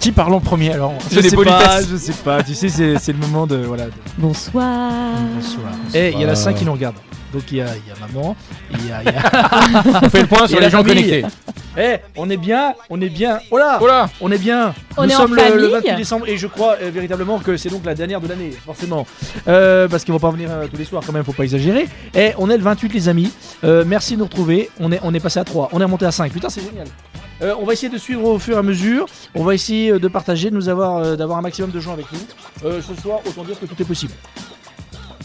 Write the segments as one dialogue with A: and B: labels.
A: Qui parle en premier alors
B: Je des
A: sais
B: politesses.
A: pas, je sais pas. Tu sais, c'est c'est le moment de voilà. de-
C: Ah. Bonsoir.
A: Bonsoir. Et il y en a
B: Bonsoir.
A: cinq qui nous regardent. Donc il y a, il y a maman, il y a, il y a-
B: On fait le point sur
A: Et la
B: les gens
A: famille.
B: connectés.
A: Eh, on est bien, on est bien. Oh là,
B: Oh là
A: on est bien.
C: On
A: Nous
C: est en
A: sommes le, le
C: famille.
A: 28 décembre et je crois euh, véritablement que c'est donc la dernière de l'année, forcément. Euh, parce qu'ils vont pas venir euh, tous les soirs quand même, faut pas exagérer. Et on est le 28 les amis. Euh, merci de nous retrouver. On est, on est passé à 3, on est remonté à 5. Putain, c'est génial. Euh, on va essayer de suivre au fur et à mesure. On va essayer euh, de partager, de nous avoir, euh, d'avoir un maximum de gens avec nous. Euh, ce soir, autant dire que tout est possible.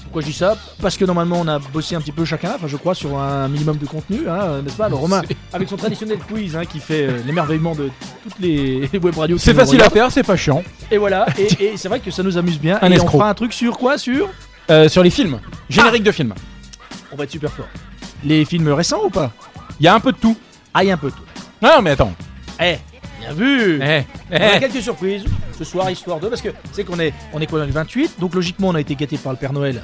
A: Pourquoi je dis ça Parce que normalement, on a bossé un petit peu chacun, enfin je crois, sur un minimum de contenu, hein, euh, n'est-ce pas Alors Romain, avec son traditionnel quiz hein, qui fait euh, l'émerveillement de toutes les web radios. qui
B: C'est
A: nous
B: facile à
A: regardent.
B: faire, c'est pas chiant.
A: Et voilà, et, et c'est vrai que ça nous amuse bien.
B: Un
A: et on
B: escroc.
A: fera un truc sur quoi Sur
B: Euh, sur les films, générique de films.
A: On va être super fort. Les films récents ou pas
B: Il y a un peu de tout.
A: Aïe un peu tout.
B: Non, mais attends.
A: Eh, bien vu
B: Eh,
A: On a
B: eh.
A: quelques surprises ce soir, histoire de. Parce que c'est qu'on est, on est quoi on est le 28, donc logiquement on a été gâté par le Père Noël.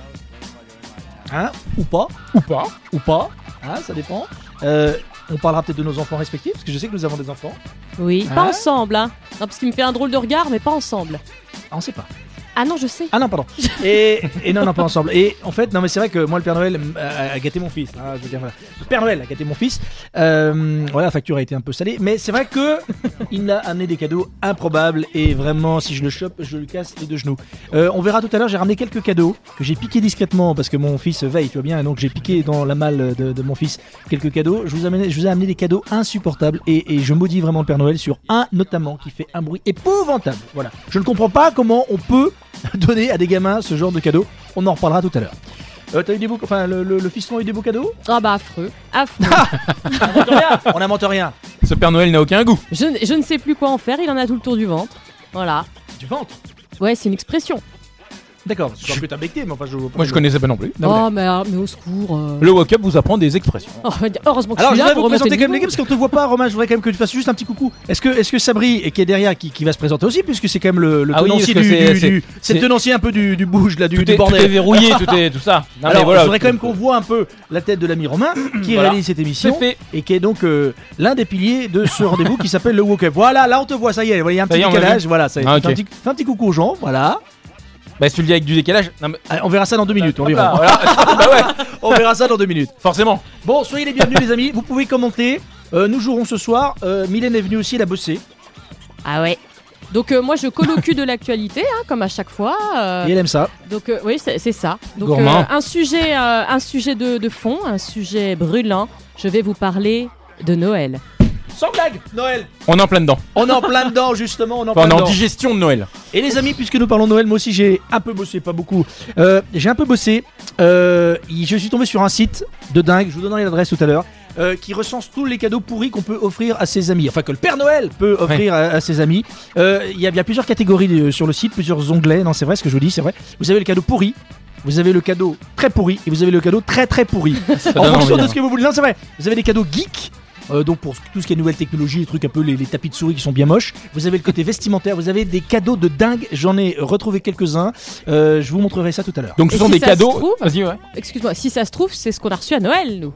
A: Hein Ou pas
B: Ou pas.
A: Ou pas Hein Ça dépend. Euh, on parlera peut-être de nos enfants respectifs, parce que je sais que nous avons des enfants.
C: Oui, pas
A: Hein
C: ensemble, hein. Non, parce qu'il me fait un drôle de regard, mais pas ensemble.
A: Ah, on sait pas.
C: Ah non, je sais.
A: Ah non, pardon. Et, et non, non, pas ensemble. Et en fait, non, mais c'est vrai que moi, le Père Noël m- a, a gâté mon fils. hein, je veux dire, voilà. Le Père Noël a gâté mon fils. Euh, voilà, la facture a été un peu salée. Mais c'est vrai que il a amené des cadeaux improbables. Et vraiment, si je le chope, je le casse les deux genoux. Euh, on verra tout à l'heure, j'ai ramené quelques cadeaux que j'ai piqué discrètement parce que mon fils veille, tu vois bien. Et donc, j'ai piqué dans la malle de, de mon fils quelques cadeaux. Je vous, amène- je vous ai amené des cadeaux insupportables. Et, et je maudis vraiment le Père Noël sur un notamment qui fait un bruit épouvantable. Voilà. Je ne comprends pas comment on peut donner à des gamins ce genre de cadeau. On en reparlera tout à l'heure. Euh, t'as eu des beaux, enfin le, le, le fiston a eu des beaux cadeaux.
C: Ah bah affreux. Affreux.
A: Ah On n'invente rien.
B: Ce Père Noël n'a aucun goût.
C: je, ne- je ne sais plus quoi en faire, il en a tout le tour du ventre. Voilà.
A: Du ventre.
C: Ouais, c'est une expression.
A: D'accord. C'est un peu t'abecté, mais enfin je.
B: Moi, je connaissais pas non plus.
C: Oh, mais, ah, mais au secours. euh.
B: Le walk-up vous apprend des expressions.
C: Oh, heureusement que
A: Alors
C: je
A: je
C: suis
A: voudrais
C: là pour
A: vous
C: remonter
A: présenter
C: le
A: quand même les
C: niveau.
A: gars parce qu'on te voit pas, Romain. Je voudrais quand même que tu fasses juste un petit coucou. Est-ce que, est-ce que Sabri et qui est derrière, qui, qui va se présenter aussi, puisque c'est quand même le, le
B: Ah oui,
A: tenancier
B: parce que
A: du,
B: c'est-
A: du-
B: c'est-
A: du- c'est le
B: c'est-
A: tenancier un peu du, du bouge là, du,
B: Tout
A: du
B: est, tout est
A: bordel.
B: verrouillé, tout est tout ça. Non,
A: Alors
B: mais voilà,
A: je voudrais
B: tout-
A: quand même qu'on voit un peu la tête de l'ami Romain qui
B: Voilà.
A: réalise cette émission.
B: C'est fait.
A: et qui est donc euh, l'un des piliers de ce rendez-vous qui s'appelle le Woke Up. Voilà, là on te voit, ça y est, voilà, il y a un
B: Ça
A: petit
B: y est, on m'a
A: décalage, voilà, ça y est.
B: Ah,
A: Fais un
B: ok.
A: petit, fais un petit coucou aux gens, voilà.
B: Bah, si tu le dis avec du décalage. Non, mais...
A: Allez, on verra ça dans deux minutes, on
B: Hop là,
A: verra.
B: voilà. bah ouais,
A: On verra ça dans deux minutes.
B: forcément.
A: Bon, soyez les bienvenus les amis, vous pouvez commenter. Euh, nous jouerons ce soir. Euh, Mylène est venue aussi, elle a bossé.
C: Ah ouais. Donc euh, moi je colle au cul de l'actualité, hein, comme à chaque fois. euh,
A: Et elle aime ça.
C: Donc euh, oui, c'est c'est ça. Donc
B: Gourmand.
C: un sujet, euh, un sujet de, de fond, un sujet brûlant. Je vais vous parler de Noël.
A: Sans blague, Noël.
B: On est en plein dedans.
A: On est en plein dedans justement, on est en
B: Enfin,
A: plein
B: on est en
A: dedans.
B: digestion de Noël.
A: Et les amis, puisque nous parlons de Noël, moi aussi j'ai un peu bossé, pas beaucoup. Euh, j'ai un peu bossé. Euh, y- je suis tombé sur un site de dingue, je vous donnerai l'adresse tout à l'heure, euh, qui recense tous les cadeaux pourris qu'on peut offrir à ses amis. Enfin, que le Père Noël peut offrir à, à ses amis. Euh, Il y, a- il y a plusieurs catégories euh, sur le site, plusieurs onglets. Non, c'est vrai ce que je vous dis, c'est vrai. Vous avez le cadeau pourri. Vous avez le cadeau très pourri et vous avez le cadeau très très pourri. en
B: donne
A: fonction
B: envie,
A: de
B: hein.
A: ce que vous voulez. Non, c'est vrai. Vous avez des cadeaux geeks. euh, donc pour tout ce qui est nouvelle technologie, les trucs un peu les, les tapis de souris qui sont bien moches. Vous avez le côté vestimentaire, vous avez des cadeaux de dingue. J'en ai retrouvé quelques-uns. Euh, je vous montrerai ça tout à l'heure.
B: Donc, ce
C: Et
B: sont
C: si
B: des
C: ça se
B: cadeaux.
C: trouve-
B: Vas-y, ouais.
C: Excuse-moi, si ça se trouve, c'est ce qu'on a reçu à Noël, nous.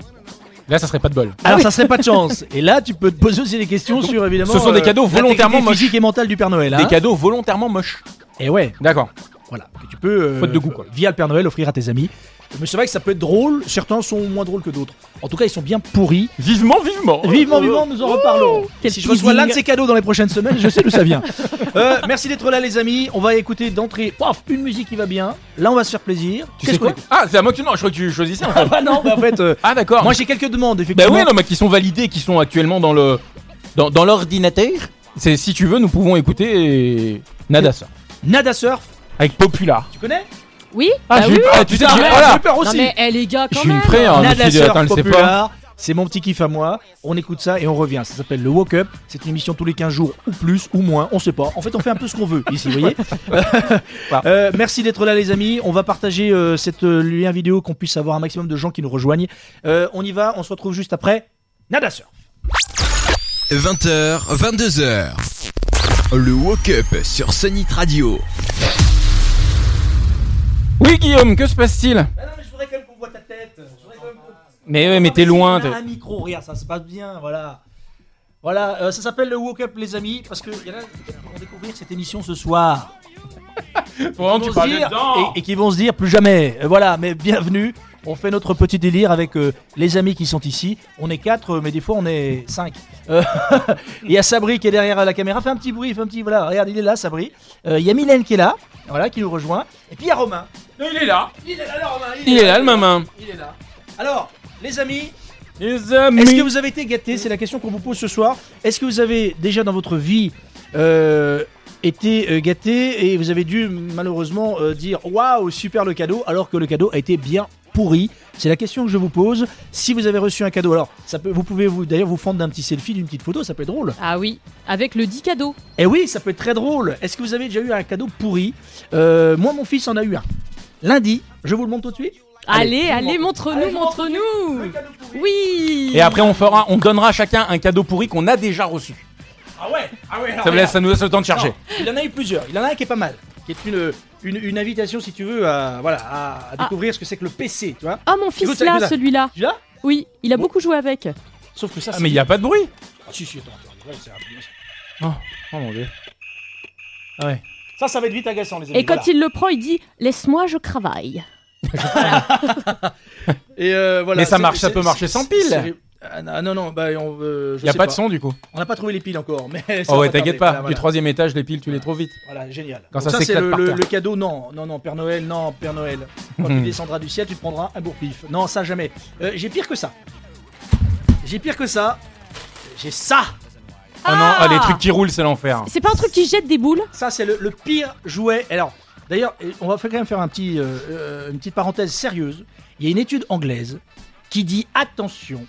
B: Là, ça serait pas de bol.
A: Alors ça serait pas de chance. Et là, tu peux te poser aussi des questions sur évidemment.
B: ce sont des cadeaux
A: l'intégrité
B: volontairement moches.
A: physique et mentale du Père Noël. Hein.
B: Des cadeaux volontairement moches.
A: Et ouais,
B: D'accord.
A: voilà. Que tu peux euh,
B: Faute de goût, quoi.
A: via le Père Noël offrir à tes amis. Mais c'est vrai que ça peut être drôle. Certains sont moins drôles que d'autres. En tout cas, ils sont bien pourris.
B: Vivement, Oh, vivement.
A: Vivement, vivement, nous en reparlons.
C: quel
A: oh, si je reçois
C: teasing.
A: l'un de ces cadeaux dans les prochaines semaines, je sais d'où ça vient. Euh, merci d'être là, les amis. On va écouter d'entrée paf, une musique qui va bien. Là, on va se faire plaisir.
B: Tu sais
A: qu'on
B: quoi
A: écoute
B: Ah, c'est à moi que tu. Non, je crois que tu choisissais en
A: Ah,
B: fait.
A: bah non, bah en fait, euh,
B: Ah, d'accord.
A: moi j'ai quelques demandes,
B: Bah
A: effectivement.
B: oui, non, mais qui sont validés, qui sont actuellement dans le dans, dans l'ordinateur. C'est si tu veux, nous pouvons écouter et... Nada ça.
A: Nada Surf,
B: Avec Popular.
A: tu connais
C: Oui
B: Ah,
C: bah
B: j'ai
C: oui.
B: eu- ah, tu sais, j'ai-
A: merde,
B: voilà.
A: j'ai eu peur
C: Non
A: aussi.
C: mais eh, les gars, quand
B: Je suis une
C: même.
B: frère. Ah, mais
A: Nada
B: tu dis,
A: Surf
B: attends, le sais
A: Popular, c'est mon petit kiff à moi. On écoute ça et on revient. Ça s'appelle le Woke Up. C'est une émission tous les 15 jours ou plus ou moins. On sait pas. En fait, on fait un peu ce qu'on veut ici, vous voyez. Euh, merci d'être là, les amis. On va partager euh, cette euh, lien vidéo qu'on puisse avoir un maximum de gens qui nous rejoignent. Euh, on y va. On se retrouve juste après. Nada Surf.
D: 20h, 22h. Le Woke Up sur Sonic Radio.
B: Oui, Guillaume, que se passe-t-il
A: Bah non, mais je voudrais quand même qu'on voit ta tête. Je voudrais quand même
B: Mais ouais, mais t'es loin. t'es-
A: Un micro, regarde, ça se passe bien, voilà. Voilà, euh, ça s'appelle le Woke Up, les amis, parce qu'il y en a peut-être qui vont découvrir cette émission ce soir.
B: Pendant
A: Qui vont se dire- et, et qui vont se dire plus jamais. Euh, Voilà, mais bienvenue. On fait notre petit délire avec euh, les amis qui sont ici. On est quatre, euh, mais des fois on est cinq. Euh, Il y a Sabri qui est derrière la caméra. Fais un petit bruit, fais un petit. Voilà, regarde, il est là, Sabri. Euh, Il y a Mylène qui est là, voilà, qui nous rejoint. Et puis il y a Romain.
B: Il est là.
A: Il est là, le Romain.
B: Il est là, le maman.
A: Il est là. Alors, les amis,
B: Les amis.
A: est-ce que vous avez été gâtés C'est la question qu'on vous pose ce soir. Est-ce que vous avez déjà dans votre vie euh, été euh, gâté et vous avez dû malheureusement euh, dire waouh super le cadeau alors que le cadeau a été bien pourri C'est la question que je vous pose. Si vous avez reçu un cadeau, alors ça peut, vous pouvez vous d'ailleurs vous fendre d'un petit selfie, d'une petite photo, ça peut être drôle.
C: Ah oui, avec le 10 cadeau.
A: Eh oui, ça peut être très drôle. Est-ce que vous avez déjà eu un cadeau pourri Euh, Moi, mon fils en a eu un. Lundi, je vous le montre tout de suite.
C: Allez, allez,
A: Allez,
C: montre-nous, montre-nous.
A: cadeau pourri.
C: Oui.
B: Et après on fera, on donnera à chacun un cadeau pourri qu'on a déjà reçu.
A: Ah ouais, ah ouais.
B: Ça, me laisse- ça nous laisse le temps de charger.
A: Non, il en a eu plusieurs. Il en a un qui est pas mal, qui est une, une, une invitation, si tu veux, à, voilà, à, à découvrir ce que c'est que le PC, tu vois.
C: Ah mon fils
A: Écoute, écoute
C: là,
A: ça.
C: celui-là.
A: Tu l'as Oh.
C: Oui, il a
A: Bon.
C: beaucoup joué avec.
A: Sauf que ça,
B: Ah,
A: c'est-
B: mais il n'y a pas de bruit.
A: Ah, si, si, attends, attends, ouais, c'est un peu-
B: Oh mon dieu. Ah ouais.
A: Ça, ça va être vite agaçant, les amis.
C: Et quand
A: voilà.
C: il le prend, il dit Laisse-moi, je travaille.
A: Et, euh, voilà,
B: Mais ça
A: c'est-
B: marche, ça
A: c'est-
B: peut marcher
A: c'est-
B: sans pile.
A: c'est- Ah non, non, non, bah, on, euh,
B: Il
A: je
B: n'y a
A: sais
B: pas, de son du coup.
A: On n'a pas trouvé les piles encore, mais. ça
B: Oh
A: va
B: ouais,
A: tarder.
B: t'inquiète pas.
A: Voilà,
B: Du
A: voilà.
B: troisième étage, les piles, tu les trouves vite.
A: Voilà, génial.
B: Quand
A: Donc
B: ça
A: c'est
B: s'éclate
A: le,
B: par
A: le-
B: terre.
A: le cadeau, non, non, non, Père Noël, non, Père Noël. Quand tu descendras du ciel, tu te prendras un bourre-pif. Non, ça jamais. Euh, J'ai pire que ça. J'ai pire que ça. J'ai ça.
B: Ah, non, ah, les trucs qui roulent, c'est l'enfer.
C: C'est pas un truc qui jette des boules
A: Ça, c'est le, le pire jouet. Alors, d'ailleurs, euh, on va faire- quand même faire un petit, euh, euh, une petite parenthèse sérieuse. Il y a une étude anglaise qui dit attention,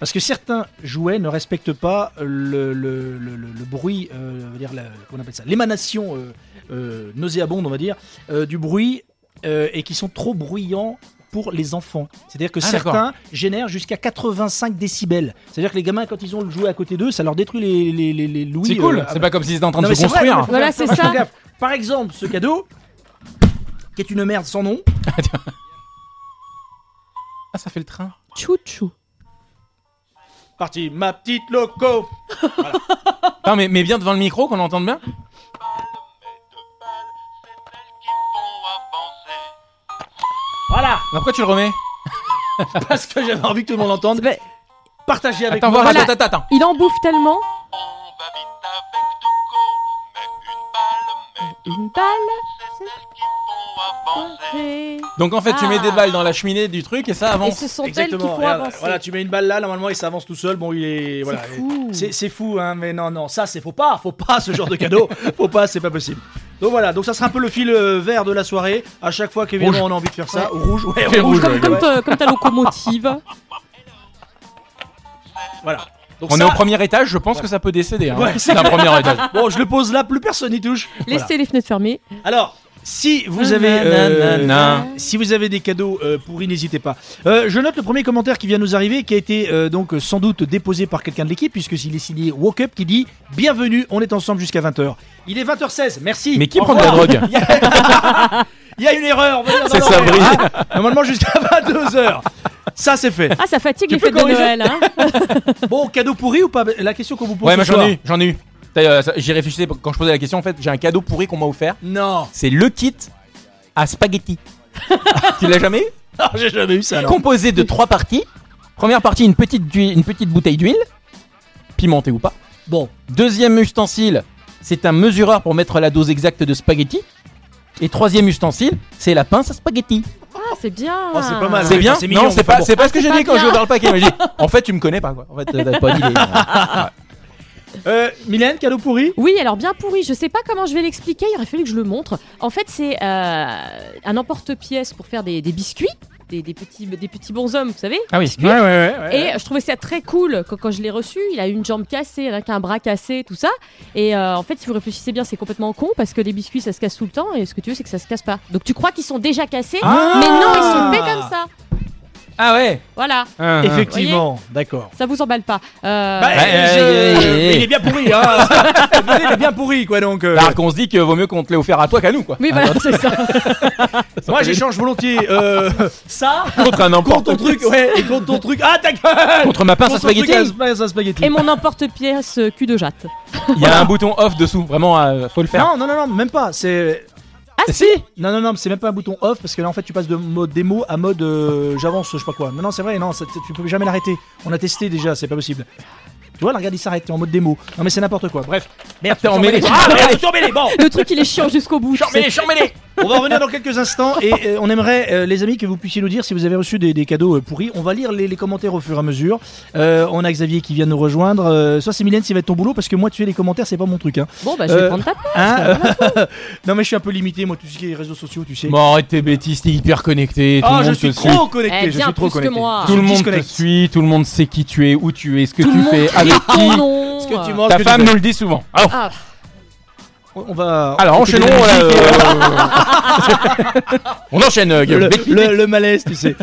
A: parce que certains jouets ne respectent pas le, le- le- le- le bruit, euh, on va dire la- comment on appelle ça, l'émanation euh, euh, nauséabonde, on va dire, euh, du bruit, euh, et qui sont trop bruyants pour les enfants. C'est-à-dire que
B: Ah, d'accord.
A: certains génèrent jusqu'à 85 décibels. C'est-à-dire que les gamins, quand ils ont le jouet à côté d'eux, ça leur détruit les, les, les, les louis.
B: C'est cool.
A: euh,
B: C'est pas comme s'ils étaient en train
A: non,
B: de
A: mais
B: se
A: c'est vrai,
B: construire.
A: non, mais faut
C: Voilà,
A: faire
C: c'est
A: vachement
C: ça.
A: gaffe. Par exemple, ce cadeau, qui est une merde sans nom,
B: Ah, ça fait le train.
C: Chouchou.
A: parti, ma petite loco.
B: Non, mais, mais bien devant le micro, qu'on entende bien.
A: Voilà,
B: Mais Pourquoi tu le remets
A: parce que j'avais envie que tout le monde l'entende.
C: C'est pas-
A: Partagez avec
B: Attends,
A: moi.
B: voilà,
C: Voilà.
B: attends, attends, attends.
C: Il en bouffe tellement. Une balle. c'est-
B: Donc en fait, tu
C: Ah.
B: mets des balles dans la cheminée du truc et ça
C: Et
B: avance.
C: ce sont elles qui
A: Exactement.
C: font
A: regarde,
C: avancer.
A: voilà, tu mets une balle là, normalement il s'avance tout seul. Bon, il est voilà.
C: C'est fou.
A: C'est c'est fou, hein, mais non, non, ça c'est faut pas, faut pas ce genre de cadeau, faut pas, c'est pas possible. Donc voilà, donc ça sera un peu le fil euh, vert de la soirée. À chaque fois qu'évidemment on a envie de faire ça, rouge, ouais,
B: Fais rouge,
C: Comme,
B: ouais,
C: comme
A: ouais.
C: ta- comme ta locomotive.
A: voilà. Donc
B: On
A: ça,
B: est au premier étage, je pense que ça peut décéder. Hein.
A: Ouais,
B: c'est un premier étage.
A: Bon, je le pose là, plus personne n'y touche.
C: Laissez
A: Voilà.
C: les fenêtres fermées.
A: Alors, si vous avez, euh,
B: Nanana.
A: si vous avez des cadeaux euh, pourris, n'hésitez pas. Euh, je note le premier commentaire qui vient nous arriver, qui a été euh, donc sans doute déposé par quelqu'un de l'équipe, puisque s'il est signé Woke Up, qui dit Bienvenue, on est ensemble jusqu'à 20h. Il est 20h16, merci.
B: Mais qui
A: Au
B: prend de la
A: revoir.
B: drogue
A: Il y a- Il y a une erreur. on va dire dans
B: C'est
A: l'horaire,
B: Sabri.
A: hein. Normalement jusqu'à 22h. Ça c'est fait.
C: Ah, ça fatigue
A: Tu
C: les
A: peux
C: fêtes de
A: corriger
C: Noël. Hein.
A: Bon, cadeau pourri ou pas La question qu'on vous pose.
B: Ouais, moi
A: ce
B: j'en
A: soir.
B: ai eu, j'en ai eu. D'ailleurs, euh, ça- J'y réfléchissais quand je posais la question. En fait, j'ai un cadeau pourri qu'on m'a offert.
A: Non,
B: C'est le kit à spaghetti. tu l'as jamais eu
A: Non, j'ai jamais eu ça. non.
B: Composé de trois parties. Première partie, une petite, d'hui- une petite bouteille d'huile, pimentée ou pas.
A: Bon,
B: Deuxième ustensile, c'est un mesureur pour mettre la dose exacte de spaghetti. Et troisième ustensile, c'est la pince à spaghetti.
C: Ah, c'est bien.
A: Oh, c'est pas mal.
B: C'est
A: oui,
B: bien
A: bah, c'est mignon,
B: Non, c'est
A: enfin
B: pas,
A: bon.
B: c'est pas ce que j'ai
C: pas
B: dit quand
C: bien.
B: je vais dans le paquet. mais j'ai dit, en fait, tu me connais pas quoi. En fait, t'as pas d'idée.
A: euh, Mylène, cadeau pourri
C: Oui, alors bien pourri, je sais pas comment je vais l'expliquer, il aurait fallu que je le montre. En fait, c'est euh, un emporte-pièce pour faire des, des biscuits, des, des petits, des petits bonshommes, vous savez
B: Ah oui. Ouais, ouais, ouais.
C: Et je trouvais ça très cool quand, quand je l'ai reçu. Il a une jambe cassée, il a qu'un bras cassé, tout ça. Et euh, en fait, si vous réfléchissez bien, c'est complètement con parce que les biscuits, ça se casse tout le temps et ce que tu veux, c'est que ça se casse pas. Donc tu crois qu'ils sont déjà cassés,
B: Ah
C: mais non, ils sont faits comme ça.
B: Ah ouais
C: Voilà,
A: Ah,
B: Hein, hein.
A: Effectivement, d'accord.
C: ça vous emballe pas. Euh,
A: Bah,
B: euh,
A: je-
B: eh, eh, eh.
A: mais Il est bien pourri, hein. il est bien pourri, quoi, donc. euh.
B: Alors qu'on se dit que vaut mieux qu'on te l'ait offert à toi qu'à nous, quoi.
C: Oui, voilà, c'est ça.
A: Moi, j'échange volontiers euh, ça
B: Contre un
A: contre ton
B: emporte
A: truc, ouais, et contre ton truc. Ah, ta gueule
B: Contre ma pince à
A: Contre ton truc hein. à
B: spaghetti.
A: spa- à spaghetti.
C: Et mon emporte-pièce euh, cul de jatte.
B: Il y a un bouton off dessous. Vraiment, euh, faut le faire.
A: Non, non, non, non, même pas. C'est
C: Ah
B: si
A: non, non, non, c'est même pas un bouton off parce que là, en fait, tu passes de mode démo à mode euh, j'avance, je sais pas quoi. Non, non, c'est vrai, non, ça- tu peux jamais l'arrêter. On a testé déjà, c'est pas possible. Tu vois, là, regarde, il s'arrête, t'es en mode démo. Non, mais c'est n'importe quoi. Bref.
B: Merde, t'es emmêlé.
A: Ah, merde, ils sont emmêlés, bon.
C: Le truc, il est chiant jusqu'au bout. tu sais.
A: On va revenir dans quelques instants et euh, on aimerait, euh, les amis, que vous puissiez nous dire si vous avez reçu des, des cadeaux euh, pourris. On va lire les, les commentaires au fur et à mesure. Euh, on a Xavier qui vient de nous rejoindre. Euh, soit c'est Mylène, ça va être ton boulot parce que moi, tu fais les commentaires, c'est pas mon truc. Hein.
C: Bon, bah, je vais
A: Euh,
C: prendre ta place.
A: Hein non, mais je suis un peu limité, moi, tout ce qui est réseaux sociaux, tu sais.
B: Mais arrête tes bêtises, t'es hyper connecté. tout
A: Ah,
B: le
A: je
B: monde
A: suis
B: te suit.
A: trop connecté,
C: Eh,
A: je
C: bien
A: suis trop
C: plus que
A: connecté.
C: moi.
B: Tout le monde te
A: Disconnect.
B: suit, tout le monde sait qui tu es, où tu es, ce que
C: Tout
B: tu
C: le monde
B: fais, avec
C: crie
B: qui.
C: ton nom.
A: Ce que tu
C: euh,
A: manges,
B: Ta
A: que tu
B: femme
A: fais.
B: nous le dit souvent. Alors,
C: Ah,
A: On va.
B: alors enchaînons.
A: écoutez,
B: euh, On enchaîne, euh, Guillaume.
A: Le, le- le malaise, tu sais.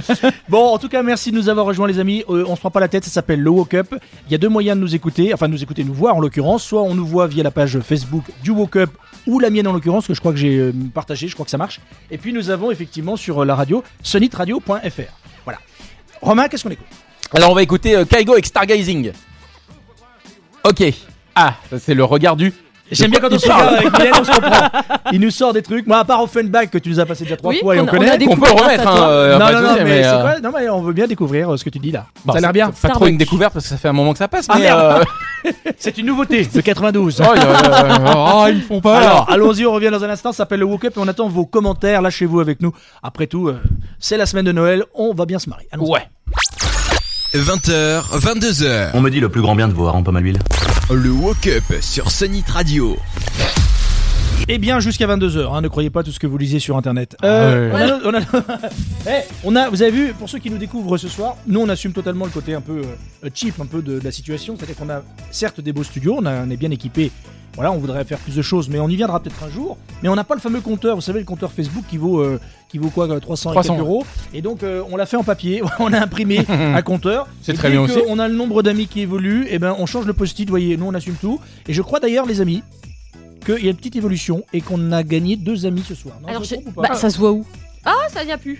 A: Bon, en tout cas, merci de nous avoir rejoints, les amis. Euh, on se prend pas la tête, ça s'appelle le Woke Up. Il y a deux moyens de nous écouter, enfin de nous écouter, nous voir en l'occurrence. Soit on nous voit via la page Facebook du Woke Up ou la mienne en l'occurrence, que je crois que j'ai euh, partagé, je crois que ça marche. Et puis nous avons effectivement sur euh, la radio sonitradio.fr. Voilà. Romain, qu'est-ce qu'on écoute
B: Alors on va écouter euh, Kaigo avec Stargazing. Ok. Ah, ça, c'est le regard du.
A: J'aime bien quand on se regarde avec Mylène, on se comprend. Il nous sort des trucs. Moi, à part Offenbach que tu nous as passé déjà trois
C: Oui,
A: fois et
C: qu'on
A: on
C: a-
A: connaît.
C: on a des-
B: On peut
C: Découverte
B: remettre.
C: à toi.
B: hein, euh,
A: non,
B: pas
A: non,
B: de
A: non,
B: souci,
A: mais, c'est
B: euh,
A: quoi Non, mais on veut bien découvrir euh, ce que tu dis là.
B: bon,
A: ça a l'air
B: c'est-
A: bien.
B: c'est Pas trop une
C: Starbucks.
B: découverte parce que ça fait un moment que ça passe.
A: Ah,
B: mais,
A: merde.
B: euh,
A: C'est une nouveauté de 92.
B: oh, il y a- oh, ils me font pas.
A: Alors,
B: Alors.
A: allons-y, on revient dans un instant. Ça s'appelle le Woke Up et on attend vos commentaires. Lâchez-vous avec nous. Après tout, euh, c'est la semaine de Noël. On va bien se marier.
B: Ouais.
D: 20h, 22h.
E: On me dit le plus grand bien de vous, en pomme à l'huile.
D: Le Woke Up sur Sunnit Radio.
A: Eh bien, jusqu'à 22h. ne croyez pas tout ce que vous lisez sur Internet.
B: Ah
A: Euh,
B: ouais.
A: on, a, on a- Eh, on a- vous avez vu, pour ceux qui nous découvrent ce soir, nous, on assume totalement le côté un peu euh, cheap, un peu de, de la situation. C'est-à-dire qu'on a certes des beaux studios, on, a- on est bien équipé. Voilà, on voudrait faire plus de choses, mais on y viendra peut-être un jour. Mais on n'a pas le fameux compteur, vous savez, le compteur Facebook qui vaut, euh, qui vaut quoi, 300, et
B: 300,
A: quelques
B: ouais.
A: euros. Et donc, euh, on l'a fait en papier, on a imprimé un compteur.
B: C'est
A: Et
B: très
A: dès
B: bien
A: que
B: aussi.
A: On a le nombre d'amis qui évolue, et ben on change le post-it, voyez, nous on assume tout. Et je crois d'ailleurs, les amis, qu'il y a une petite évolution et qu'on a gagné deux amis ce soir. Non,
C: Alors,
A: je
C: je-
A: me trompe ou pas
C: bah, ça se voit où Ah, ça vient plus.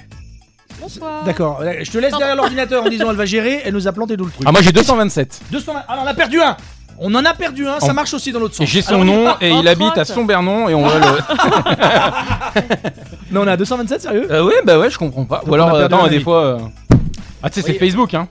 C: Bonsoir.
A: D'accord, euh, je te laisse derrière l'ordinateur en disant elle va gérer, elle nous a planté tout le truc.
B: Ah, moi j'ai 227.
A: 220 Ah, on en a perdu un On en a perdu un, ça
B: On-
A: marche aussi dans l'autre sens. Ah
B: Et j'ai son
A: Alors,
B: nom
C: pas
B: et
C: en
B: il habite à
C: crotte.
B: son Bernon et on va le.
A: Non, on a 227, sérieux
B: Euh, ouais, bah ouais, je comprends pas. Ou alors,
A: on a
B: euh,
A: perdu
B: non,
A: un
B: des
A: ami.
B: fois. euh, Ah, tu sais, c'est
A: Oui.
B: Facebook, hein.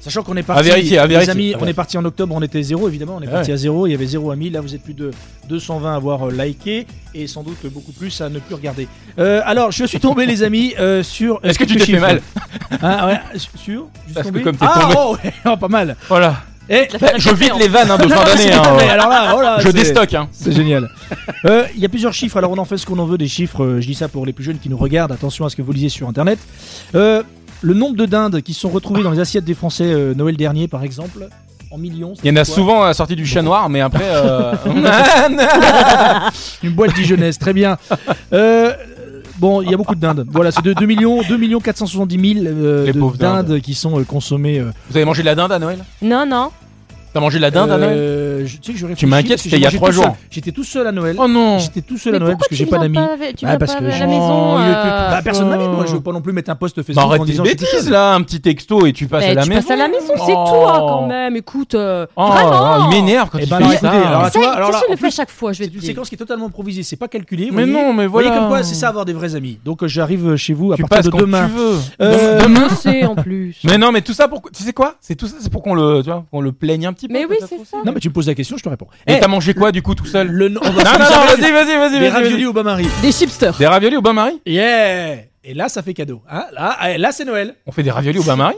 A: Sachant qu'on est parti.
B: À vérifier, à
A: Les
B: vérifier.
A: amis,
B: Ah
A: on
B: ouais.
A: est parti en octobre, on était zéro évidemment, on est
B: Ah
A: parti à zéro, il y avait zéro amis. Là, vous êtes plus de 220 à avoir euh, liké et sans doute beaucoup plus à ne plus regarder. Euh, alors, je suis tombé, les amis, euh, sur.
B: Est-ce que tu
A: quelques
B: t'es fait
A: chiffres.
B: mal
A: Ah ouais, sur je suis
B: Parce que
A: tombé
B: comme t'es
A: Ah
B: tombé.
A: oh, ouais, oh, pas mal.
B: Voilà.
A: Et ben,
B: Je vide les vannes hein, de
A: Non,
B: fin
A: non,
B: d'année.
A: c'est
B: hein,
A: pas vrai.
B: euh.
A: Alors là, oh là,
B: Je
A: c'est-
B: déstocke, hein.
A: C'est génial. Euh, Il y a plusieurs chiffres, alors on en fait ce qu'on en veut des chiffres. euh, Je dis ça pour les plus jeunes qui nous regardent, attention à ce que vous lisez sur internet. Euh, le nombre de dindes qui sont retrouvées dans les assiettes des Français euh, Noël dernier, par exemple, en millions. ça
B: Il y en a
A: fait quoi
B: souvent à la sortie du chat noir, mais après. euh,
A: Une boîte dijonnaise, très bien. Euh, bon, il y a beaucoup de dindes. Voilà, c'est de 2 millions, 2 millions 470 000 euh,
B: Les
A: de
B: pauvres
A: dindes,
B: dindes.
A: qui sont euh, consommées. euh,
B: Vous avez mangé de la dinde à Noël
C: Non, non.
B: T'as mangé de la dinde à Noël
A: euh, je- Tu sais que je réfléchis,
B: m'inquiètes,
A: parce que
B: c'était il y a
A: j'ai
B: trois
A: mangé tout
B: jours.
A: seul. J'étais tout seul à Noël.
B: Oh non
A: J'étais tout seul
C: Mais
A: à Noël
C: pourquoi
A: parce que
C: tu
A: j'ai pas
C: viens
A: d'amis.
C: avec- Tu
A: Bah,
C: viens
A: parce
C: pas
A: que
C: à
A: j'ai-
C: la maison.
B: Oh, il était-
C: euh,
A: Bah, personne m'a mis, moi je veux pas non plus mettre un post
B: Bah,
A: Facebook
B: arrête
A: en
B: tes
A: disant je suis tout
B: bêtises
A: seul.
B: là, un petit texto et Eh, tu passes
C: bah,
B: à la
C: tu
B: maison.
C: passes à la maison, c'est
B: Oh.
C: toi quand même. Écoute, euh,
B: Oh,
C: vraiment.
B: il m'énerve quand
A: Eh
B: il
A: ben,
B: fait
A: alors,
B: ça.
A: écoutez, alors,
C: Ça,
A: tu vois,
C: ça,
A: là,
C: je le
A: en
C: fais à
A: plus,
C: chaque fois, je vais
A: C'est
C: te
A: une
C: dire.
A: séquence qui est totalement improvisée, c'est pas calculé.
B: Mais
A: voyez.
B: non, mais
A: Vous voyez
B: voilà.
A: comme quoi, c'est ça avoir des vrais amis. Donc euh, j'arrive euh, chez vous à
B: tu passes
A: partir de
B: quand
A: demain.
B: tu veux.
A: Euh,
B: Demain.
C: Je sais en plus.
B: Mais non, mais tout ça pour tu sais quoi C'est tout ça, c'est pour qu'on le, tu vois, qu'on le plaigne un petit peu.
C: Mais oui,
B: peut-être
C: c'est
B: aussi.
C: ça.
A: Non mais tu me poses la question, je te réponds.
B: Et
A: Eh,
B: t'as mangé quoi du coup tout seul
A: le nom- on va-
B: Non, non, non, vas-y, vas-y, vas-y,
A: Les
B: vas-y, vas-y.
A: raviolis au bain-marie.
C: Des chipsters.
B: Des raviolis au bain-marie
A: Yeah Et là, ça fait cadeau. hein. là, eh, là c'est Noël.
B: On fait des raviolis au bain-marie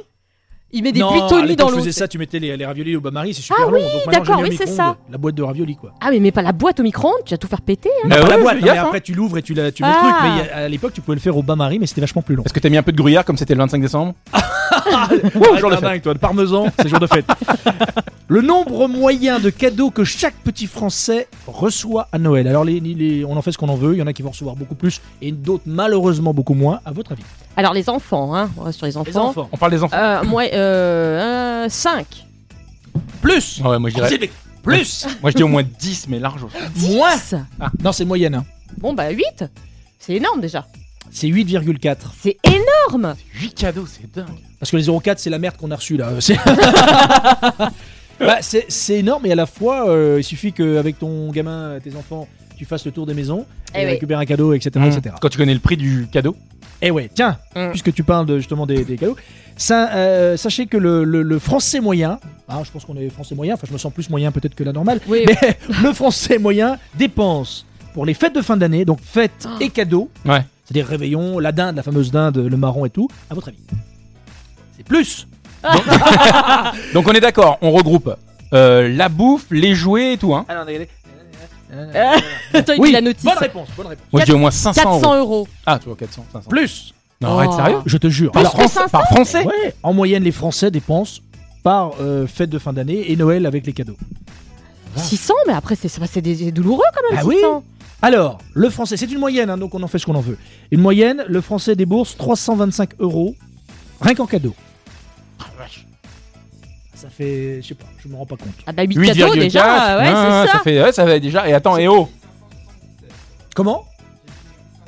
C: Il met des
A: non, à
C: buitoni
A: l'époque,
C: dans
A: je
C: l'eau.
A: faisais
C: tu
A: ça,
C: sais.
A: tu mettais les, les raviolis au bain-marie, c'est super
C: Ah
A: long.
C: oui,
A: Donc maintenant,
C: d'accord,
A: je les mets
C: oui,
A: au
C: c'est
A: micro-ondes.
C: ça.
A: La boîte de raviolis, quoi.
C: Ah, mais mets pas la boîte au micro-ondes, tu vas tout faire péter. hein.
A: Non,
B: Bah
A: pas la
B: ouais,
A: boîte,
B: fais
A: non, mais
B: gaffe, hein.
A: après tu l'ouvres et tu, la, tu mets
C: Ah.
A: le truc. Mais il y a- à l'époque, tu pouvais le faire au bain-marie, mais c'était vachement plus long.
B: Est-ce que t'as mis un peu de gruyère comme c'était le 25 décembre
A: Arrête la dingue, toi, le parmesan, c'est jour de fête. le nombre moyen de cadeaux que chaque petit Français reçoit à Noël. Alors, les- les- les- on en fait ce qu'on en veut. Il y en a qui vont recevoir beaucoup plus et d'autres, malheureusement, beaucoup moins. À votre avis
C: Alors les enfants, hein, on reste sur les enfants.
B: On parle des enfants.
C: Euh, moi, euh, 5.
A: Plus
B: Ah, Ouais, moi, je dirais-
A: Plus
B: moi, je dis au moins 10, mais large. aussi.
A: Moins Non, c'est moyenne. hein.
C: Bon, bah 8 C'est énorme déjà.
A: C'est 8,4.
C: C'est énorme
B: 8 cadeaux, c'est dingue.
A: Parce que les 0,4, c'est la merde qu'on a reçue là. C'est Bah, c'est- c'est énorme et à la fois, euh, il suffit qu'avec ton gamin, tes enfants, tu fasses le tour des maisons
C: Eh
A: et
C: oui.
A: récupères un cadeau, etc.
B: Ah,
A: etc.
B: Quand tu connais le prix du cadeau,
A: Et Eh ouais, tiens,
C: Mm.
A: puisque tu parles de, justement des, des cadeaux, ça, euh, sachez que le, le- le français moyen, hein, je pense qu'on est français moyen, enfin je me sens plus moyen peut-être que la normale,
C: Oui,
A: mais le français moyen dépense pour les fêtes de fin d'année, donc fêtes
C: Ah.
A: et cadeaux,
B: Ouais.
A: c'est-à-dire réveillons, la dinde, la fameuse dinde, le marron et tout, à votre avis C'est plus
B: Donc on est d'accord, on regroupe euh, la bouffe, les jouets et tout. Hein.
C: Attends, il
A: Oui,
C: dit la notice.
A: Bonne réponse, bonne réponse.
B: Moi je dis au moins 500
C: 400
B: euros.
C: euros.
B: Ah, tu vois, 400, 500.
A: Plus
B: Non, arrête,
C: Oh.
B: sérieux
A: Je te jure.
C: Plus
B: Par,
C: que
B: France-
C: 500?
B: par français
A: Ouais, en moyenne, les Français dépensent par euh, fête de fin d'année et Noël avec les cadeaux.
C: 600, mais après, c'est- c'est c'est des- c'est douloureux quand même.
A: Ah
C: 600.
A: Alors, le français, c'est une moyenne, hein, donc on en fait ce qu'on en veut. Une moyenne, le français débourse 325 euros rien qu'en cadeau. Ah, Ça fait, je sais pas, je me rends pas compte.
C: Ah bah 8 cadeaux
B: 8,4.
C: déjà, ouais,
B: hein,
C: c'est ça.
B: fait, ouais, ça fait déjà. Et attends, et oh
A: Comment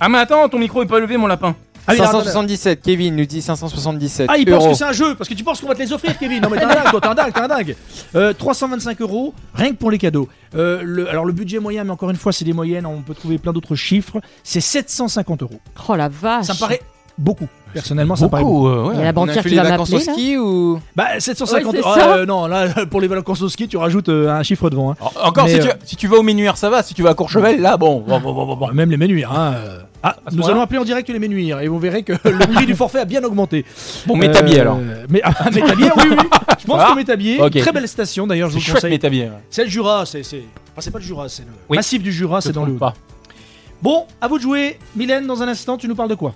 B: Ah, mais attends, ton micro est pas levé, mon lapin.
A: ah, oui, non, attends,
F: 577, Kevin nous dit 577
A: ah, il pense
F: euros.
A: que c'est un jeu, parce que tu penses qu'on va te les offrir, Kevin. Non, mais t'es un dingue, toi, t'es un dingue, t'es un dingue. Euh, 325 euros, rien que pour les cadeaux. Euh, le- alors, le budget moyen, mais encore une fois, c'est des moyennes, on peut trouver plein d'autres chiffres. C'est 750 euros.
C: Oh la vache.
A: Ça me paraît beaucoup. Personnellement, ça me paraît beaucoup.
B: Beaucoup, euh, ouais.
C: Il y a la
F: On a
C: banquière
F: fait
C: qui
F: les
C: va
F: vacances au
C: m'appeler. là.
F: ski ou
A: Bah, 750
C: Ouais, c'est
A: euros.
C: ça.
A: euh, non, là, pour les vacances au ski, tu rajoutes euh, un chiffre devant. hein.
B: En- Oh, Encore,
A: Mais,
B: si,
A: euh,
B: tu, si tu vas au Ménuire, ça va. Si tu vas à Courchevel, là, bon. bon, bon, bon, bon, bon.
A: Bon, Même les menuires. Hein. euh. Ah,
B: ce
A: nous
B: point-là
A: allons appeler en direct les menuires et vous verrez que le prix du forfait a bien augmenté.
B: Bon, Métabier, alors.
A: Mais, ah, Métabier, oui, oui. Je pense
B: Ah,
A: que Métabier,
B: ok.
A: très belle station d'ailleurs, je
B: C'est
A: vous le
B: chouette,
A: conseille.
B: Métabier. ouais.
A: C'est le Jura, c'est. c'est- Enfin, c'est pas le Jura, c'est le
B: Oui.
A: massif du Jura, c'est
B: Je
A: dans
B: trouve
A: le. Haut.
B: pas.
A: Bon, à vous de jouer. Mylène, dans un instant, tu nous parles de quoi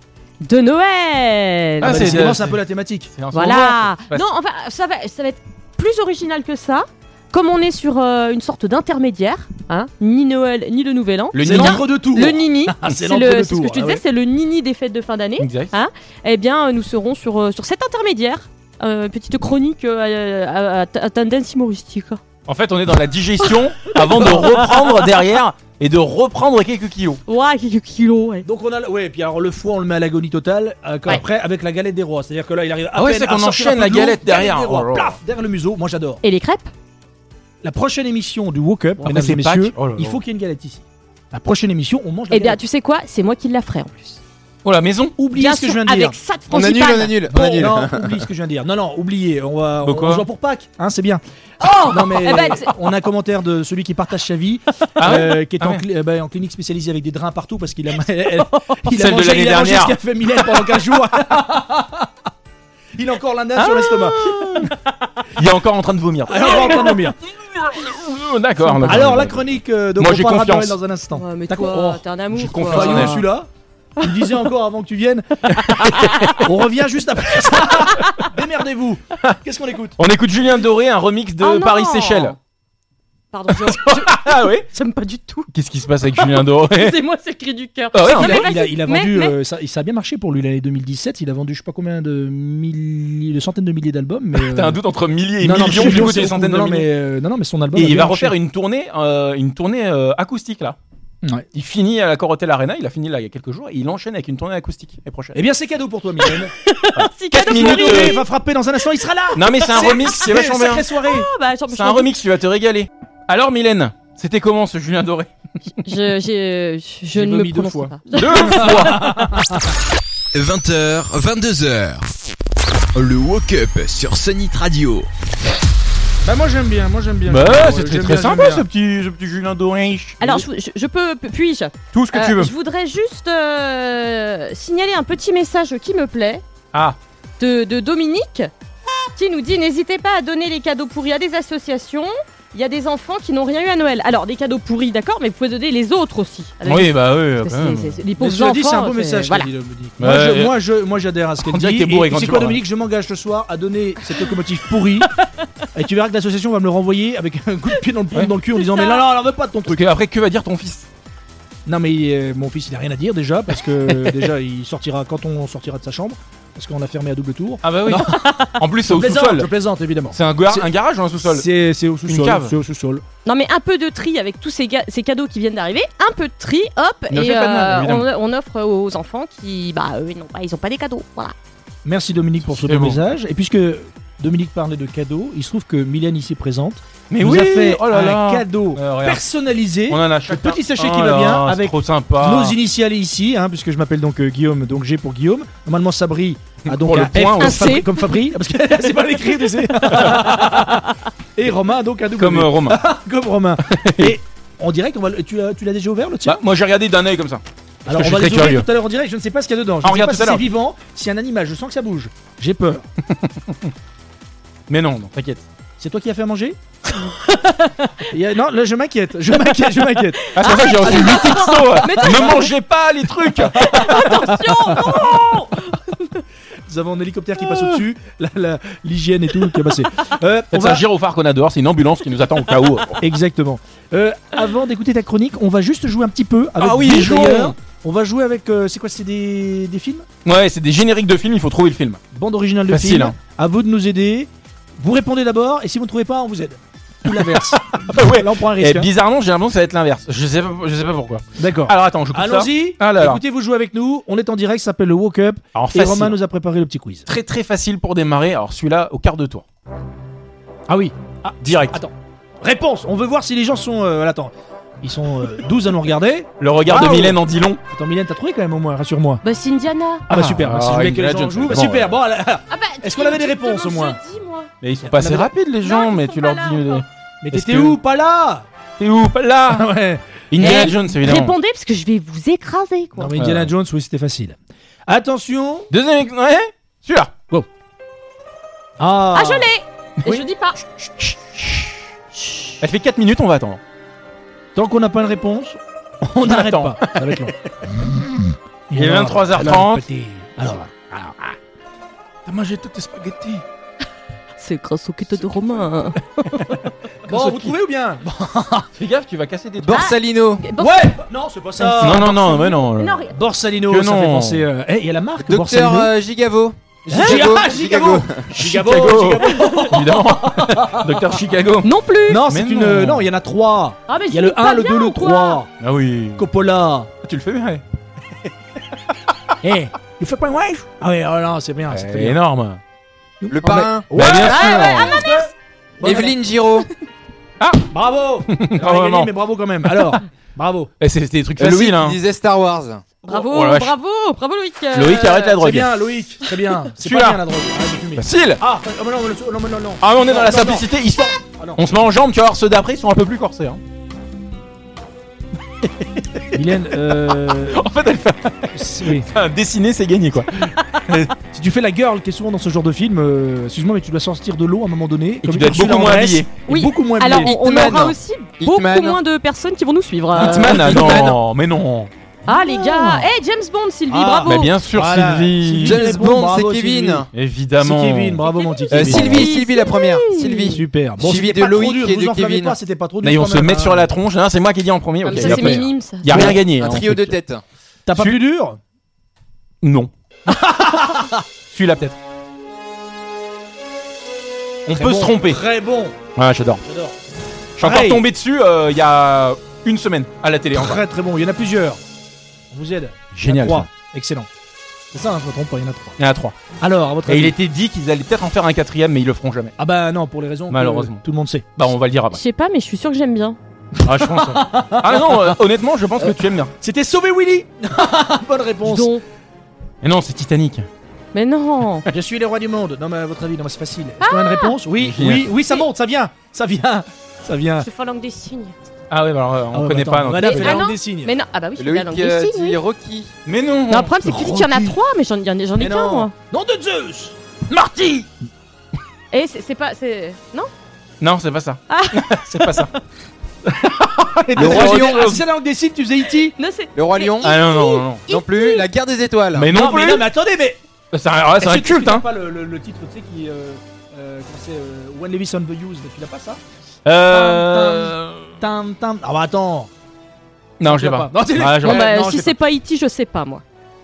C: De Noël.
B: Ah,
A: bah,
B: c'est-
A: décidément,
B: euh,
A: c'est un peu la thématique.
B: C'est un
C: Voilà.
B: Ouais.
C: Non, enfin, ça va, ça va être plus original que ça. Comme on est sur euh, une sorte d'intermédiaire, hein, ni Noël ni le Nouvel An.
B: Le
A: C'est
B: Nini.
A: l'entre de tout.
C: Le nini,
A: Ah, c'est
C: c'est
A: l'entre
C: le-
A: deux
C: c'est ce que
A: tours,
C: je te
A: ah
C: disais,
A: ouais. Mm.
C: c'est le nini des fêtes de fin d'année.
B: Exact.
C: Eh bien, nous serons sur, euh, sur cet intermédiaire. Euh, petite chronique euh, à, à- à tendance humoristique.
B: En fait, on est dans la digestion avant de reprendre derrière et de reprendre quelques kilos.
C: Ouah, quelques kilos, ouais.
A: Donc on a, ouais, puis alors le foie on le met à l'agonie totale. euh, quand
C: Ouais.
A: Après avec la galette des rois, c'est-à-dire que là il arrive à
B: Ah ouais,
A: peine
B: c'est
A: à
B: qu'on
A: ressortir un
B: enchaîne
A: peu
B: la
A: de l'eau,
B: galette derrière.
A: des rois,
B: Oh là là.
A: plaf, derrière le museau. Moi j'adore.
C: Et les crêpes
A: La prochaine émission du Woke Up,
B: Après,
A: mesdames et
B: c'est Pâques.
A: messieurs,
B: Oh là là.
A: il faut qu'il y ait une galette ici. La prochaine émission, on mange la
C: Eh bien,
A: galette.
C: tu sais quoi C'est moi qui la ferai en plus.
B: Oh, la maison
A: Oubliez
C: Bien
A: ce que
C: sûr,
A: je viens de dire.
C: avec ça de
F: On annule, on
C: frangipane.
F: annule, on
A: Bon,
F: annule.
A: non, oublie ce que je viens de dire. Non, non, oubliez. On va
B: De
A: on,
B: quoi
A: on se voit pour Pâques, hein, c'est bien.
C: Oh
A: Non mais
C: Eh ben, c'est-
A: on a un commentaire de celui qui partage sa vie,
B: Ah ouais
A: euh, qui est
B: Ah
A: en,
B: ouais.
A: cli- euh, bah, en clinique spécialisée avec des drains partout parce qu'il a, elle- il a
B: Celle de
A: mangé,
B: l'année
A: il a mangé ce
B: dernière.
A: qu'a fait Mylène pendant 15 jours. il a encore la nappe
B: Ah
A: sur l'estomac.
B: Il est encore en train de vomir.
A: Alors, on va entendre le mire.
B: Ah, oh, D'accord. d'accord.
A: Alors la chronique euh, donc
B: Moi,
A: on
B: j'ai
A: parlera de
B: confiance.
A: Noël dans un instant.
C: Ouais, mais
A: T'as
C: toi,
A: con-
C: t'es un amour.
B: j'ai
C: toi. Ah
A: Oh, enfin,
B: Personnel.
A: il est celui-là. Il disait encore avant que tu viennes. on revient juste après ça. Démerdez-vous. Qu'est-ce qu'on écoute
B: On écoute Julien Doré, un remix de
C: Oh non
B: Paris Seychelles.
C: Pardon, je-
B: Ah oui
C: j'aime pas du tout.
B: Qu'est-ce qui se passe avec Julien Doré
C: C'est moi, c'est le cri du cœur.
B: Ah ouais,
C: Non,
A: il
C: mais
A: a, il a-
C: vas-y,
A: il a
C: mais-
A: vendu,
C: mais-
A: euh, ça, ça a bien marché pour lui l'année 2017. Il a vendu je sais pas combien de, milli- de centaines de milliers d'albums. mais, euh,
B: T'as un doute entre milliers et
A: non, non,
B: millions,
A: mais
B: du coup,
A: c'est
B: des centaines de
A: non,
B: milliers.
A: mais, euh, non, non, mais son album.
B: Et
A: a
B: il
A: bien
B: va
A: marché.
B: refaire une tournée, euh, une tournée euh, acoustique là.
A: Ouais.
B: Il finit à la Corotel Arena, il a fini là il y a quelques jours, et il enchaîne avec une tournée acoustique et prochaine.
A: Eh bien, c'est cadeau pour toi, Mylène.
C: Si,
B: quatre
C: cadeau
A: Il va
B: minutes,
C: pourri.
A: arriver, il va frapper dans un instant. Il sera là.
B: Non mais c'est un remix, c'est
A: Eh,
B: vachement bien.
A: Sacrée soirée.
C: Ah bah, j'en-
B: C'est
C: j'en-
B: un remix, tu vas te régaler. Alors Mylène, c'était comment ce Julien Doré
C: Je, j'ai- je, je
A: J'ai
C: ne
A: vomi
C: me
A: deux
C: prononce
A: fois.
C: pas.
B: Deux fois
D: 20h, 22h. Le Woke Up sur Sonic Radio.
A: Bah moi j'aime bien, moi j'aime bien.
B: Bah c'était très sympa ce petit, ce petit Julien Doré.
C: Alors, je, je- je peux, puis-je
B: Tout ce que
C: Euh,
B: tu veux.
C: Je voudrais juste euh, signaler un petit message qui me plaît
B: Ah,
C: de, de Dominique qui nous dit n'hésitez pas à donner les cadeaux pourris à des associations. Il y a des enfants qui n'ont rien eu à Noël. Alors, des cadeaux pourris, d'accord, mais vous pouvez donner les autres aussi. À la
B: Oui, bah oui.
C: Parce que
B: quand même.
C: c'est- c'est- les
A: Mais
C: pauvres
A: cela dit, c'est un
C: enfants,
A: beau message
C: Voilà.
A: qu'a dit Dominique. Moi,
B: Ouais,
A: je-
B: et-
A: moi, je- moi, j'adhère à ce qu'elle
B: On dirait
A: dit.
B: que t'es bourré
A: et- et
B: quand
A: c'est
B: tu
A: quoi,
B: parles, hein.
A: Dominique Je m'engage ce soir à donner cette locomotive pourrie. et tu verras que l'association va me le renvoyer avec un coup de pied dans le,
B: Ouais.
A: dans le cul en disant
C: ça.
A: Mais non, non, elle en veut pas de ton
B: Parce
A: truc.
B: que après, que va dire ton fils
A: Non, mais euh, mon fils, il a rien à dire déjà, parce que déjà, il sortira quand on sortira de sa chambre, parce qu'on a fermé à double tour.
B: Ah bah oui. en plus, c'est au
A: je, plaisante, je
B: sous-sol.
A: plaisante, évidemment.
B: C'est un, gar-
A: C'est-
B: un garage ou un sous-sol
A: C'est c'est au sous-sol.
B: cave.
A: C'est au sous-sol.
C: Non mais un peu de tri avec tous ces, ga- ces cadeaux qui viennent d'arriver, un peu de tri, hop,
B: Ne
C: et
B: fais
C: euh,
B: pas de mal,
C: on, on offre aux enfants qui, bah eux, ils n'ont pas, ils ont pas des cadeaux, voilà.
A: Merci Dominique pour ce
B: C'est
A: beau
B: bon.
A: message. Et puisque Dominique parlait de cadeaux, il se trouve que Mylène ici présente
B: Mais
A: nous
B: oui
A: a fait
B: Oh là là
A: un cadeau
B: Euh, regarde.
A: personnalisé.
B: On en a chacun.
A: petit sachet
B: Oh
A: qui va
B: là
A: bien
B: là, c'est
A: avec
B: trop sympa.
A: Nos initiales ici, hein, puisque je m'appelle donc euh, Guillaume, donc G pour Guillaume. Normalement Sabri a donc
B: Pour
A: un
B: le point,
A: F comme Fabri-
B: ouais.
C: Un C.
A: comme Fabri, parce que c'est pas écrit, mais c'est- Et Romain a donc un W.
B: Comme euh, Romain.
A: Comme Romain. Et on dirait qu'on va. le- Tu l'as tu l'as déjà ouvert le tien
B: Bah, moi j'ai regardé d'un œil comme ça.
A: Alors
B: Bah, que
A: on
B: je
A: va les
B: suis très
A: ouvrir
B: curieux.
A: tout à l'heure en direct. Je ne sais pas ce qu'il y a dedans. Je ne
B: Ah,
A: sais
B: regarde
A: pas
B: tout
A: si
B: à
A: c'est
B: l'heure.
A: vivant, si un animal. Je sens que ça bouge. J'ai peur.
B: Mais non, non, t'inquiète.
A: C'est toi qui as fait à manger Il y a- Non, là je m'inquiète. Je m'inquiète. Je m'inquiète.
B: Ah, c'est pour ça que j'ai reçu 8 textos. euh, Ne mangez pas les trucs.
A: Nous avons un hélicoptère qui passe au-dessus. la- la- L'hygiène et tout qui est passé. Euh, on
B: C'est un
A: va
B: gyrophare qu'on a dehors, c'est une ambulance qui nous attend au cas où.
A: Exactement. Euh, avant d'écouter ta chronique, on va juste jouer un petit peu avec
B: Ah oui,
A: des
B: jouons.
A: joueurs. On va jouer avec. euh, c'est quoi C'est des, des films
B: Ouais, c'est des génériques de films, il faut trouver le film.
A: Bande originale de
B: Facile,
A: films.
B: hein.
A: À vous de nous aider. Vous répondez d'abord et si vous ne trouvez pas, on vous aide. Ou l'inverse.
B: Ah ouais. Eh
A: Là, on prend un
B: Et
A: risque. hein.
B: bizarrement, j'ai l'impression que ça va être l'inverse. Je sais pas, je sais pas pourquoi.
A: D'accord.
B: Alors attends, je coupe ah, ça.
A: Allons-y.
B: Ah là là.
A: Écoutez, vous jouez avec nous. On est en direct. Ça s'appelle le Woke Up.
B: Alors
A: Et
B: facile.
A: Romain nous a préparé le petit quiz.
B: Très très facile pour démarrer. Alors celui-là au quart de tour.
A: Ah oui.
B: Direct.
A: Attends. Réponse. On veut voir si les gens sont. euh, voilà, attends. Ils sont euh, 12 à nous regarder.
B: Le regard de
A: Waouh.
B: Mylène en dit long.
A: Attends, Mylène, t'as trouvé quand même au moins, rassure-moi.
C: Bah c'est Indiana.
A: Ah,
B: Ah,
A: bah super,
B: ah,
A: si je voulais que les
B: Indiana
A: gens
B: Jones.
A: jouent. bah
B: Bon, euh,
A: super, bon, là, là.
C: Ah bah,
A: Est-ce qu'on avait des
C: tu me
A: réponses, au moins
C: demandes jeudi, moi.
B: Mais ils sont pas assez
A: mais-
B: rapides les gens,
C: Non, ils
B: mais
C: sont
B: tu
C: pas
B: leur
C: là
B: dis.
C: encore.
A: Mais
B: Est-ce
A: t'étais
B: que- Ah
A: où Pas là
B: T'es où Là
A: ouais.
B: Indiana
C: Eh,
B: Jones évidemment.
C: Répondez parce que je vais vous écraser quoi.
A: Non, mais Indiana
B: Euh.
A: Jones, oui, c'était facile. Attention
B: Deuxième. ex- Ouais. Celui-là.
A: Ah,
C: Ah je l'ai. Et
A: Oui.
C: je dis pas.
B: Elle fait 4 minutes, on va attendre.
A: Tant qu'on n'a pas de réponse, on n'arrête
B: attend.
A: pas. Ça va être long.
B: Il est
A: Alors,
B: 23h30.
A: alors, petit. Alors,
B: T'as mangé tous tes spaghettis.
C: C'est grâce au culte de Romain.
A: bon, vous trouvez ou bien
B: Fais gaffe, tu vas casser des trucs.
F: Borsalino.
C: Bon,
A: Ouais Non, c'est pas ça
B: Non, non, non, mais non.
C: non,
B: euh,
C: regarde.
A: Borsalino,
B: Que
A: ça
B: non.
A: fait penser. euh, Eh, il y a la marque
F: Docteur
A: Borsalino. Hein Ah,
F: euh, Gigavo.
A: Giga- Gigabo Gigabo
B: Chicago.
A: Gigabo.
B: Évidemment. Docteur Chicago.
C: Non plus.
A: Non, c'est
B: Mais
A: une.
B: non.
A: euh, Non, il y en a trois.
C: Ah mais
A: Il y a le 1, le 2, le 3.
B: Ah oui. Ah,
A: Coppola.
B: Tu le fais bien. ouais.
A: Eh, tu fais pas une wesh Ah oui, oh non, c'est bien, c'est très
B: C'est
A: bien.
B: Eh, énorme.
F: Le parrain.
B: Bah, bien
C: Ouais,
B: sûr.
C: ouais,
A: Bon,
F: Evelyne Giraud.
A: Bravo
B: Ah,
A: Alors, il a
B: vraiment.
A: dit, mais bravo quand même. Alors, bravo.
B: Eh, C'est c'était des trucs
F: Euh, Louis
B: faciles.
F: qui
B: hein.
F: disait Star Wars.
C: Bravo,
B: Oh la vache.
C: bravo, bravo Loïc. euh,
B: Loïc, arrête
A: C'est
B: la drogue.
A: bien, Loïc. Très bien. C'est
B: Celui-là.
A: pas bien la drogue. Arrête de fumer.
B: Facile.
A: Ah, oh, mais non, mais le- non, mais non, non.
B: Ah, mais on est
A: Non,
B: dans la
A: non,
B: simplicité. Ils sont-
A: Ah, non.
B: On se met en jambes, tu vas voir ceux d'après, ils sont un peu plus corsés. hein.
A: non. Mylène, euh,
B: En fait, elle fait
A: c'est- oui.
B: un dessiner, c'est gagné quoi.
A: si tu fais la girl qui est souvent dans ce genre de film, euh, excuse-moi, mais tu dois sortir de l'eau à un moment donné.
B: Et
A: comme
B: tu dois être
A: Ursula
B: beaucoup moins
A: Andress,
B: habillé.
A: et
C: Oui.
A: Beaucoup moins
C: Alors,
A: habillé.
C: on, on
F: Hitman.
C: aura aussi beaucoup
F: Hitman.
C: moins de personnes qui vont nous suivre. euh,
B: Hitman, ah, non, mais non.
C: Ah les gars, eh James Bond Sylvie,
A: Ah,
C: bravo.
B: Mais bah, bien sûr,
A: Voilà.
B: Sylvie.
A: Sylvie.
F: James
A: Giraud,
F: Bond,
A: bravo,
F: c'est Kevin.
B: Évidemment.
A: C'est Kevin, bravo mon petit
B: Euh,
A: Kevin.
F: Sylvie, Sylvie la première. Sylvie.
A: Super. Bon,
F: Suivi
A: c'était
F: de
A: pas trop
F: Loïc
A: dur,
F: et
A: vous
F: de
A: enflammez
F: Kevin.
A: pas, C'était pas trop dur.
B: Là, ils vont
A: quand
B: se
A: même,
B: mettre
A: hein.
B: sur la tronche. Hein, c'est moi qui ai dit en premier.
C: Ah,
B: ok.
C: mais
B: Il
C: ça c'est
B: y a-
C: minime ça.
B: il y a rien gagné.
F: Un
B: hein,
F: trio
B: en
F: de
B: fait.
F: tête.
A: T'as pas
B: Su-
A: plus dur
B: Non. Celui-là peut-être. On
A: Très
B: peut
A: bon,
B: se tromper.
A: Très bon.
B: Ouais, j'adore.
A: J'adore.
B: Je suis encore
A: Pareil.
B: tombé dessus euh, il y a une semaine à la télé. encore.
A: Très très bon. Il y en a plusieurs. On vous aide.
B: Génial.
A: Trois.
B: ça.
A: Excellent. C'est ça, hein, je me trompe pas, il y en a trois.
B: Il y en a trois.
A: Alors, à votre
B: Et
A: avis
B: il était dit qu'ils allaient peut-être en faire un quatrième, mais ils le feront jamais.
A: Ah bah non, pour les raisons que
B: Malheureusement.
A: tout le monde sait.
B: Bah, on va le dire
C: Je
B: après.
C: sais pas mais je suis sûr que j'aime bien.
B: Ah, je pense. ouais. Ah non, euh, honnêtement, je pense que tu aimes bien.
A: C'était Sauver Willy Bonne réponse.
C: Dis donc.
B: Mais non, c'est Titanic.
C: Mais non.
A: Je suis les rois du monde. Non mais à votre avis, non mais c'est facile.
C: Ah.
A: Est-ce qu'on a une réponse Oui,
B: Génial.
A: oui, oui, ça monte, ça vient, ça vient, ça vient.
C: Je fais langue des signes.
B: Ah ouais, bah, alors, euh, on
A: Ah ouais,
B: connaît
A: attends,
B: pas.
A: On va
B: donc.
C: Mais-
A: faire la
C: ah
A: langue
C: non,
A: des signes.
C: Mais non, ah bah oui, je fais
F: Loïc
C: la langue
F: euh,
C: des signes. oui.
F: dit Rocky.
B: Mais non.
C: Non, le problème c'est que tu dis qu'il y en a
A: Rocky.
C: trois, mais j'en j'en ai j'en
A: Mais
C: ai qu'un moi.
A: Nom de Zeus
B: Marty.
C: Eh c'est c'est pas c'est non
B: Non, c'est pas ça. c'est pas ça.
F: Le roi lion.
A: Ah, si c'est la langue des signes, tu faisais E.T.
C: Non, c'est.
F: Le roi
C: c'est
F: lion.
B: Ah non, non, non.
F: Non plus. La guerre des étoiles.
B: Mais non, plus.
A: mais non, mais attendez, mais.
B: C'est un, ouais, c'est
A: Est-ce
B: un
A: que tu- tu
B: culte,
A: n'as
B: hein.
A: pas le, le- le titre, tu sais, qui. Euh, euh, comment c'est euh, When Levis on the Use, tu n'as pas ça
B: Euh.
A: Tam, tam. Ah bah attends
B: Non, je l'ai
A: l'as
B: pas.
A: pas. Non, c'est-
B: Ah, je-
C: Bon, bah,
A: non,
C: si
A: je
C: c'est pas E.T., je sais pas, moi.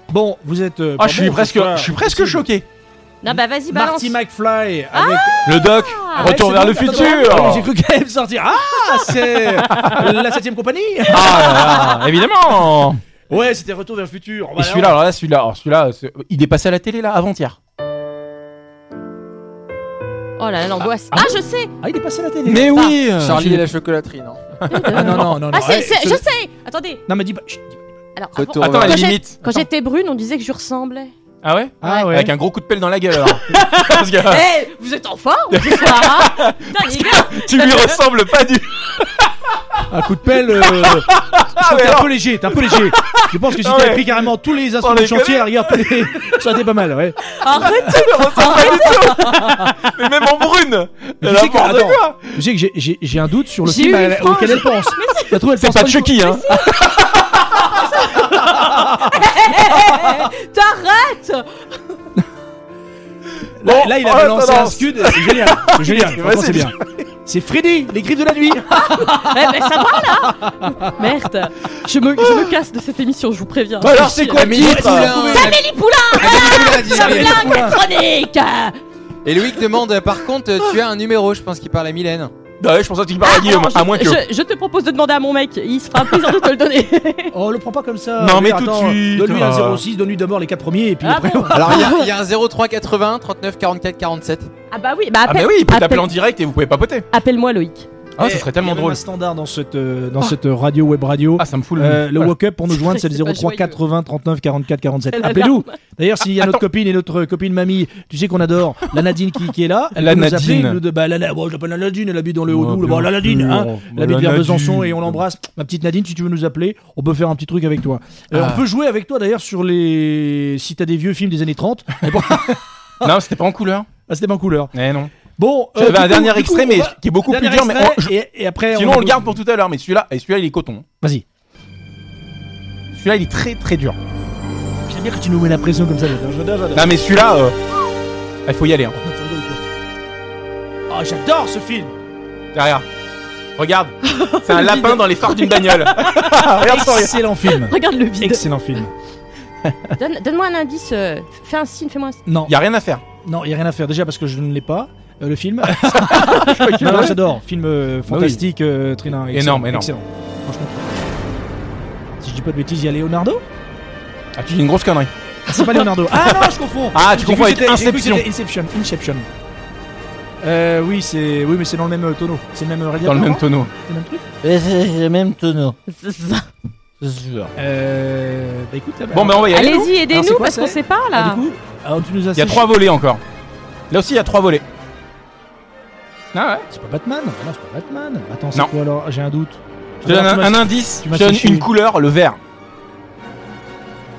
A: Bon, vous êtes. euh,
B: Ah,
A: pas
B: je
A: bon
B: suis
A: ce
B: presque,
A: soir.
B: je suis presque choqué.
C: Non, bah, vas-y, balance.
A: Marty McFly avec.
B: Le doc,
C: Ah,
A: Ouais,
B: retour
A: c'est
B: vers le
A: bon, attends, attends, J'ai cru
B: futur.
A: qu'elle allait me sortir. Ah, c'est la 7 compagnie
B: Ah, là, là, évidemment.
A: Ouais, c'était Retour vers le futur.
B: Et celui-là, alors là, celui-là, alors celui-là, c'est- il est passé à la télé là avant-hier.
C: Oh là là, l'angoisse. Ah, je sais
A: Ah, il est passé à la télé.
B: Mais oui. euh,
F: Charlie et la chocolaterie, non
A: Ah, non, non, non. non.
C: Ah, c'est,
A: Ouais,
C: c'est-
A: ce-
C: je sais Attendez
A: Non, mais dis pas. chut, dis pas.
C: Alors,
F: Retour
C: avant-
B: Attends, elle est
C: j'ai-
B: limite.
C: quand j'étais brune, on disait que je ressemblais.
B: Ah ouais.
A: Ah ouais.
B: Avec un gros coup de pelle dans la gueule. alors. Parce que
C: Eh, vous êtes en forme ce soir, hein Putain, les gars
B: tu lui ressembles pas du.
A: Un coup de pelle. euh, je trouve que
B: mais
A: T'es un
B: Ah alors.
A: peu léger, t'es un peu léger. Je pense que si
B: Ah
A: t'avais
B: ouais.
A: pris carrément tous les instruments de
B: les
A: chantier, regarde, tous les- ça aurait été pas mal, ouais.
C: Arrête
B: Tu lui ressembles pas du tout. Mais même en brune.
A: Mais tu sais que- attends. Tu sais que j'ai- j'ai j'ai un doute sur le
C: J'ai
A: film
C: eu
A: à-
C: une frange.
A: auquel elle pense. T'as trouvé, elle
B: C'est
A: pense
B: pas
A: du tout.
B: Chucky, hein.
C: eh, T'arrêtes
A: Là,
B: Bon,
A: là, il
B: oh,
A: avait lancé
B: attends,
A: un scud, c'est génial, c'est génial,
B: Vas-y.
A: franchement, c'est bien. C'est Freddy, les griffes de la nuit.
C: Eh, ben ça va, là Merde je me, je me casse de cette émission, je vous préviens.
B: Bah alors, c'est quoi le
F: Amélie
B: titre
F: Poulain.
C: Amélie Poulain,
F: Amélie Poulain, dis-
C: Poulain, la chronique
F: Et Loïc demande, euh, par contre, tu as un numéro, je pense qu'il parle à Mylène.
B: Ah ouais, je pensais qu'il parlait à Guillaume,
C: Alors, je-
B: à moins que.
C: je, je te propose de demander à mon mec, il sera un plaisir de te le donner.
A: Oh, le prends pas comme ça.
B: Non,
A: Allez,
B: mais tout de
A: attends,
B: suite.
A: Donne-lui
B: Ah.
A: un 06, donne-lui d'abord les 4 premiers et puis
C: Ah,
A: après.
C: bon
F: Alors il y a- il y, a un 03 80 39 44 47.
C: ah bah oui, bah
B: Ah, mais
C: appelle,
B: oui, il peut
C: appelle-
B: t'appeler en direct et vous pouvez papoter.
C: appelle-moi Loïc.
B: Ah,
A: Eh,
B: ça
A: il
B: serait
A: y
B: tellement
A: a même
B: drôle.
A: un standard dans cette, euh, dans cette euh, radio, web radio.
B: Ah, ça me fout le.
A: Euh, le
B: Voilà.
A: walk-up pour nous joindre, c'est le
C: Ah. C'est pas
A: 03
C: joyeux.
A: 80 39 44 47.
C: Elle a
A: Appelez-nous. D'ailleurs, s'il y a
B: Ah,
A: notre
B: attends.
A: copine et notre copine mamie, tu sais qu'on adore la Nadine qui, qui est là. Elle
B: La
A: peut nous appeler,
B: Nadine.
A: nous de- bah, la, la- bon, je l'appelle la Nadine, elle habite dans le
B: Oh,
A: Haut-Doubs.
B: bien
A: Bon, la Nadine,
B: sûr.
A: hein.
B: Bon,
A: Elle habite
B: la
A: vers Besançon
B: Nadine.
A: et on l'embrasse. Ma petite Nadine, si tu veux nous appeler, on peut faire un petit truc avec toi. Euh,
B: Ah.
A: On peut jouer avec toi d'ailleurs sur les. Si t'as des vieux films des années 30.
B: Non, c'était pas en couleur.
A: Ah, c'était pas en couleur.
B: Eh non.
A: Bon, euh,
B: J'avais
A: du
B: un
A: coup-
B: dernier
A: du coup,
B: extrait,
A: on
B: mais
A: va-
B: qui est beaucoup plus
A: Dernier
B: dur. Mais
A: extrait,
B: on- je-
A: et, et après.
B: Sinon, on le garde pour tout à l'heure. Mais celui-là, et celui-là, il est coton. hein.
A: Vas-y.
B: Celui-là, il est très très dur.
A: J'aime bien que tu nous mets la pression comme ça. j'adore, J'adore, j'adore.
B: Non, mais celui-là, euh, il faut y aller. hein. Ah,
A: Oh, j'adore ce film.
B: Derrière. Regarde. C'est un lapin dans les phares d'une bagnole. Regarde son regard.
A: Ah, Excellent film.
C: Regarde le vide.
A: Excellent film.
C: Donne- Donne-moi un indice, euh, f- fais un signe, fais-moi un signe.
A: Non,
B: Y a rien à faire.
A: non, il y a rien à faire déjà parce que je ne l'ai pas. euh, le film. non, non, j'adore. Film euh, fantastique, euh, Trina. excellent,
B: Bah Énorme, énorme.
A: Excellent. Franchement. Si je dis pas de bêtises, il y a Leonardo
B: Ah, tu dis une grosse connerie.
A: Ah, C'est pas Leonardo. Ah non, je confonds.
B: Ah, tu
A: J'ai cru
B: confonds
A: que
B: avec
A: c'était- j'ai cru que
B: Inception.
A: c'était Inception. Inception. Euh, oui, c'est, oui, mais c'est dans le même euh, tonneau. C'est le même euh,
B: Dans
A: radiateur.
B: le même
A: non
B: tonneau.
A: C'est le même truc.
B: le même tonneau.
A: Euh, bah écoute, là, bah,
B: Bon, ben on va y aller. nous.
C: Allez-y,
A: Alors, c'est
C: aidez-nous
A: quoi,
C: parce qu'on
A: c'est
C: sait pas
A: ah,
C: là.
A: du coup, alors, tu nous as.
B: Il y a trois volets encore. Là aussi, il y a trois volets. Ah ouais.
A: C'est pas Batman Ah Non, c'est pas Batman. Attends, c'est
B: Non.
A: quoi alors J'ai un doute.
B: Je te donne
A: Alors,
B: un,
A: tu m'as-
B: un indice.
A: tu
B: Je
A: m'as
B: te donne
A: séché.
B: une couleur, le vert.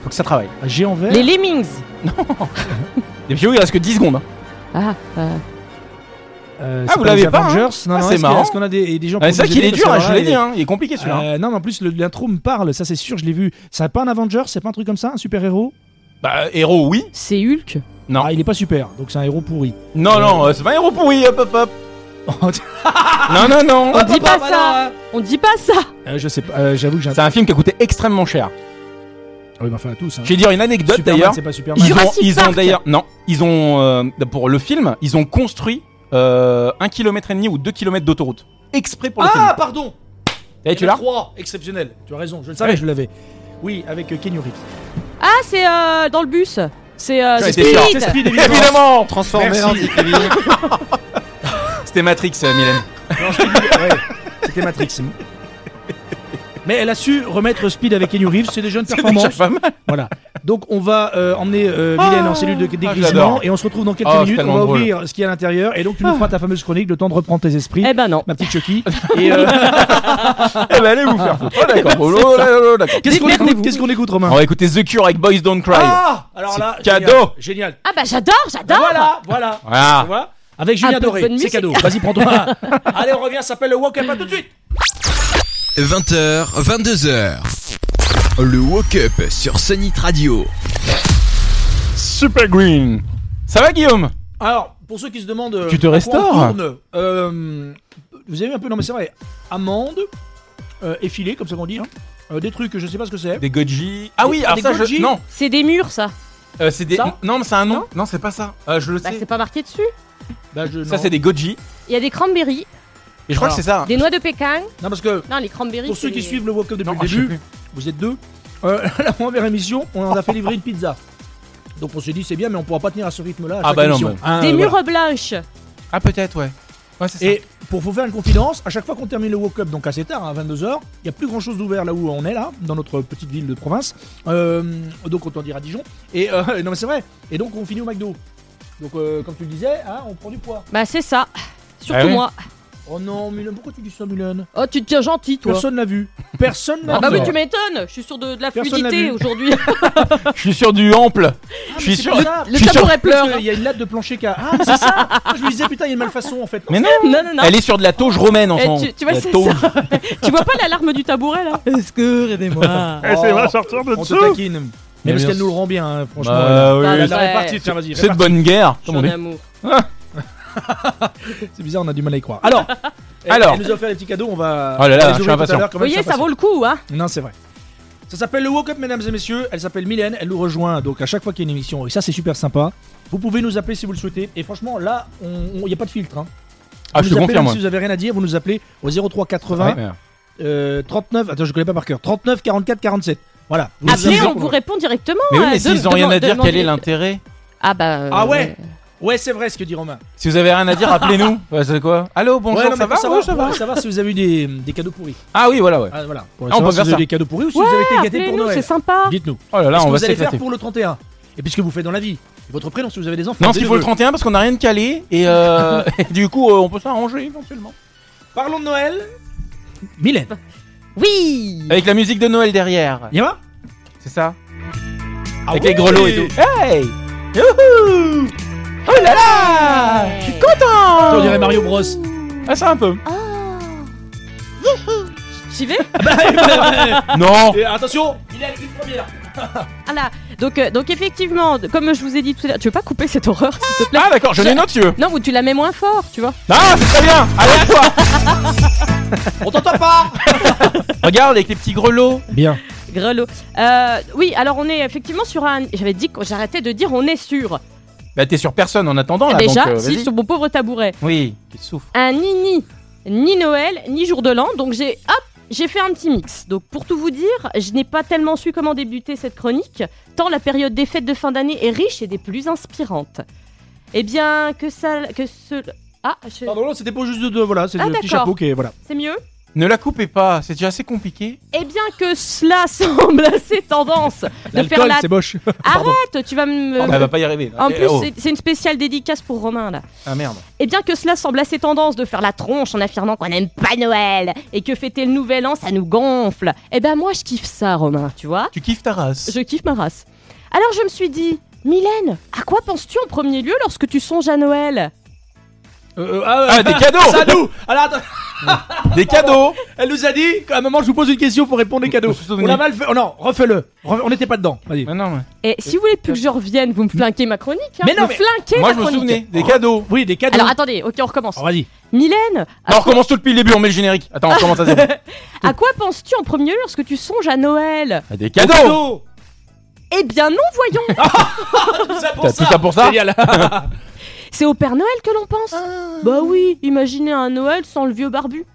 B: Faut que ça travaille.
A: Un géant vert
C: Les Lemmings.
B: Et puis, oui, il reste que 10 secondes.
A: Oh,
B: hein.
C: Ah, euh,
A: Euh,
B: Ah,
A: c'est
B: vous
A: les
B: l'avez pas,
A: Avengers Non,
B: Ah,
A: non,
B: c'est
A: est-ce
B: marrant.
A: Est-ce qu'on a des, des gens
B: Ah,
A: pour
B: c'est ça
A: nous
B: qu'il
A: aider,
B: est
A: parce
B: dur,
A: que
B: hein,
A: alors
B: je
A: là,
B: l'ai
A: il
B: dit.
A: est-
B: hein, Il est compliqué celui-là.
A: Euh, non, mais en plus, le- l'intro me parle, ça c'est sûr, je l'ai vu. C'est pas un Avenger C'est pas un truc comme ça Un super-héros
B: Bah, héros, oui.
C: c'est Hulk.
B: Non.
A: Ah, il est pas super, donc c'est un héros pourri.
B: Non, non, euh, c'est pas un héros pourri. Hop, hop, hop. Ah,
A: Ah.
B: Non, non, non.
C: On dit pas
A: bah hein.
C: ça. On dit pas ça.
A: Euh, je sais pas, euh, j'avoue que j'ai un.
B: C'est un film qui a coûté extrêmement cher.
A: Ah Oui, mais enfin, à tous. Hein.
B: Je vais dire une anecdote
A: Superman,
B: d'ailleurs.
A: c'est pas Superman.
B: Ils ont,
C: Jurassic
B: ils ont
C: Park.
B: d'ailleurs, non, ils ont euh, pour le film, ils ont construit euh, un kilomètre et demi ou deux kilomètres d'autoroute exprès pour le film.
A: Ah, pardon
B: Et tu l'as
A: Trois, exceptionnel. Tu as raison, je le savais,
B: Ouais.
A: je l'avais. Oui, avec euh, Kenny Reeves.
C: Ah, c'est euh, dans le bus. C'est euh,
B: J'en
C: c'est
B: étais
C: Speed.
B: sûr.
A: C'est Speed, évidemment.
B: Évidemment,
F: Transformé en
A: Merci.
B: c'était Matrix, euh, Mylène.
A: Non, Speed, ouais, c'était Matrix. Mais elle a su remettre Speed avec Kenny Reeves, c'est déjà une
B: C'est déjà
A: performance.
B: pas mal.
A: Voilà. Donc on va euh, emmener euh, Mylène en cellule de dégrisement
B: Ah j'adore.
A: et on se retrouve dans quelques
B: Oh, c'est
A: minutes. On
B: tellement
A: va
B: drôle.
A: ouvrir ce qu'il y a à l'intérieur et donc
B: Ah.
A: tu nous feras ta fameuse chronique, le temps de reprendre tes esprits.
C: Eh ben non.
A: Ma petite Chucky. Et, euh,
B: Eh ben, allez vous faire foutre. Oh, d'accord. Oh, oh, oh, oh, d'accord.
A: qu'est-ce qu'on
C: Démerdez-vous.
A: écoute, qu'est-ce qu'on écoute,
B: On
A: Romain
B: va écouter The Cure avec Boys Don't Cry.
A: Ah Alors
B: C'est
A: là,
B: cadeau.
A: génial. génial.
C: Ah bah j'adore, j'adore.
A: Voilà, voilà. Tu
B: Voilà.
A: vois Avec
C: Un
A: Julien
C: peu de
A: Doré,
C: bonne
A: c'est
C: musique.
A: cadeau. Vas-y, prends-toi. un. Allez, on revient, ça s'appelle le Woke Up, à tout de suite.
D: 20h, 22h. Le Woke Up sur Sunnit Radio.
B: Super Green. Ça va, Guillaume
A: Alors, pour ceux qui se demandent. euh,
B: Tu te
A: à quoi on
B: restaures
A: tourne, euh, Vous avez un peu. Non, mais c'est vrai. Amande, euh, effilée, comme ça qu'on dit. hein. Euh, des trucs, que je sais pas ce que c'est.
B: Des Goji. Ah oui,
A: Des-
B: alors
A: des
B: ça, je-
A: goji
B: Non,
C: C'est des murs, ça.
B: euh, c'est des.
A: Ça
B: non, mais c'est un nom. Non, c'est pas ça. Euh, je le
C: Bah,
B: sais.
C: c'est pas marqué dessus.
A: Bah, je-
B: Ça,
A: non.
B: c'est des Goji.
C: Il y a des cranberries,
B: Et je crois
A: Alors,
B: que c'est ça.
C: des noix de pécan.
A: Non, parce que
C: Non, les cranberries.
A: Ah. pour ceux
C: c'est
A: qui
C: les-
A: suivent le Woke Up depuis
B: Non,
A: le
B: je sais Ah,
A: début, vous êtes deux. Euh, la première émission, on en a fait livrer une pizza. Donc on s'est dit, c'est bien, mais on pourra pas tenir à ce rythme-là. à
B: Ah
A: chaque
B: bah non,
A: émission.
B: bah.
A: Hein,
C: Des
A: euh, voilà.
C: murs blanches.
B: Ah, peut-être, ouais. Ouais, c'est ça.
A: Et pour vous faire une confidence, à chaque fois qu'on termine le Woke Up, donc assez tard, à 22h, il n'y a plus grand chose d'ouvert là où on est, là, dans notre petite ville de province. Euh, donc autant dire à Dijon. Et euh, non, mais c'est vrai. Et donc on finit au McDo. Donc euh, comme tu le disais, hein, on prend du poids.
C: Bah, c'est ça. Surtout
B: Ah oui.
C: moi.
A: Oh non, Mulan, pourquoi tu dis ça, Mulan
C: Oh, tu te tiens gentil, toi.
A: Personne l'a vu. Personne l'a
C: Ah bah
A: vu.
C: oui, tu m'étonnes. Je suis sûr de, de la
A: Personne l'a
C: fluidité
A: vu.
C: aujourd'hui.
B: Je suis sûr du ample.
A: Ah, mais
B: je suis
A: c'est
B: sûr-
A: pour ça.
C: Le
B: suis sûr
C: tabouret pleure.
A: Parce qu'il y a une latte de plancher qui a- Ah, mais c'est ça Je lui disais, putain, il y a une malfaçon en fait.
B: Mais non,
C: Non, non, non.
B: elle est sur de la tauge romaine,
C: Eh,
B: enfant.
C: tu, tu vois,
B: La
C: c'est
B: tauge.
C: ça. tu vois pas l'alarme du tabouret là Est-ce que
B: Ah,
C: aidez-moi
A: Eh, c'est vrai, sortir de On te taquine. Mais
B: Oh. Mais
A: parce
B: bien
A: qu'elle
B: sûr.
A: nous le rend bien, hein, franchement.
B: Bah, oui,
C: Ah,
A: Elle
B: oui,
A: a
C: Ouais.
A: réparti, tiens, vas-y.
B: C'est de bonne guerre. Comme on
C: Mon
B: dit.
C: amour.
A: C'est bizarre, on a du mal à y croire. Alors,
B: Alors.
A: elle nous a offert des petits cadeaux, on va.
B: Oh là là,
A: on va les
B: je suis
A: ouvrir tout à
B: impatient.
A: l'heure, quand
C: Vous
A: même,
C: voyez,
A: c'est
C: ça vaut le coup, hein
A: impatient. Non, c'est vrai. Ça s'appelle le Woke Up, mesdames et messieurs. Elle s'appelle Mylène, elle nous rejoint donc à chaque fois qu'il y a une émission. Et ça, c'est super sympa. Vous pouvez nous appeler si vous le souhaitez. Et franchement, là, il n'y a pas de filtre. hein.
B: Ah,
A: Vous
B: je te
A: nous appelez,
B: confirme.
A: même Si vous avez rien à dire, vous nous appelez au 03 80
B: Ouais, mais-
A: euh, 39. Attends, je connais pas par cœur. 39 44 47. Voilà. Vous nous
C: Après,
A: appelez,
C: on vous répond directement.
B: Mais oui,
C: hein,
B: mais s'ils
C: de-
B: ont rien à
C: demande-
B: dire, quel est
C: demandez-
B: l'intérêt
C: Ah bah. euh,
A: Ah ouais Ouais, c'est vrai ce que dit Romain.
B: Si vous avez rien à dire, appelez-nous. Ouais, c'est quoi Allô, bonjour,
A: ouais, non,
B: ça
A: mais
B: va
A: pour
B: Ouais,
A: savoir,
B: ça va.
A: pour savoir si vous avez eu des, des cadeaux pourris.
B: Ah oui, voilà, ouais.
A: Ah, voilà. Pour
B: Ah, on
A: savoir
B: peut
A: si
B: faire
A: vous avez
B: ça.
A: des cadeaux pourris ou si
C: Ouais,
A: vous avez été gâtés pour
C: Appelez-nous,
A: Noël.
C: c'est sympa.
A: Dites-nous.
B: Oh là là,
A: Qu'est-ce
B: on
A: que
B: va
A: vous allez faire
B: s'éclater.
A: pour le 31 Et puis ce que vous faites dans la vie Et Votre prénom si vous avez des enfants
B: Non,
A: des
B: s'il faut le
A: neveux.
B: 31 parce qu'on n'a rien de calé et, euh, et du coup euh, on peut s'arranger éventuellement.
A: Parlons de Noël Mylène
C: Oui
A: Mm.
B: Avec la musique de Noël derrière.
A: y va
B: C'est ça
A: Ah
B: Avec
A: oui
B: les grelots et tout. Hey Youhou Oh là
C: Ah,
B: là Je suis
A: On
B: content
A: dirait Mario Bros
B: Ah ça un peu.
C: J'y vais
A: Ah.
B: Non
A: Et Attention Mylène, une première
C: Ah là. Donc, euh, donc effectivement, comme je vous ai dit tout à l'heure, tu veux pas couper cette horreur, s'il te plaît
B: Ah d'accord, je l'ai note yeux.
C: Non, ou tu la mets moins fort, tu vois.
B: Ah c'est très bien Allez à toi
A: On t'entend pas
B: Regarde avec les petits grelots.
A: Bien.
C: Grelot. Euh, oui, alors on est effectivement sur un. J'avais dit que j'arrêtais de dire on est sur.
B: Bah t'es sur personne en attendant là
C: Déjà,
B: donc, euh,
C: si
B: vas-y.
C: sur mon pauvre tabouret.
B: Oui, qui souffre.
C: Un ni ni, ni Noël, ni jour de l'an. Donc j'ai hop, j'ai fait un petit mix. Donc pour tout vous dire, je n'ai pas tellement su comment débuter cette chronique, tant la période des fêtes de fin d'année est riche et des plus inspirantes. Eh bien que ça, que ce. Ah, je-
A: Pardon, non, c'était pas juste de deux, voilà, c'est
C: Ah,
A: le petit
C: d'accord.
A: chapeau qui est. Voilà.
C: c'est mieux.
B: Ne la coupez pas, c'est déjà assez compliqué.
C: Eh bien que cela semble assez tendance de faire
A: L'alcool,
C: la.
A: c'est moche. Pardon. Ah, bah,
C: Arrête, tu vas me.
B: Elle va pas y arriver.
C: Euh, En
B: Eh,
C: plus,
B: oh.
C: c'est- c'est une spéciale dédicace pour Romain là.
B: Ah merde.
C: Et Eh bien que cela semble assez tendance de faire la tronche en affirmant qu'on n'aime pas Noël et que fêter le nouvel an, ça nous gonfle, eh ben moi je kiffe ça, Romain, tu vois
B: Tu kiffes ta race.
C: Je kiffe ma race. Alors je me suis dit, Mylène, à quoi penses-tu en premier lieu lorsque tu songes à Noël
A: Euh, euh, ah,
B: Ah, des cadeaux
A: Ça nous Alors attends,
B: Des cadeaux
A: elle nous a dit qu'à un moment je vous pose une question pour répondre des cadeaux.
B: Vous vous souvenez
A: On a mal fait. Oh non, refais-le. Re- On n'était pas dedans. Vas-y.
B: Mais Ah, non, mais-
C: Et si vous voulez plus que je revienne, vous me flinquez ma chronique hein,
A: Mais non,
C: Vous
A: mais-
C: flinquez
B: Moi
C: ma
B: je me
C: chronique.
B: souvenais, des cadeaux.
A: Oui, des cadeaux.
C: Alors attendez, ok on recommence.
A: Oh, Vas-y.
C: Mylène, à,
B: Non, on recommence tout depuis le début, on met le générique.
C: Ah.
B: Attends, on commence à zéro.
C: à quoi penses-tu en premier lieu lorsque tu songes à Noël
B: Ah, Des
A: Des
B: cadeaux
C: Eh bien non, voyons
A: Tout ça pour
B: T'as tout ça pour ça
A: Génial.
C: C'est au Père Noël que l'on pense Bah oui, imaginez un Noël sans le vieux barbu.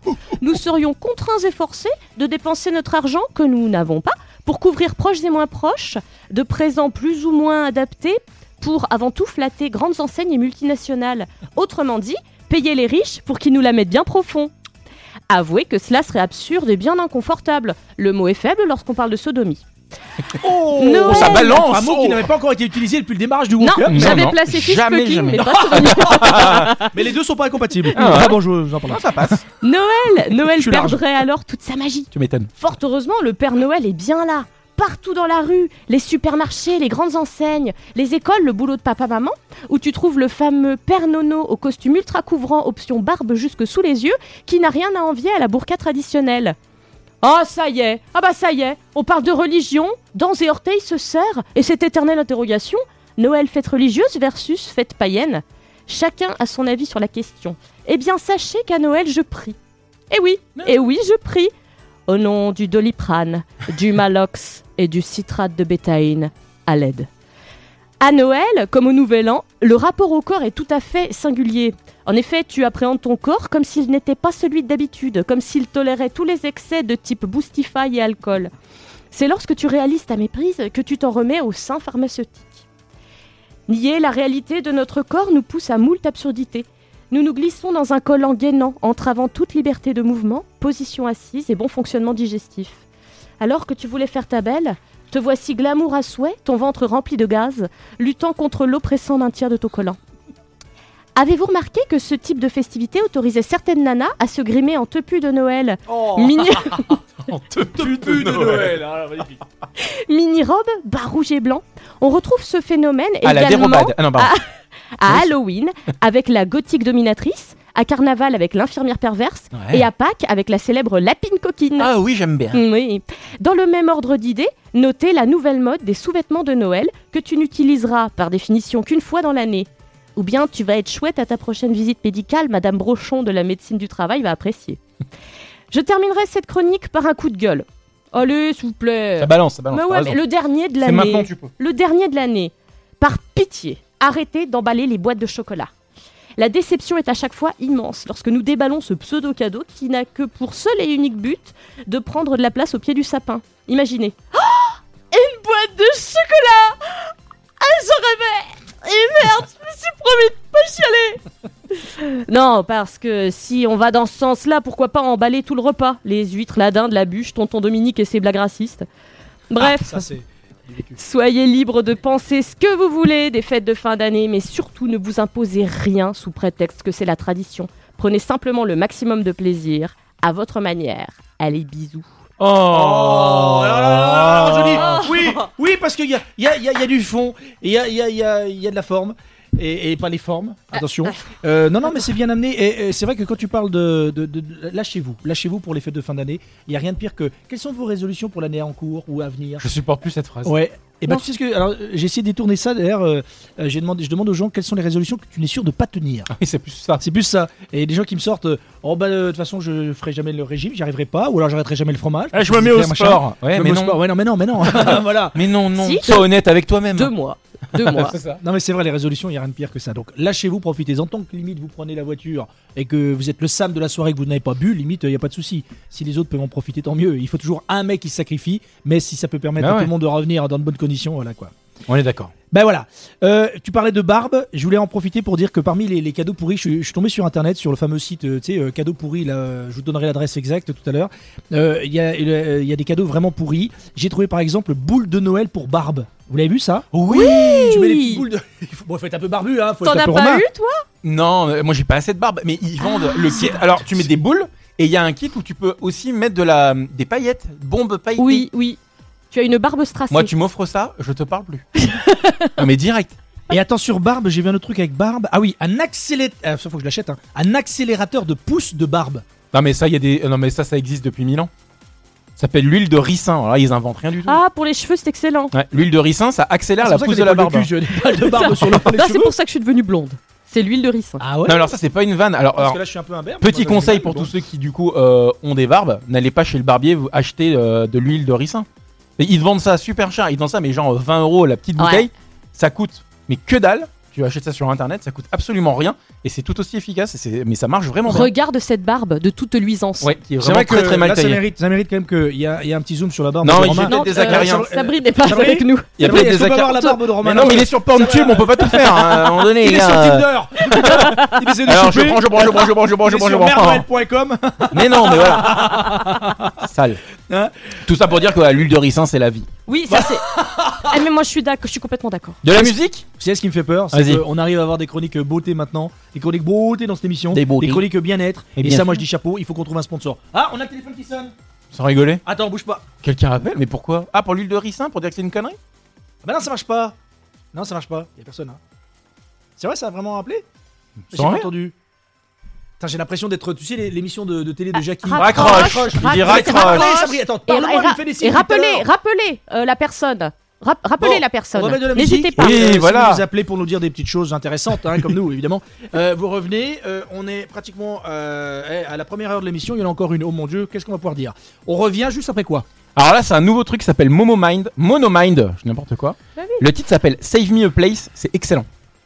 C: Nous serions contraints et forcés de dépenser notre argent que nous n'avons pas pour couvrir proches et moins proches, de présents plus ou moins adaptés pour avant tout flatter grandes enseignes et multinationales. Autrement dit, payer les riches pour qu'ils nous la mettent bien profond. Avouez que cela serait absurde et bien inconfortable. Le mot est faible lorsqu'on parle de sodomie.
A: Oh,
C: Noël.
B: ça balance.
A: Un mot qui n'avait pas encore été utilisé depuis le démarrage du
C: Non,
A: World Cup.
B: Non,
C: j'avais
B: non,
C: placé fist
B: jamais,
C: fucking,
B: jamais.
C: mais pas sodomie.
A: Mais les deux sont pas incompatibles.
B: Ah ouais.
A: bon, je vous en parle.
B: ça passe.
C: Noël, Noël
A: Je suis large.
C: perdrait alors toute sa magie.
B: Tu m'étonnes.
C: Fort heureusement, le Père Noël est bien là. partout dans la rue, les supermarchés, les grandes enseignes, les écoles, le boulot de papa-maman, où tu trouves le fameux Père Nono au costume ultra couvrant, option barbe jusque sous les yeux, qui n'a rien à envier à la burqa traditionnelle. Ah ça y est, ah bah ça y est, on parle de religion, dans et orteils se serrent, et cette éternelle interrogation, Noël fête religieuse versus fête païenne. Chacun a son avis sur la question. Eh bien sachez qu'à Noël je prie. Eh oui, eh oui je prie. Au nom du doliprane, du malox et du citrate de bétaïne, à l'aide. À Noël, comme au Nouvel An, le rapport au corps est tout à fait singulier. En effet, tu appréhendes ton corps comme s'il n'était pas celui d'habitude, comme s'il tolérait tous les excès de type boostify et alcool. C'est lorsque tu réalises ta méprise que tu t'en remets au sein pharmaceutique. Nier la réalité de notre corps nous pousse à moult absurdités. Nous nous glissons dans un collant gainant, entravant toute liberté de mouvement, position assise et bon fonctionnement digestif. Alors que tu voulais faire ta belle, te voici glamour à souhait, ton ventre rempli de gaz, luttant contre l'oppressant maintien de ton collant. Avez-vous remarqué que ce type de festivité autorisait certaines nanas à se grimer en tepu de Noël
B: Oh.
C: Mini-
A: Plus de Noël. hein, magnifique.
C: Mini-robe, bas rouge et blanc. On retrouve ce phénomène
B: À la
C: également
B: dérobade. Ah non, pardon.
C: à Halloween avec la gothique dominatrice, à Carnaval avec l'infirmière perverse
B: Ouais.
C: Ah, et Euh, à Pâques avec la célèbre lapine coquine.
B: Eh. Ah oui, j'aime bien.
C: Oui. Dans le même ordre d'idées, notez la nouvelle mode des sous-vêtements de Noël que tu n'utiliseras par définition qu'une fois dans l'année. Ou bien tu vas être chouette à ta prochaine visite médicale, Madame Brochon de la médecine du travail va apprécier. Je terminerai cette chronique par un coup de gueule. Allez, s'il vous plaît.
B: Ça balance, ça balance.
C: Mais
B: t'as
C: ouais,
B: raison.
C: mais le dernier de
B: C'est maintenant
C: l'année.
B: que tu peux.
C: Le dernier de l'année. Par pitié, arrêtez d'emballer les boîtes de chocolat. La déception est à chaque fois immense lorsque nous déballons ce pseudo-cadeau qui n'a que pour seul et unique but de prendre de la place au pied du sapin. Imaginez. Oh Une boîte de chocolat Ah, j'en rêvais Et merde, je me suis promis de pas chialer Non, parce que si on va dans ce sens-là, pourquoi pas emballer tout le repas Les huîtres, la dinde, la bûche, tonton Dominique et ses blagues racistes. Bref,
A: Ah, Ça, c'est. du vécu.
C: Soyez libre de penser ce que vous voulez des fêtes de fin d'année, mais surtout ne vous imposez rien sous prétexte que c'est la tradition. Prenez simplement le maximum de plaisir à votre manière. Allez, bisous.
B: Oh,
A: Oh là là là là, je dis oui, oui, parce qu'il y a, il y, a, il y a- il y a du fond, il y a, il y, a, il y, a, il y a de la forme. Et, et pas les formes, attention. Euh, non, non, mais c'est bien amené. Et, et c'est vrai que quand tu parles de, de, de- de- lâchez-vous, lâchez-vous pour les fêtes de fin d'année. Il y a rien de pire que. Quelles sont vos résolutions pour l'année en cours ou à venir
B: Je supporte plus cette phrase.
A: Ouais. Et bah,
C: Non.
A: tu sais ce que. Alors, euh, j'ai essayé de détourner ça. D'ailleurs, euh, euh, j'ai demandé, je demande aux gens quelles sont les résolutions que tu n'es sûr de pas tenir.
B: Ah oui, c'est plus ça.
A: C'est plus ça. Et des gens qui me sortent, euh, oh bah euh, de toute façon je ferai jamais le régime, j'y arriverai pas, ou alors j'arrêterai jamais le fromage.
B: Ah, Eh, je me mets au sport.
A: Je
B: Ouais,
A: me
B: Eh, mais
A: mets au
B: non.
A: sport. Ouais, non, mais non, mais non. voilà.
B: Mais non, non.
C: Si.
B: Sois honnête avec toi-même.
C: Deux mois. Deux mois.
B: C'est ça.
A: Non mais c'est vrai, les résolutions, il n'y a rien de pire que ça. Donc lâchez-vous, profitez-en. Tant que limite vous prenez la voiture et que vous êtes le sam de la soirée que vous n'avez pas bu, limite il n'y a pas de souci. Si les autres peuvent en profiter, tant mieux. Il faut toujours un mec qui se sacrifie, mais si ça peut permettre
B: Bah
A: à
B: ouais.
A: tout le monde de revenir dans de bonnes conditions, voilà quoi.
B: On est d'accord.
A: Ben voilà, Euh, tu parlais de barbe, je voulais en profiter pour dire que parmi les, les cadeaux pourris, je, suis- je suis tombé sur internet, sur le fameux site, euh, tu sais, euh, cadeaux pourris, là, euh, je vous donnerai l'adresse exacte tout à l'heure, Euh, il y, a, euh, il y a des cadeaux vraiment pourris, j'ai trouvé par exemple boule de Noël pour barbe, vous l'avez vu ça
B: Oui.
A: Tu mets les petites boules de... Il faut, bon, faut être un peu barbu, hein, faut
C: T'en
A: être un
C: as
A: peu
C: pas
A: romain.
C: eu, toi
B: Non, euh, moi j'ai pas assez de barbe, mais ils vendent
A: Ah,
B: le kit. Alors tu mets des boules et il y a un kit où tu peux aussi mettre de la des paillettes, bombes paillettées.
C: Oui, oui. Tu as une barbe strassée.
B: Moi tu m'offres ça, je te parle plus. non mais direct.
A: Et attends, sur barbe, j'ai vu un autre truc avec barbe, ah oui, un accélérateur, ça faut que je l'achète, hein. un accélérateur de pouce de barbe.
B: Non mais ça il y a des euh, non mais ça ça existe depuis mille ans. Ça s'appelle l'huile de ricin. Alors là, ils inventent rien du tout.
C: Ah, pour les cheveux, c'est excellent.
B: Ouais, l'huile de ricin, ça accélère
A: Ah, C'est
B: la
A: pour ça que
B: pousse
A: j'ai
B: de la
A: des poils
B: barbe.
A: de cul, j'ai des poils de barbe sur le les
C: Non, c'est
A: cheveux.
C: pour ça que je suis devenue blonde. C'est l'huile de ricin.
A: Bah, Ah ouais
B: Non alors ça c'est pas une vanne. Alors,
A: Parce
B: alors,
A: que là je suis un peu imberbe.
B: petit
A: Moi,
B: conseil
A: je-
B: pour
A: bon.
B: tous ceux qui du coup euh, ont des barbes, n'allez pas chez le barbier vous acheter euh, de l'huile de ricin. Et Ils te vendent ça super cher, ils te vendent ça mais genre 20 euros la petite
C: Ouais.
B: bouteille, ça coûte mais que dalle. Tu achètes ça sur internet, ça coûte absolument rien et c'est tout aussi efficace. et c'est- mais ça marche vraiment bien.
C: Regarde cette barbe de toute luisance.
B: Ouais, qui est
A: C'est
B: vraiment
A: vrai que
B: très très mal
A: là, ça
B: taillé.
A: mérite, ça mérite quand même qu'il y a, il y a un petit zoom sur la barbe.
B: Non,
A: de
B: il
A: Romain.
B: fait
C: Non,
B: des
C: euh,
B: acariens.
C: Sabri n'est pas
A: Sabri
C: avec nous.
B: Il y a
A: Sabri,
B: peut-être
A: est-ce
B: des
A: qu'on peut avoir
B: acariens.
A: la barbe de Romain
B: Mais non, mais il est sur PornTube, on peut pas tout faire. hein, à un moment donné,
A: Il est sur
B: euh,
A: Tinder Il essaie de
B: Alors je
A: choper.
B: prends, je prends, je prends, je prends, je prends,
A: Il
B: je
A: est
B: prends, je
A: sur
B: prends. Enfin,
A: merveille.com.
B: Mais non, mais voilà. Sale.
A: Hein
B: Tout ça pour dire que ouais, l'huile de ricin, c'est la vie.
C: Oui, ça c'est. Ah, mais moi je suis d'accord, je suis complètement d'accord.
B: De la musique
A: Vous savez ce qui me fait peur C'est
B: Vas-y.
A: qu'on arrive à avoir des chroniques beauté maintenant, des chroniques beauté dans cette émission,
B: Des beautés.
A: chroniques bien-être.
B: Et
A: Et
B: bien
A: ça,
B: sûr.
A: moi je dis chapeau, il faut qu'on trouve un sponsor. Ah, on a le téléphone qui sonne
B: Sans rigoler
A: Attends, bouge pas.
B: Quelqu'un rappelle Mais pourquoi Ah, pour l'huile de ricin Pour dire que c'est une connerie
A: Bah non, ça marche pas. Non, ça marche pas. Y a personne. Hein. C'est vrai, ça a vraiment rappelé J'ai
B: Sans
A: pas
B: rien.
A: entendu. Putain, j'ai l'impression d'être, tu sais, les- l'émission de, de télé de Jackie.
C: rap-
B: Raccroche,
C: Ah, Raccroche,
B: Il dit
A: Raccroche,
B: raccroche
A: Allez, Sabri, attends,
C: Et,
A: parle-moi,
C: et
A: il
C: ra-
A: me fait des signes
C: et
A: depuis tout à
C: rappelez,
A: l'heure.
C: rappelez euh, la personne. Rap- rappelez
A: Bon, On
C: la
A: va
C: personne.
A: mettre de la musique.
C: N'hésitez pas.
B: Oui,
A: Euh, si
B: voilà.
A: vous nous appelez pour nous dire des petites choses intéressantes, hein, comme nous, évidemment. Euh, vous revenez. euh, on est pratiquement euh, eh, à la première heure de l'émission. Il y en a encore une. Oh mon Dieu, qu'est-ce qu'on va pouvoir dire On revient juste après quoi
B: Alors là, c'est un nouveau truc qui s'appelle Momo Mind. Mono Mind, je dis n'importe quoi.
C: Bah oui.
B: Le titre s'appelle Save Me a Place. C'est excellent.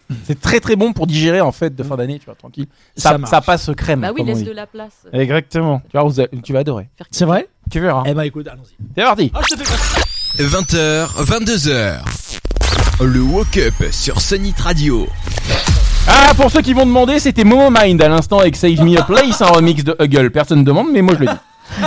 B: Hmm. C'est très très bon pour digérer en fait de fin d'année, tu vois, tranquille.
A: Ça
B: Ça,
A: marche.
B: ça passe crème.
C: Bah oui,
B: comme on
C: laisse
B: dit.
C: de la place.
A: Euh,
B: Exactement. Tu, vois, vous allez- tu vas adorer.
A: C'est vrai
B: Tu verras.
A: Eh ben écoute, allons-y.
B: C'est parti.
A: Ah, je te fais
D: 20h, 22h. Le Woke Up sur Sunnit Radio.
B: Ah, pour ceux qui vont demander, c'était Momo Mind à l'instant avec Save Me a Place, un remix de Huggle. Personne ne demande, mais moi je le dis.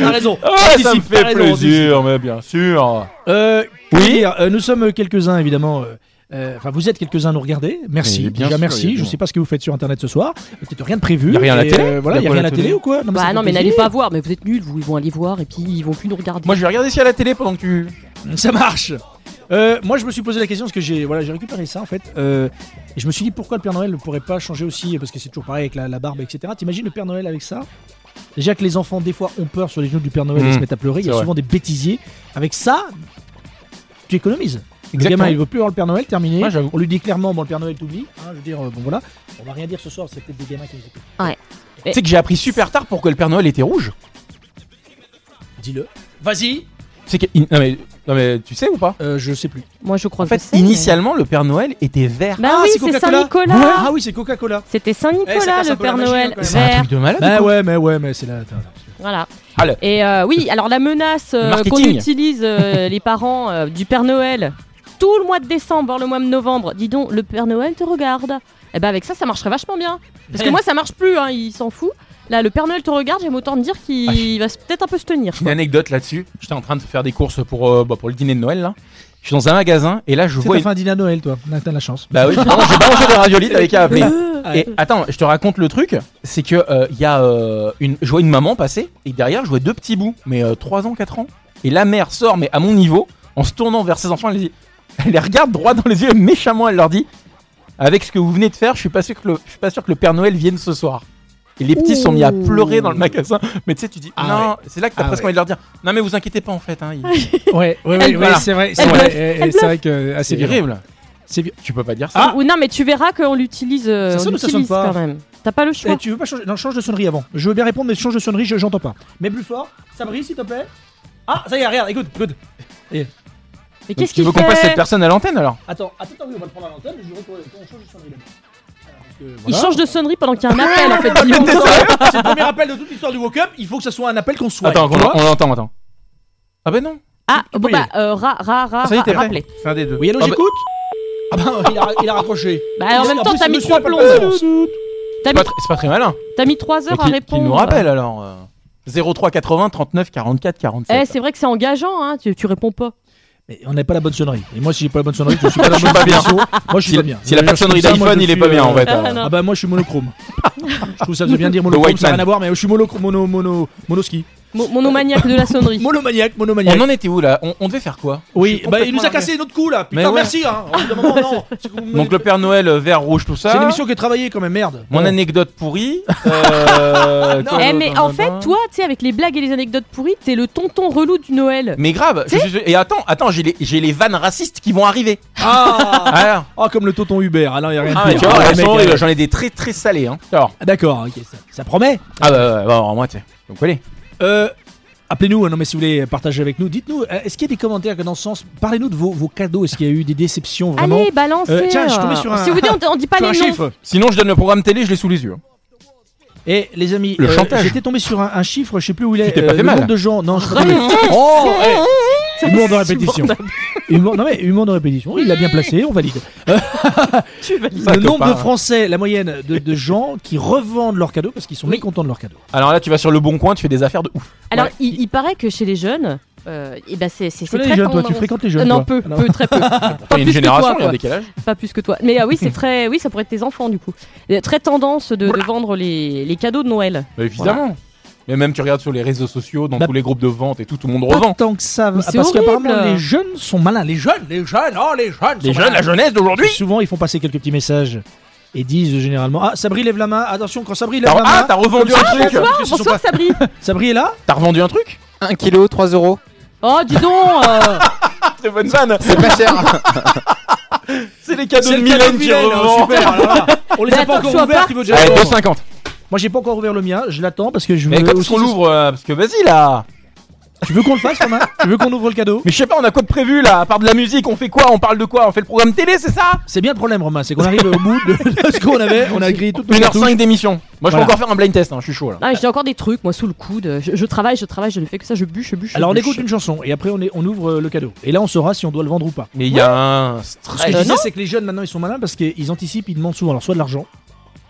A: T'as raison.
B: Ah, ça me
A: Participe, t'as
B: fait
A: raison, participe.
B: plaisir, mais bien sûr.
A: Euh,
B: Oui.
A: oui. nous sommes quelques-uns, évidemment. euh, euh, Enfin, vous êtes quelques-uns à nous regarder. Merci.
B: Mais bien
A: Déjà,
B: sûr, il y a
A: merci.
B: du
A: Je
B: monde.
A: sais pas ce que vous faites sur Internet ce soir. Peut-être rien de prévu.
B: Y a rien à la
A: Et, euh,
B: télé
A: voilà,
B: Y a
A: y a
B: pas
A: rien à
B: la
A: la télé
B: télé
A: ou quoi Non, ça
C: Bah
A: fait
C: non, mais
A: plaisir.
C: n'allez pas voir. Mais vous êtes nuls, vous. Ils vont aller voir et puis ils vont plus nous regarder.
B: Moi je vais regarder si à la télé pendant que tu.
A: Ça marche. Euh, moi, je me suis posé la question parce que j'ai voilà, j'ai récupéré ça en fait. Euh, et je me suis dit pourquoi le Père Noël ne pourrait pas changer aussi parce que c'est toujours pareil avec la, la barbe, etc. T'imagines le Père Noël avec ça Déjà que les enfants des fois ont peur sur les genoux du Père Noël et
B: Mmh,
A: se mettent à pleurer. Il y
B: c'est
A: a
B: vrai.
A: souvent des bêtisiers. Avec ça, tu économises.
B: Exactement.
A: Le gamin, il veut plus voir le Père Noël, terminé.
B: Ouais, j'avoue.
A: on lui dit clairement, bon, le Père Noël t'oublie. hein, je veux dire, euh, bon voilà. On va rien dire ce soir, c'est peut-être des gamins qui nous écoutent.
B: Tu sais que j'ai appris super tard pourquoi le Père Noël était rouge.
A: Dis-le. Vas-y.
B: C'est que. in- Non mais, non, mais tu sais ou pas
A: Euh, je sais plus.
C: Moi, je crois
B: En
C: que
B: fait,
C: c'est, mais-
B: initialement, le Père Noël était vert.
C: Bah
A: Ah,
C: oui,
A: c'est
C: c'est
A: Coca-Cola.
C: Saint-Nicolas.
A: Ah oui, c'est Coca-Cola.
C: C'était
A: Eh, ça
C: Saint-Nicolas,
A: casse un
C: le
A: peu la
C: Père
A: machine,
C: Noël.
A: quand même.
B: C'est un
C: Vert.
B: truc de malade.
A: Bah ouais, mais ouais, mais c'est la. attends, attends.
C: Voilà.
B: Ah, le-
C: Et euh, oui, alors la menace euh,
B: Le
C: qu'on
B: marketing.
C: utilise euh, les parents euh, du Père Noël tout le mois de décembre, voire le mois de novembre, dis donc, le Père Noël te regarde. Et ben avec ça, ça marcherait vachement bien. Parce
B: Eh.
C: que moi, ça marche plus, hein, il s'en fout. Là, le Père Noël te regarde, j'aime autant te dire qu'il
B: Ah.
C: il va se- peut-être un peu se tenir.
B: Une anecdote là-dessus. J'étais en train de faire des courses pour, euh, bah, pour le dîner de Noël là. Je suis dans un magasin et là je
A: C'est
B: vois.
A: ta fin dîner à Noël, toi. T'as de la chance.
B: Bah oui, pardon, j'ai mangé des radiolites avec à appeler.
C: Euh,
A: Ah,
B: Et attends, je te raconte le truc, c'est que euh, il y a euh, une, je vois une maman passer et derrière je vois deux petits bouts, mais 3 ans, 4 ans. Et la mère sort, mais à mon niveau, en se tournant vers ses enfants, elle les, dit- elle les regarde droit dans les yeux et méchamment, elle leur dit Avec ce que vous venez de faire, je suis pas sûr que le, je suis pas sûr que le Père Noël vienne ce soir. Et les petits sont mis à
C: Ouh.
B: pleurer dans le magasin. Mais tu sais, tu dis
A: Ah
B: Non, c'est là que t'as
A: Ah
B: presque
A: ouais.
B: envie de leur dire Non, mais vous inquiétez pas en fait. Hein, il-
A: Ouais, Eh, ouais, ouais, ouais,
B: voilà.
A: c'est vrai, c'est
C: Elle
A: vrai,
C: bluffe,
A: et- et
C: elle
A: c'est vrai que ah,
B: c'est
A: c'est viril.
B: terrible.
A: C'est vi-
B: Tu peux pas dire ça.
A: Ah
C: Ou non, mais tu verras qu'on l'utilise euh,
A: Ça
C: on
A: sonne ou ça
C: l'utilise
A: sonne pas
C: quand même. T'as pas le
A: Eh,
C: choix.
A: tu veux pas changer Non, change de sonnerie avant. Je veux bien répondre, mais change de sonnerie, je- j'entends pas. Mais plus fort, ça brille, s'il te plaît. Ah, ça y est, regarde, écoute, écoute.
C: Mais
B: Donc,
C: qu'est-ce
B: tu
C: qu'il
B: veux qu'on passe cette
C: fait
B: personne à l'antenne alors
A: Attends, attends, attends, oui, on va le prendre à l'antenne, je voudrais qu'on qu'on change de sonnerie. d'abord. Voilà, parce que,
C: Il
A: voilà.
C: change de sonnerie pendant qu'il y a un appel en fait. Guillaume.
A: C'est le premier appel de toute l'histoire du Woke Up, il faut que ça soit un appel qu'on soit.
B: Attends, on, on l'entend, attends. Ah bah non.
C: Ah,
A: Tu peux
C: bon
A: y
C: bah, euh, ra, ra, ra,
B: Ah, ça y est,
C: ra-
B: t'es prêt.
C: rappelez.
B: C'est un des deux.
A: Oui, allô,
B: Ah bah-
A: j'écoute Ah bah, il a, il a raccroché.
C: Bah, en
A: Il-
C: même temps,
A: plus,
C: t'as
A: le
C: mis
A: monsieur
C: trois
A: a pas
C: plombs.
A: de réponse.
C: T'as
B: C'est pas,
C: mis,
B: tr- c'est pas très malin.
C: t'as mis trois heures à
B: Qui,
C: répondre.
B: nous rappelle alors euh, 03 80 39 44 47.
C: Eh, c'est vrai que c'est engageant, hein, tu, tu réponds pas.
A: Mais on n'a pas la bonne sonnerie. Et moi, si j'ai pas la bonne sonnerie, je suis pas, la bonne
B: pas bien.
A: émission. Moi, je suis
B: Si-
A: pas bien.
B: si la
A: Je-
B: pas de sonnerie
A: ça, moi,
B: d'iPhone,
A: je
B: il est
A: suis,
B: pas bien, en
A: euh,
B: fait.
C: Ah,
B: euh.
C: non.
A: Ah bah moi je suis monochrome. je trouve ça faisait bien dire
B: The
A: monochrome,
B: white
A: ça n'a rien
B: man.
A: à voir, mais je suis monochrome, mono, mono, monoski.
C: Mon- Monomaniaque de la sonnerie.
A: Monomaniaque, monomaniaque.
B: On en était où là on, on devait faire quoi
A: Oui, bah il nous a
B: complètement
A: cassé notre coup là. Putain,
B: Mais ouais.
A: merci hein. Au bout d'un moment, non. C'est que vous me-
B: Donc le Père Noël euh, vert rouge tout ça.
A: C'est une émission qui est travaillée quand même, merde. Oh,
B: Mon
A: Bon.
B: anecdote pourrie. euh,
A: Oh Non.
B: quoi,
C: Eh, mais
B: blablabla.
C: en fait, toi, tu sais, avec les blagues et les anecdotes pourries, t'es le tonton relou du Noël.
B: Mais grave. je suis- et attends, attends, j'ai les, j'ai les vannes racistes qui vont arriver.
A: Ah,
B: Alors.
A: Ah, comme le tonton Hubert. Alors il y a rien
B: Ah,
A: de
B: tu
A: pire.
B: vois,
A: Ah,
B: elles
A: mec,
B: sont
A: euh,
B: horribles, j'en ai des très très salées. Hein. Alors,
A: ah, D'accord, ok, ça, ça promet.
B: ah bah, ouais, bah, alors, moi, tu sais. Donc, allez.
A: Euh, Appelez-nous, hein, non mais si vous voulez partager avec nous, dites-nous, euh, est-ce qu'il y a des commentaires que dans ce sens Parlez-nous de vos, vos cadeaux, est-ce qu'il y a eu des déceptions vraiment
C: Allez, balancez.
A: Euh, tiens, je suis tombé sur un-
C: Si vous voulez, on, on dit pas
A: Sur un
C: les noms.
A: chiffre
B: Sinon, je donne le programme télé, je l'ai sous les yeux.
A: Et Eh, les amis, euh,
B: Le chantage.
A: j'étais tombé sur un, un chiffre, je sais plus où il est. euh,
B: t'es pas fait
A: le
B: mal.
A: nombre de gens, non, je sais pas. oh, eh. humour de répétition. Humour, non mais humour de répétition, il l'a bien placé, on valide.
B: Ça,
A: le nombre
B: copain.
A: de Français, la moyenne de, de gens qui revendent leurs cadeaux parce qu'ils sont mécontents de leurs cadeaux.
B: Alors là, tu vas sur le bon coin, tu fais des affaires de ouf.
C: Alors,
B: Ouais.
C: il, il paraît que chez les jeunes, euh, et ben c'est c'est
A: Tu
C: c'est
A: connais
C: très
A: les jeunes, toi,
C: tendance.
A: tu fréquentes les
C: Euh,
A: jeunes.
C: non,
A: toi.
C: peu, peu, très peu. Pas
B: Il y a une
C: plus que toi,
B: génération, il y a
C: quoi.
B: un décalage.
C: Pas plus que toi. Mais ah oui, c'est très. Oui, ça pourrait être tes enfants du coup. Euh, Très tendance de, de vendre les, les cadeaux de Noël.
B: Bah, évidemment. Mais même tu regardes sur les réseaux sociaux, dans
A: Bah-
B: tous les groupes de vente et tout, tout le monde
A: Pas
B: revend.
A: tant que ça.
C: Mais
A: ah,
C: c'est
A: parce qu'apparemment,
C: horrible.
A: les jeunes sont malins. Les jeunes, les jeunes, oh, les jeunes.
B: Les
A: sont
B: jeunes,
A: malins.
B: la jeunesse d'aujourd'hui.
A: Souvent, ils font passer quelques petits messages et disent généralement Ah, Sabri lève la main. Attention, quand Sabri lève
B: T'as-
A: la main.
B: Ah, t'as revendu un truc.
A: bonsoir,
C: Bonsoir Sabri.
A: Sabri est là
B: T'as revendu un truc.
F: 1 kilo, 3 euros.
C: Oh, dis donc. euh,
B: Très bonne vanne.
F: C'est pas cher.
B: C'est les cadeaux
A: C'est
B: de
A: le cadeau
B: Mylène qui
A: Mylène, hein,
B: revend. Eh,
A: super, alors là. On les
C: Mais
A: a pas
C: attends,
A: encore
C: tu vas
A: ouverts,
C: pas
A: tu veux déjà
B: Allez,
A: voir.
B: 2,50.
A: Moi, j'ai pas encore ouvert le mien. Je l'attends parce que je veux.
B: Mais quand
A: aussi-
B: est-ce qu'on l'ouvre euh, Parce que vas-y là.
A: Tu veux qu'on le fasse, Romain Tu veux qu'on ouvre le cadeau
B: Mais je sais pas, on a quoi de prévu là À part de la musique, on fait quoi On parle de quoi On fait le programme télé, c'est ça
A: C'est bien le problème, Romain. C'est qu'on arrive au bout de, de ce qu'on avait. On a grillé toute notre
B: 1h05 d'émission. Moi, je vais
A: Voilà.
B: encore faire un blind test. hein, Je suis chaud là.
C: Ah, j'ai encore des trucs, moi, sous le coude. Je, je travaille, je travaille, je ne fais que ça, je bûche, je bûche. je
A: Alors, on
C: bûche.
A: écoute une chanson et après, on, est- on ouvre euh, le cadeau. Et là, on saura si on doit le vendre ou pas.
B: Mais il y a un
A: Ce que
B: stress.
A: je
C: Euh,
A: disais,
C: non.
A: c'est que les jeunes maintenant, ils sont malins parce qu'ils anticipent, ils demandent souvent alors soit de l'argent,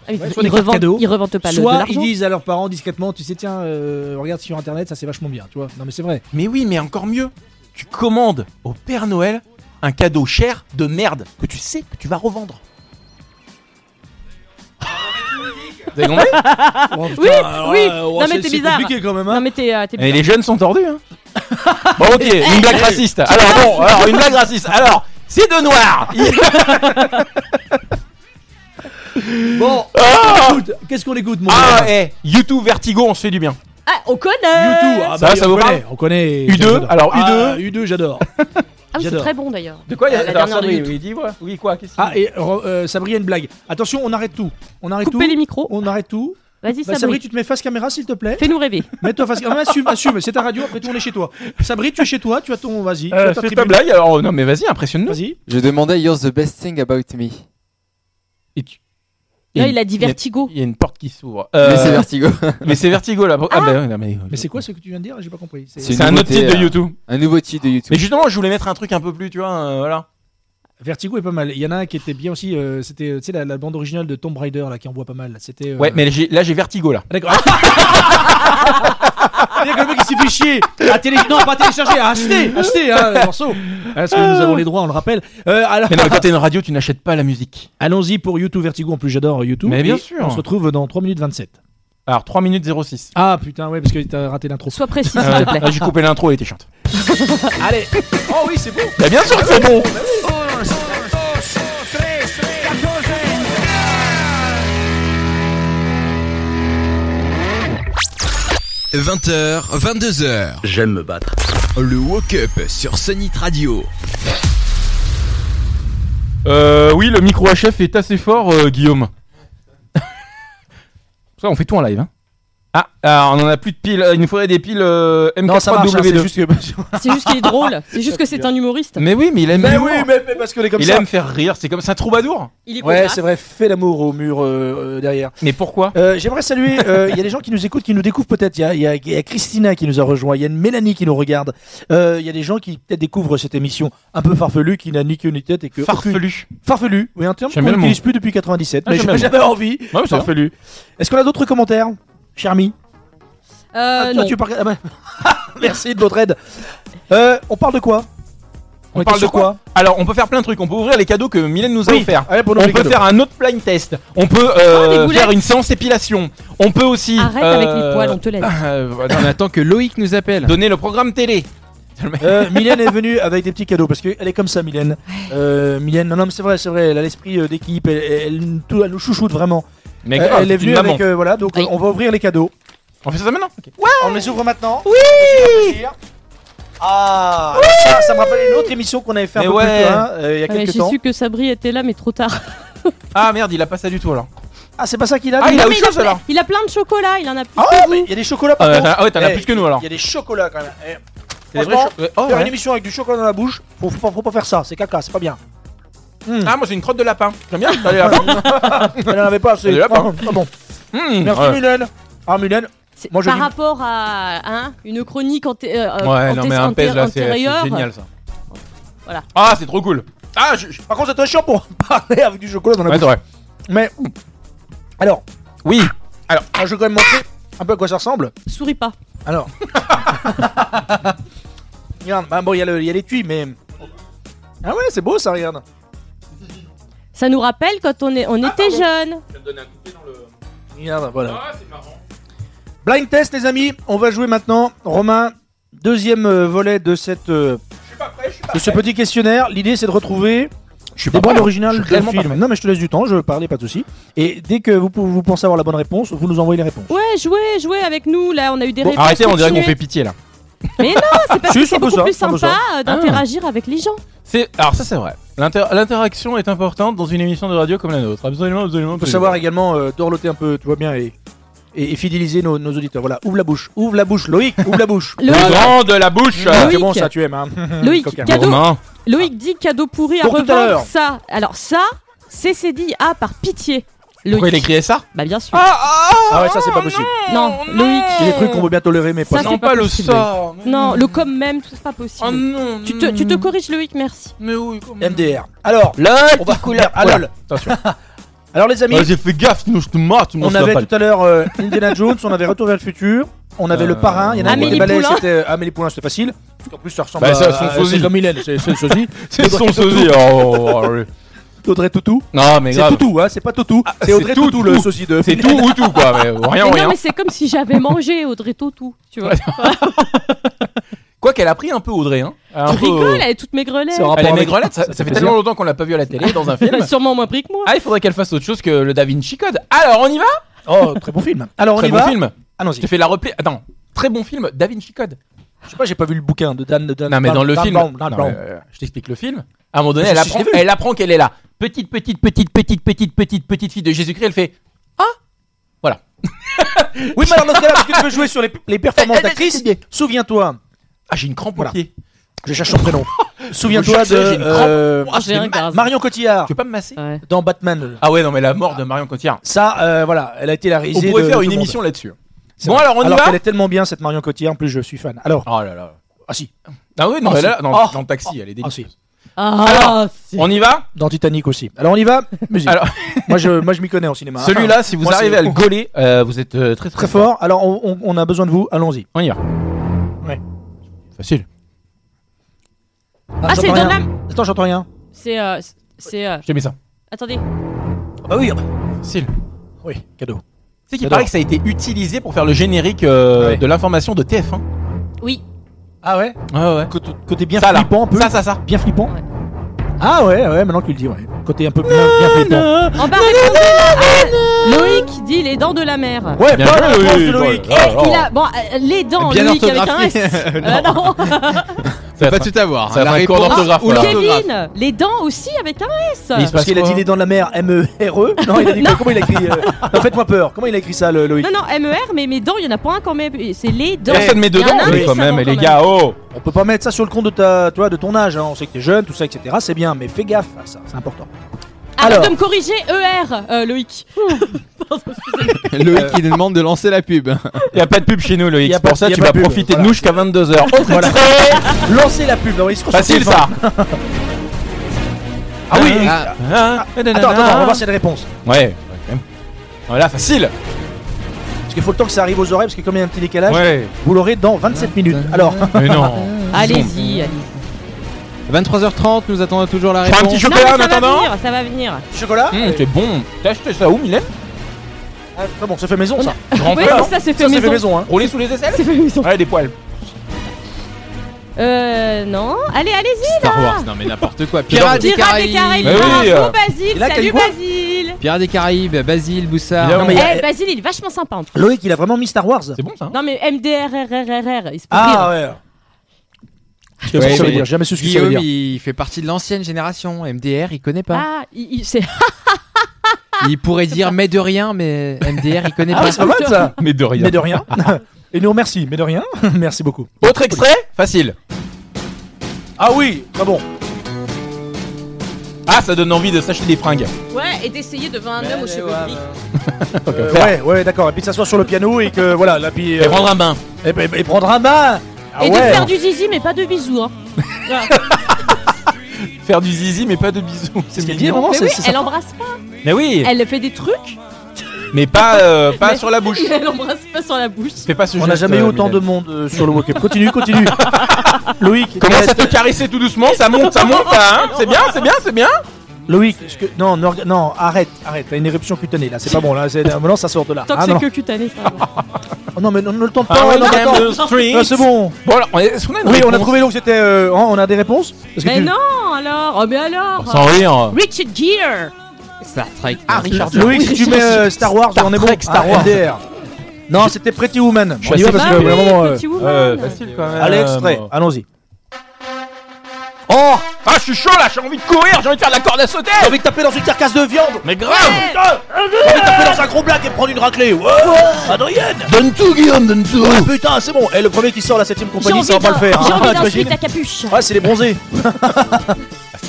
C: Ah, ils,
A: Ouais, soit
C: ils
A: des cartes cadeaux,
C: revendent, ils revendent pas le- de
A: soit ils
C: l'argent.
A: disent à leurs parents discrètement Tu sais, tiens, euh, regarde sur internet, ça c'est vachement bien, tu vois. Non, mais c'est vrai.
B: Mais oui, mais encore mieux. Tu commandes au Père Noël un cadeau cher de merde que tu sais que tu vas revendre. Vous avez compris
A: Oh,
C: Ah, Oui,
A: alors
C: oui.
A: là, oh,
C: Non, mais
A: c'est-
C: t'es
A: c'est
C: bizarre.
A: compliqué quand même. hein.
C: Non, mais t'es euh, t'es
B: Et
C: bizarre.
B: les jeunes sont tordus, hein Bon, ok, une blague raciste. Alors, bon, alors, une blague raciste. Alors, c'est de noir
A: Bon,
B: Ah,
A: écoute, qu'est-ce qu'on écoute, mon
B: ah
A: gars
B: eh, YouTube Vertigo, on se fait du bien.
C: Ah, on connaît
A: U2, ah
B: Ça,
A: bah,
B: ça
A: on
B: vous
A: connaît,
B: parle
A: On connaît.
B: U2,
A: j'adore.
B: alors,
A: Ah, U2, j'adore.
C: Ah oui, c'est
A: J'adore.
C: très bon d'ailleurs.
B: De quoi
C: il y a- La dernière de
B: oui,
C: YouTube.
B: oui, dis moi. Oui, quoi qu'est-ce
A: Ah,
B: que-
A: et re- euh, Sabri a une blague. Attention, on arrête tout. On arrête
C: Coupez
A: tout.
C: les micros.
A: On arrête tout.
C: Vas-y,
A: Bah,
C: Sabri.
A: Sabri, tu te mets face caméra, s'il te plaît.
C: Fais-nous rêver.
A: Mets-toi face caméra. Assume, assume. C'est ta radio. Après tout, on est chez toi. Sabri, tu es chez toi. Tu as ton. Vas-y. tu
B: Euh,
A: as ta
B: fais ta
A: tribune.
B: blague, alors, non, mais vas-y, impressionne-nous.
A: Vas-y.
F: Je demandais You're the best thing about me.
C: Là, il a dit vertigo.
B: Il y a une porte qui s'ouvre. Euh,
F: Mais c'est vertigo.
B: mais c'est Vertigo là. Ah, bah, ouais, non, mais,
A: Mais c'est quoi ce que tu viens de dire J'ai pas compris. C'est-
F: C'est-
B: C'est un autre
F: Nouveauté,
B: titre de
F: euh,
B: YouTube.
F: Un nouveau titre de YouTube.
B: Mais justement, je voulais mettre un truc un peu plus, tu vois, euh, voilà.
A: Vertigo est pas mal. Il y en a un qui était bien aussi. euh, C'était euh, tu sais la, la bande originale de Tomb Raider là qui en voit pas mal. C'était. euh,
B: Ouais, mais j'ai- là j'ai vertigo là.
A: Ah, D'accord. Il y a que le mec qui s'est fait chier à télé... Non, pas à télécharger, à acheter, acheter hein, le morceau. Hein, Parce que nous avons les droits, on le rappelle. Euh, alors,
B: Mais non, mais quand t'es une radio, tu n'achètes pas la musique.
A: allons-y pour YouTube Vertigo. En plus, j'adore euh, YouTube.
B: Mais bien
A: Et
B: sûr.
A: On se retrouve dans 3 minutes 27.
B: Alors 3 minutes 06.
A: Ah putain, ouais, parce que t'as raté l'intro.
C: Sois précis, s'il
B: Euh,
C: te plaît.
B: ah, j'ai coupé l'intro, elle était chiante.
A: Allez. Oh oui, c'est bon.
B: Bah bien sûr que c'est bon
D: h 22h,
E: J'aime me battre.
D: le Woke Up sur Sunnit Radio.
B: Euh oui, le micro HF est assez fort, euh, Guillaume. Ça, on fait tout en live, hein. Ah, ah, on en a plus de piles, il nous faudrait des piles euh,
A: Non, ça marche. hein, c'est
B: MK3W2.
A: juste que.
C: C'est juste qu'il est drôle. C'est juste que c'est un humoriste.
B: Mais oui, mais il aime
A: Mais
B: l'humour.
A: oui, mais, mais parce que les comme
B: Il
A: ça.
B: aime faire rire, c'est comme c'est un troubadour.
C: Il est
A: Ouais,
C: cocasse.
A: c'est vrai. Fais l'amour au mur euh, euh, derrière.
B: Mais pourquoi
A: Euh, J'aimerais saluer, euh, il y a des gens qui nous écoutent, qui nous découvrent peut-être. Il y a- il y, a- il y a Christina qui nous a rejoint, il y a une Mélanie qui nous regarde. Euh, Il y a des gens qui peut-être découvrent cette émission un peu farfelue, qui n'a ni queue ni tête et que aucune-
B: Farfelu.
A: farfelue, oui, un terme
B: J'aime
A: qu'on
B: bien le
A: n'utilise plus depuis 97.
B: Ah,
A: mais
B: j'aime
A: j'avais
B: bien
A: j'avais envie.
B: Ouais, mais c'est vrai.
A: farfelue. Est-ce qu'on a d'autres commentaires, cher ami
C: Euh,
A: Ah, toi,
C: non.
A: tu veux pas- ah, bah. Merci de votre aide. Euh, on parle de quoi
B: On
A: était
B: parle de
A: sur
B: quoi Alors, on peut faire plein de trucs. On peut ouvrir les cadeaux que Mylène nous a
A: Oui.
B: offerts.
A: Allez, pour nous,
B: On
A: les
B: peut
A: cadeaux.
B: faire un autre blind test. On peut euh,
C: Ah, des boulettes.
B: faire une séance épilation. On peut aussi
C: Arrête
B: euh,
C: avec les poils, on te
A: ah,
C: laisse.
B: euh, voilà,
F: On attend que Loïc nous appelle.
B: donner le programme télé.
A: Euh, Mylène est venue avec des petits cadeaux parce qu'elle est comme ça, Mylène. Euh, Mylène, non, non, mais c'est vrai, c'est vrai, elle a l'esprit euh, d'équipe, elle, elle- tout- elle nous chouchoute vraiment.
B: Mais
A: Euh,
B: grave,
A: elle est
B: c'est une
A: venue
B: maman.
A: avec euh, voilà donc euh,
C: Oui.
A: on va ouvrir les cadeaux.
B: On fait ça maintenant Ok.
A: On les ouvre maintenant. Oui. Ah ça, ça me rappelle une autre émission qu'on avait fait un
B: Mais
A: peu plus
B: ouais.
A: tôt, hein, euh, il y a
C: Ouais,
A: quelques
C: J'ai
A: temps.
C: su que Sabri était là, mais trop tard.
B: Ah merde, il a pas ça du tout alors.
A: Ah c'est pas ça qu'il a.
B: Ah,
A: lui
B: il a
C: Non,
B: autre
C: mais
B: chose, alors
C: il a plein de chocolat, il en a plus.
A: Ah, mais il y a des chocolats par
B: Ah ouais,
A: contre.
B: t'en- ah ouais, t'en as
A: Eh,
B: plus que nous, alors.
A: Il y a des chocolats quand même. Eh,
B: C'est des vrais
A: franchement,
B: cho- Oh,
A: faire une
B: ouais.
A: émission avec du chocolat dans la bouche, faut, faut, pas, faut pas faire ça, c'est caca, c'est pas bien. Hmm.
B: Ah, moi j'ai une crotte de lapin. J'aime bien. Allez, là.
A: Elle en avait pas assez.
B: Elle est là,
A: Ah,
B: par
A: ah bon.
B: Mmh,
A: Merci
B: ouais.
A: Mylène. Ah Mylène,
C: C'est
A: Moi, je
C: par
A: dis-
C: rapport à hein, une chronique anté- euh,
B: Ouais,
C: anté-
B: non mais un
C: anté-
B: pèse là, c'est c'est
C: antérieure.
B: génial ça.
C: Voilà.
B: Ah, c'est trop cool. Ah, je. je-
A: par contre c'est très chiant pour parler avec du chocolat dans la
B: Ouais,
A: bouche.
B: c'est vrai.
A: Mais alors,
B: Oui.
A: alors, je vais quand même montrer un peu à quoi ça ressemble.
C: Souris pas.
A: Alors.
G: Regarde, bah, bon, il y, a le- il y a les tuyaux, mais. Ah ouais, c'est beau ça, regarde.
C: Ça nous rappelle quand on, est, on était jeunes.
G: Regarde, voilà.
B: Ah,
G: Blind test, les amis. On va jouer maintenant. Romain, deuxième euh, volet de cette. euh, de ce petit questionnaire. L'idée, c'est de retrouver.
B: Je suis
G: Des
B: pas
G: bandes
B: prêt.
G: originales
B: Je suis
G: de
B: clairement
G: films.
B: pas prêt.
G: Non, mais je te laisse du temps, je parlais, pas de soucis. Et dès que vous, pou- vous pensez avoir la bonne réponse, vous nous envoyez les réponses.
C: Ouais, jouez, jouez avec nous. Là, on a eu des réponses.
B: Arrêtez, on dirait qu'on
C: continuez.
B: fait pitié là.
C: C'est parce
G: Si,
C: que
G: c'est
C: c'est
G: un peu
C: beaucoup
G: ça,
C: plus
G: c'est un peu
C: sympa euh,
B: Ah.
C: d'interagir avec les gens.
B: C'est alors ça c'est vrai. L'inter- L'interaction est importante dans une émission de radio comme la nôtre. Absolument, absolument.
G: On peut savoir également euh, dorloter un peu, tu vois bien, et, et, et fidéliser nos, nos auditeurs. Voilà, ouvre la bouche, ouvre la bouche, Loïc, ouvre la bouche.
B: Le
C: Loïc,
B: grand de la bouche. Euh,
G: Ah, C'est
C: Loïc.
G: bon, ça, tu aimes. Hein.
C: Loïc,
G: Coquin.
C: cadeau.
B: Romain.
C: Loïc dit cadeau pourri à
G: Pour tout à l'heure.
C: revendre ça. Alors ça, c'est c'est dit ah par pitié.
B: Pourquoi il
C: Loïc.
B: écrivait ça
C: Bah bien sûr.
G: Ah ouais, ça, c'est pas possible.
C: non, Loïc.
G: C'est des trucs qu'on peut bien tolérer, mais
C: Ça,
G: pas
C: c'est
B: non,
C: pas
B: pas, le
C: possible.
B: sort.
C: Non, le com même, tout c'est pas possible.
B: Oh mm. non.
C: tu, te, tu te corriges Loïc, merci.
B: Mais oui. comment-
G: MDR. Alors,
B: Lol.
G: on va couleur.
B: Voilà.
G: Alors,
B: Attention.
G: alors, les amis,
B: Ah, J'ai fait gaffe, sinon je te mate, sinon
G: on
B: je te
G: avait
B: rappelle.
G: tout à l'heure euh, Indiana Jones, on avait Retour vers le futur, on avait
B: Euh,
G: le parrain, il y en a un qui
C: Amélie
G: était balèze,
C: Poulain.
G: c'était euh, Amélie Poulain, c'était facile. En plus, ça ressemble
B: Bah,
G: à,
B: ça, son
G: à-
B: sosie.
G: c'est comme Mylène, c'est c'est le sosie.
B: C'est son sosie. oh, oh, oui.
G: Audrey Toutou.
B: Non, mais
G: C'est
B: grave. Ah,
G: Toutou, hein, c'est pas Toutou. c'est
B: c'est
G: Audrey Toutou,
B: Toutou.
G: le sosie de.
B: C'est tout ou tout quoi. Mais rien,
C: Mais
B: ou
C: non,
B: rien.
C: mais c'est comme si j'avais mangé Audrey Tautou, tu vois.
B: Quoi qu'elle a pris un peu Audrey. Hein.
C: tu rigoles, elle est toute maigrelette.
G: C'est en rapport
B: Elle est
G: avec-
B: maigrelette, ça, ça fait
G: plaisir.
B: tellement longtemps qu'on l'a pas vue à la télé dans un
C: Elle
B: film.
C: est sûrement moins pris que moi.
B: Ah, il faudrait qu'elle fasse autre chose que le Da Vinci Code. Alors, on y va
G: Oh, très bon film. Alors, on
B: Très
G: y
B: bon
G: va.
B: film. Je
G: Allons-y.
B: te fais la repli. Attends, très bon film, Da Vinci Code.
G: Je sais pas, j'ai pas vu le bouquin de Dan. De Dan
B: Non, mais
G: Dan-
B: dans le
G: Dan
B: film.
G: Brown, Dan
B: Non,
G: Brown.
B: mais, euh, je t'explique le film. À un moment donné, elle
G: Je- je l'ai
B: apprend,
G: vu.
B: elle apprend qu'elle est là. Petite, petite, petite, petite, petite, petite, petite fille de Jésus-Christ, elle fait
G: Oui, mais alors, dans ce cas-là, parce que tu veux jouer sur les, les performances d'actrice, souviens-toi.
B: Ah, j'ai une crampe au
G: Voilà.
B: pied.
G: Je cherche son prénom. Souviens-toi
B: Je
G: de
B: sais, j'ai une crampe.
G: euh,
B: Ah, j'ai
C: un
B: mal.
C: gaz.
G: Marion Cotillard
B: Tu veux pas me masser
C: Ouais.
G: dans Batman.
B: Ah ouais, non, mais la mort de Marion Cotillard.
G: Ça, euh, voilà, elle a été la
B: On
G: risée.
B: pourrait
G: de
B: faire
G: tout
B: une
G: le monde.
B: émission là-dessus.
G: C'est
B: Bon,
G: vrai.
B: alors on y
G: Alors
B: va
G: qu'elle est tellement bien cette Marion Cotillard, en plus je suis fan. Alors,
B: Oh là là.
G: ah si,
B: Ah oui, non,
G: Ah,
B: mais
G: si.
B: là, dans,
G: Ah.
B: dans le taxi, elle est
G: ah
B: dégueulasse.
G: si,
C: Ah, si.
B: On y va
G: dans Titanic aussi. Alors on y va, musique.
B: Alors-
G: moi je, moi je m'y connais en cinéma.
B: Celui-là, si vous
G: Bah, Moi, c'est-
B: arrivez à le gauler, euh, vous êtes euh, très
G: très fort. Alors on, on- on a besoin de vous, allons-y.
B: On y va.
G: Ouais.
B: Facile.
C: Ah, c'est
G: j'entends
C: dans
G: rien.
C: la-
G: Attends, j'entends rien.
C: C'est. euh, c'est. euh,
B: Je te mets ça.
C: Attendez.
B: Ah
G: bah oui,
B: Facile.
G: oui, cadeau.
B: Tu sais qu'il
G: J'adore.
B: paraît que ça a été utilisé pour faire le générique euh,
G: Ouais.
B: de l'information de TF1.
C: Oui.
G: Ah ouais,
B: Ouais, ouais.
G: côté, côté bien
B: Ça, là.
G: flippant un peu.
B: Ça, ça, ça.
G: Bien flippant.
C: Ouais.
G: Ah ouais, ouais, maintenant que tu le dis, ouais. Côté un peu bien, bien flippant.
C: En bas, répondez là. Ah, Loïc dit les dents de la mer.
G: Ouais,
B: Bien
G: bonne
B: joué, Oh,
G: réponse de
B: oui,
G: Loïc.
B: bon, alors,
C: Il a. Bon, euh, les dents,
F: Bien
C: Loïc avec un
F: orthographié.
C: S. Euh, non.
B: Ça
F: Pas
B: va être-
F: tout avoir.
B: ça va
F: hein, la
B: faire un cours
F: réponse
B: d'orthographe,
F: ou
B: là.
F: l'orthographe.
C: Kevin, les dents aussi avec un S.
B: Mais il se
G: Parce
B: passe
G: qu'il a
B: quoi
G: dit les dents de la mer, M-E-R-E. E. Non, il a dit comment il a écrit. euh, non, faites-moi peur. Comment il a écrit ça, le, Loïc
C: Non, non, MER, mais mes dents, il y en a pas un quand même. C'est les dents.
B: Personne met
C: Il y en a
B: dedans.
C: un,
B: Mais
C: c'est
B: quand
C: ça,
B: même,
C: non,
B: les
C: quand
B: gars, oh
G: On peut pas mettre ça sur le compte de ta, toi, de ton âge. hein. On sait que t'es jeune, tout ça, etc. C'est bien, mais fais gaffe à ça. C'est important.
C: Arrête
G: Alors.
C: de me corriger, ER, euh, Loïc.
F: Loïc qui nous demande de lancer la pub.
B: Il a pas de pub chez nous, Loïc.
G: Y a
B: C'est
G: pas-
B: pour ça
G: y a
B: tu
G: pas
B: vas
G: de pub,
B: profiter de
G: voilà.
B: nous jusqu'à 22h. Autre
G: Voilà.
B: extrait
G: Lancez la pub. Non, il se concentre
B: Facile,
G: sur
B: ça Ah oui
F: Ah,
B: Ah.
G: Attends, attends, on va voir si y a des réponses.
B: Ouais, ouais, quand même. Voilà, facile
G: Parce qu'il faut le temps que ça arrive aux oreilles, parce que comme il y a un petit décalage,
B: Ouais
G: vous l'aurez dans 27 minutes. Alors, hein,
B: Mais non
C: Allez-y. allez-y.
F: 23h30, nous attendons toujours la
B: Je prends un
F: réponse.
B: petit
C: Non, mais
B: chocolat en
C: ça va
B: attendant
C: venir, ça va venir.
G: chocolat
B: Hum, C'est bon T'as acheté ça où, Mylène
G: Ah, Très bon, ça fait maison, ça.
B: Grand
C: Ouais,
B: frère,
C: c'est ça, c'est fait
G: Ça, c'est fait
C: maison.
G: maison, hein.
B: Roulé sous les aisselles
C: C'est fait maison.
B: Ouais, des poils
C: Euh, non. Allez, allez-y,
F: Star
C: là.
G: Ah.
F: Wars, non mais n'importe quoi.
B: Pirates
F: Pirates des
C: Pirates des
F: Caraïbes. Bah
B: Mais
C: Caraïbes.
B: oui,
C: Bravo,
B: euh.
G: Et
C: Basile.
G: là,
C: Salut,
G: Calico
C: Basile.
F: Pirates des Caraïbes, Basile, Boussard.
B: Évidemment.
G: Non, mais
C: Eh,
G: y a-
C: Basile, il est vachement sympa, en tout cas.
G: Loïc, il a vraiment mis Star Wars.
B: C'est bon ça hein
C: Non, mais MDRRRRR, il se peut rire.
G: Ah ouais. Je sais
F: Ouais,
G: pas ce que ça veut
F: mais-
G: dire. J'ai Jamais su ce que ça veut
F: Guillaume,
G: dire.
F: il fait partie de l'ancienne génération. MDR, il connaît pas.
C: Ah, il, il- c'est Ah,
F: Il pourrait dire mais de rien, mais MDR, il connaît
G: Ah
F: pas.
G: ouais, c'est pas mal ça.
B: Mais de rien
G: Mais de rien. Et nous remercie, mais de rien. Merci beaucoup.
B: Autre extrait Facile
G: Ah oui, très bon.
B: Ah, ça donne envie de s'acheter des fringues
C: ouais, et d'essayer devant un homme aux cheveux gris.
G: Euh, ouais, ouais, d'accord. Et puis de s'asseoir sur le piano et que voilà, là, puis. euh,
B: Et prendre un bain
G: et, et- et prendre un bain. Ah
C: Et de
G: ouais.
C: faire du zizi, mais pas de bisous. Hein.
B: Faire du zizi mais pas de bisous
G: Oh, C'est ce
B: C'est
G: qu'elle dit à un
B: mignon
G: moment,
C: mais
G: c'est
C: oui,
G: c'est ça.
C: elle embrasse pas,
B: Mais oui
G: Eh.
C: elle fait des trucs.
B: mais pas, euh, pas sur la bouche.
C: Elle embrasse pas sur la bouche.
B: Fais pas ce
G: On n'a
B: geste,
G: jamais eu
B: euh,
G: autant de
B: Mylène.
G: monde euh, sur le Woke Up. Continue, continue. Loïc,
B: Commence à
G: reste-
B: te caresser tout doucement, ça monte, ça monte là, hein C'est bien, c'est bien, c'est bien
G: Loïc, ce que- non, non, non, arrête, arrête. T'as une éruption cutanée là, c'est pas bon là. C'est... Non, ça sort de là.
C: Tant que
G: Ah,
C: c'est
G: non.
C: que cutané, ça va.
G: Oh, non, mais non, ne le tente pas.
B: Ah ouais,
G: non,
B: damn
G: attends.
B: the streets.
G: Ah, c'est bon.
B: Bon, alors, on est- est-ce qu'on a une
G: Oui, on a
B: réponse
G: trouvé donc c'était. euh, hein, on a des réponses. Parce que
C: Mais Ben
G: tu-
C: non, alors Oh, mais alors
B: Sans rire
C: Richard Gere
F: Star Trek.
G: Ah, Loïc, si tu mets euh, Star Wars,
B: Star
G: on est bon.
B: Trek, Star
G: Ah,
B: Wars.
G: LDR. Non, c'était Pretty Woman.
B: Je
G: On y
B: suis
G: va
B: assez
G: parce
C: Bah
G: que
C: oui,
G: vraiment. euh,
C: Pretty Woman. Eh,
B: Euh, facile quand même.
G: Allez, extrait,
B: Euh,
G: allons-y.
B: Oh Ah, je suis chaud là, j'ai envie de courir, j'ai envie de faire de la corde à sauter
G: envie de taper dans une carcasse de viande
B: Mais grave
G: Ah, envie de taper dans un gros black et prendre une raclée Adrienne Ah,
B: Donne tout, Guillaume, donne tout
G: Putain, c'est bon Et le premier qui sort la 7ème
C: J'ai
G: compagnie,
C: envie
G: ça va pas le
C: d'un-
G: faire.
C: j'ai
G: hein.
C: envie d'un
G: T'imagines
C: slip à capuche
G: Ouais, c'est les bronzés.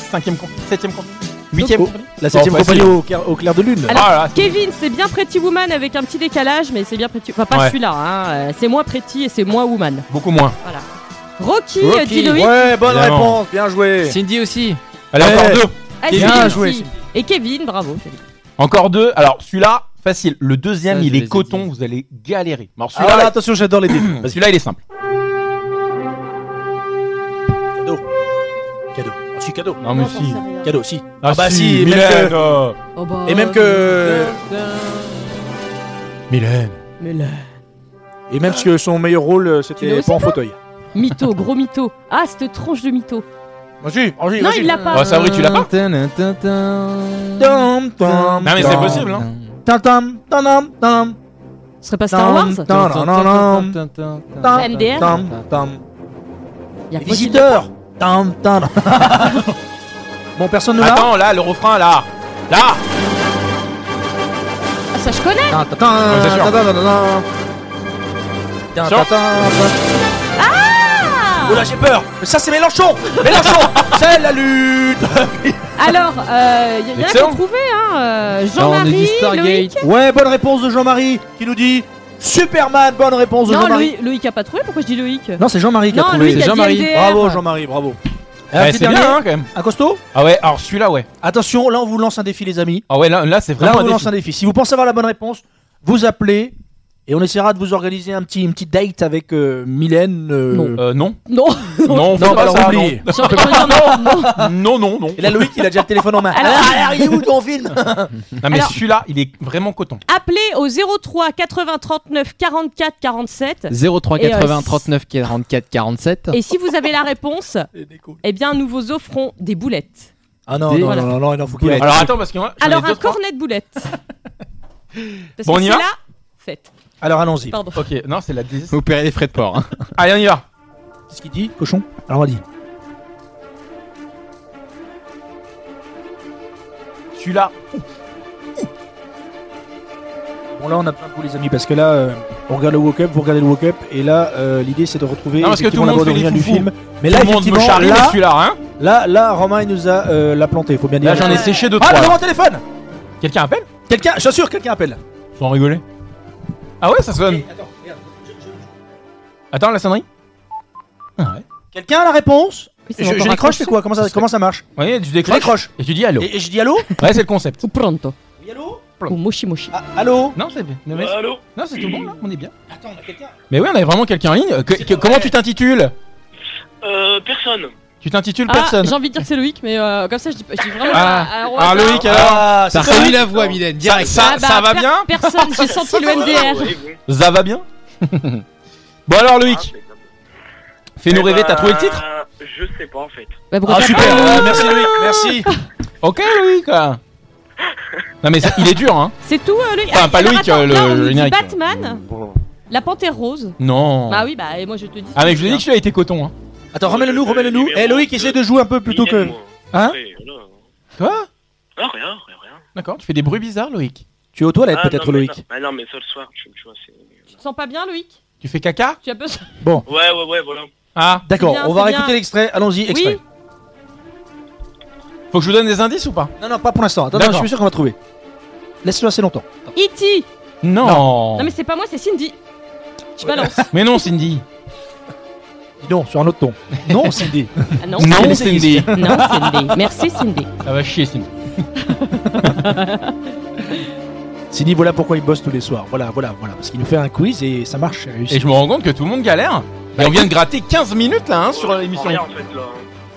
B: Cinquième compte, septième compte, huitième
G: Oh,
B: compte.
G: La 7ème
B: facile.
G: compagnie au, clair- au clair de lune.
C: Alors,
B: Ah, là, c'est-
C: Kevin, c'est bien Pretty Woman avec un petit décalage, mais c'est bien Pretty... Enfin, pas
B: Ouais.
C: celui-là, hein. euh, C'est moins Pretty et c'est moins Woman.
B: beaucoup moins.
C: Rocky,
F: Rocky,
C: euh, dit Loïc.
G: Ouais, bonne
B: Évidemment.
G: réponse, bien joué.
F: Cindy aussi.
B: Allez,
G: Ouais.
B: encore deux
C: Ah,
G: Kevin.
C: c'est
G: Bien
C: Rocky.
G: joué, c'est-
C: Et Kevin, bravo. Kevin.
B: Encore deux, alors celui-là, facile. Le deuxième,
F: Ça, je
B: il
F: les ai
B: est coton,
F: dit.
B: vous allez galérer. Alors
G: Ah, là,
B: celui-là,
G: attention, j'adore les dés.
B: parce que celui-là, il est simple.
G: Cadeau. Cadeau. Je suis cadeau.
B: Non, mais si.
G: Cadeau, si.
B: Ah,
G: bah si, mais
B: Mylène
G: que-
B: euh.
C: Oh, bah, euh,
G: Et même que.
B: Mylène
C: Mais là...
G: Et même que son meilleur rôle, euh,
C: Tu l'as
G: c'était
C: aussi,
G: pas en fauteuil.
C: Mytho, gros mytho. Ah, cette tronche de mytho.
G: Vas-y, vas-y,
C: Non, il l'a pas.
B: Ah, ça, oui, tu l'as pas
G: Non,
B: mais c'est possible, hein.
G: Tam tam tam tam tam
C: Ce serait pas Star Wars
G: Tam, tam, tam, tam, tam, tam,
C: MDR.
G: tam, tam.
C: Y a
G: Les
C: quoi qui-
G: visiteurs Tam tam Bon, personne ne l'a
B: Attends, là, le refrain, là Là
C: Ah, ça je connais
G: Tam, tam, tam,
B: Ouais, c'est sûr.
G: tam, tam, tam, tam. Tam,
B: Sûr
G: tam, tam.
C: Ah
G: Oula, j'ai peur Mais Ça, c'est Mélenchon Mélenchon C'est la lutte
C: Alors, euh, y a rien
B: Excellent.
C: qu'à trouver, hein. euh,
F: on a
C: Jean-Marie,
F: dit
C: Loïc.
F: Stargate.
G: Ouais, bonne réponse de Jean-Marie qui nous dit Superman, bonne réponse de
C: Non,
G: Jean-Marie.
C: Loïc, Loïc a pas trouvé, pourquoi je dis Loïc
G: Non, c'est Jean-Marie qui a
C: Non,
G: trouvé.
C: Loïc a
F: c'est
C: dit
F: Jean-Marie.
C: LDR.
G: Bravo Jean-Marie, bravo. Et Eh, un
B: Ouais,
G: petit
B: C'est
G: dernier,
B: bien, hein, quand même.
G: un costaud
B: Ah ouais, alors celui-là, ouais.
G: Attention, là on vous lance un défi les amis.
B: Ah ouais, là, là, c'est
G: Là
B: vraiment
G: on vous
B: un
G: lance
B: défi.
G: un défi. Si vous pensez avoir la bonne réponse, vous appelez et on essaiera de vous organiser un petit, une petite date avec euh, Mylène. euh,
C: Non.
B: Euh, non.
C: Non,
B: Non, on fait
G: Non,
B: pas
G: bah,
B: ça,
G: oubliez.
C: j'ai envie de dire non, non.
B: non. Non, non, non.
G: Et là Loïc il a déjà le téléphone en main.
C: Alors-
G: alors il est où ton film
B: Non, mais
C: Alors-
B: celui-là, il est vraiment coton.
C: Appelez au 03 80 39 44 47
F: 03
C: Et, euh,
F: 80 39 44 47.
C: et si vous avez la réponse, eh bien nous vous offrons des boulettes.
G: Ah non,
F: Des-
G: non,
F: voilà.
G: non, non, non, il en faut qu'il
B: Alors attends, parce que moi. j'en ai
C: Alors
B: deux,
C: un
B: trois.
C: cornet de boulettes. Parce
B: Bon, on
C: que
B: y
C: c'est
B: va
C: là, faites.
G: Alors allons-y.
C: Pardon.
B: Ok, non, c'est la dés-
F: Vous paierez les frais de port. hein.
B: Allez, on y va.
G: Qu'est-ce qu'il dit Cochon Alors on dit.
B: Celui-là.
G: Bon là on a plein de coups les amis parce que là euh, on regarde le woke up, vous regardez le woke up et là euh, l'idée c'est de retrouver
B: Non, parce que tout
G: effectivement
B: le
G: la
B: monde
G: bande
B: fait les
G: originale du
B: foufous.
G: film. Mais
B: Tout
G: là
B: le monde me
G: effectivement
B: charrie, mais
G: là,
B: celui-là, hein.
G: là là Romain il nous a euh, la planté, faut bien dire.
B: Là, j'en ai séché deux,
G: Ah
B: trois.
G: devant
B: là.
G: mon téléphone
B: Quelqu'un appelle
G: Quelqu'un, je suis sûr quelqu'un appelle.
B: Sans rigoler. Ah ouais, ça sonne. Attends, la sonnerie Ah ouais.
G: Quelqu'un a la réponse
C: Oui, c'est
G: Je, je
C: encore
G: décroche,
C: raccroché.
G: c'est quoi comment ça, comment ça marche
B: Ouais, tu
G: Je
B: décroches.
G: décroche.
B: Et tu dis allô.
G: Et, et je dis allô
B: Ouais, c'est le concept.
C: Ou pronto.
G: Oui, allô
C: Ou mochi mochi.
G: Ah, Allô
B: Non, c'est bien. Non, mais-
H: Allô
B: Non, c'est tout bon, là. On est bien.
G: Attends, on a quelqu'un.
B: Mais oui, on avait vraiment quelqu'un en ligne. Que- que- comment tu t'intitules
H: Euh, personne.
B: Tu t'intitules
C: Ah,
B: personne.
C: j'ai envie de dire que c'est Loïc, mais euh, comme ça je dis, pas- je dis vraiment.
B: Ah,
C: à- à- au
B: ah,
C: hasard.
B: Loïc, alors
G: Ah,
F: T'as
G: c'est
F: reconnu la voix, Mylène,
B: ça,
F: direct.
B: ça,
C: Ah, bah,
B: ça va
C: per-
B: bien
C: Personne, j'ai senti le NDR.
B: Ça va bien Bon alors
H: Ah,
B: Loïc, fais-nous rêver, t'as trouvé le titre
H: bah, eh Je sais pas en fait.
C: Bah, pourquoi
G: Ah
C: pas-
G: super, euh, merci Loïc, merci.
B: Ok Loïc quoi. Non mais ça- il est dur hein
C: C'est tout, euh, Loïc.
B: Enfin,
C: Ah,
B: pas
C: alors,
B: Loïc,
C: attends,
B: euh, le-
C: là, on nous
B: le
C: dit
B: générique. Oh.
C: Batman, la panthère rose.
B: Non
C: Bah oui, bah et moi je te dis.
B: Ah mec je vous ai dit que celui-là était coton hein
G: Attends, remets-le nous, remets-le nous. Eh Loïc, essaie de jouer un peu plutôt que.
B: Hein Quoi
H: Quoi Ah rien, rien, rien.
B: D'accord tu fais des bruits bizarres Loïc
G: Tu es aux toilettes
H: Ah,
G: peut-être
H: non, mais
G: Loïc.
H: non. Ah non mais ça le soir, tu, tu vois c'est.
C: Tu te sens pas bien, Loïc
B: Tu fais caca
C: Tu as besoin.
H: Ouais ouais ouais voilà.
B: Ah
G: D'accord,
C: C'est bien,
G: on va
C: c'est
G: réécouter
C: bien.
G: l'extrait. Allons-y, extrait.
C: Oui.
B: Faut que je vous donne des indices ou pas
G: Non, non, pas pour l'instant. Attends,
B: D'accord.
G: je suis sûr qu'on va trouver. Laisse-le assez longtemps.
C: E.T.
B: Non,
C: Non mais c'est pas moi, c'est Cindy. Je balance.
B: Mais non Cindy
G: Dis donc, sur un autre ton. Non, Cindy.
C: Ah non.
B: Non
G: c'est-
B: Cindy
C: Non, Cindy. Merci Cindy.
B: Ça va chier Cindy
A: s'est dit voilà pourquoi il bosse tous les soirs. Voilà, voilà, voilà. Parce qu'il nous fait un quiz et ça marche. c'est réussi.
B: Et je me rends compte que tout le monde galère. Et on vient de gratter 15 minutes là hein, sur l'émission.
H: Rien en fait là.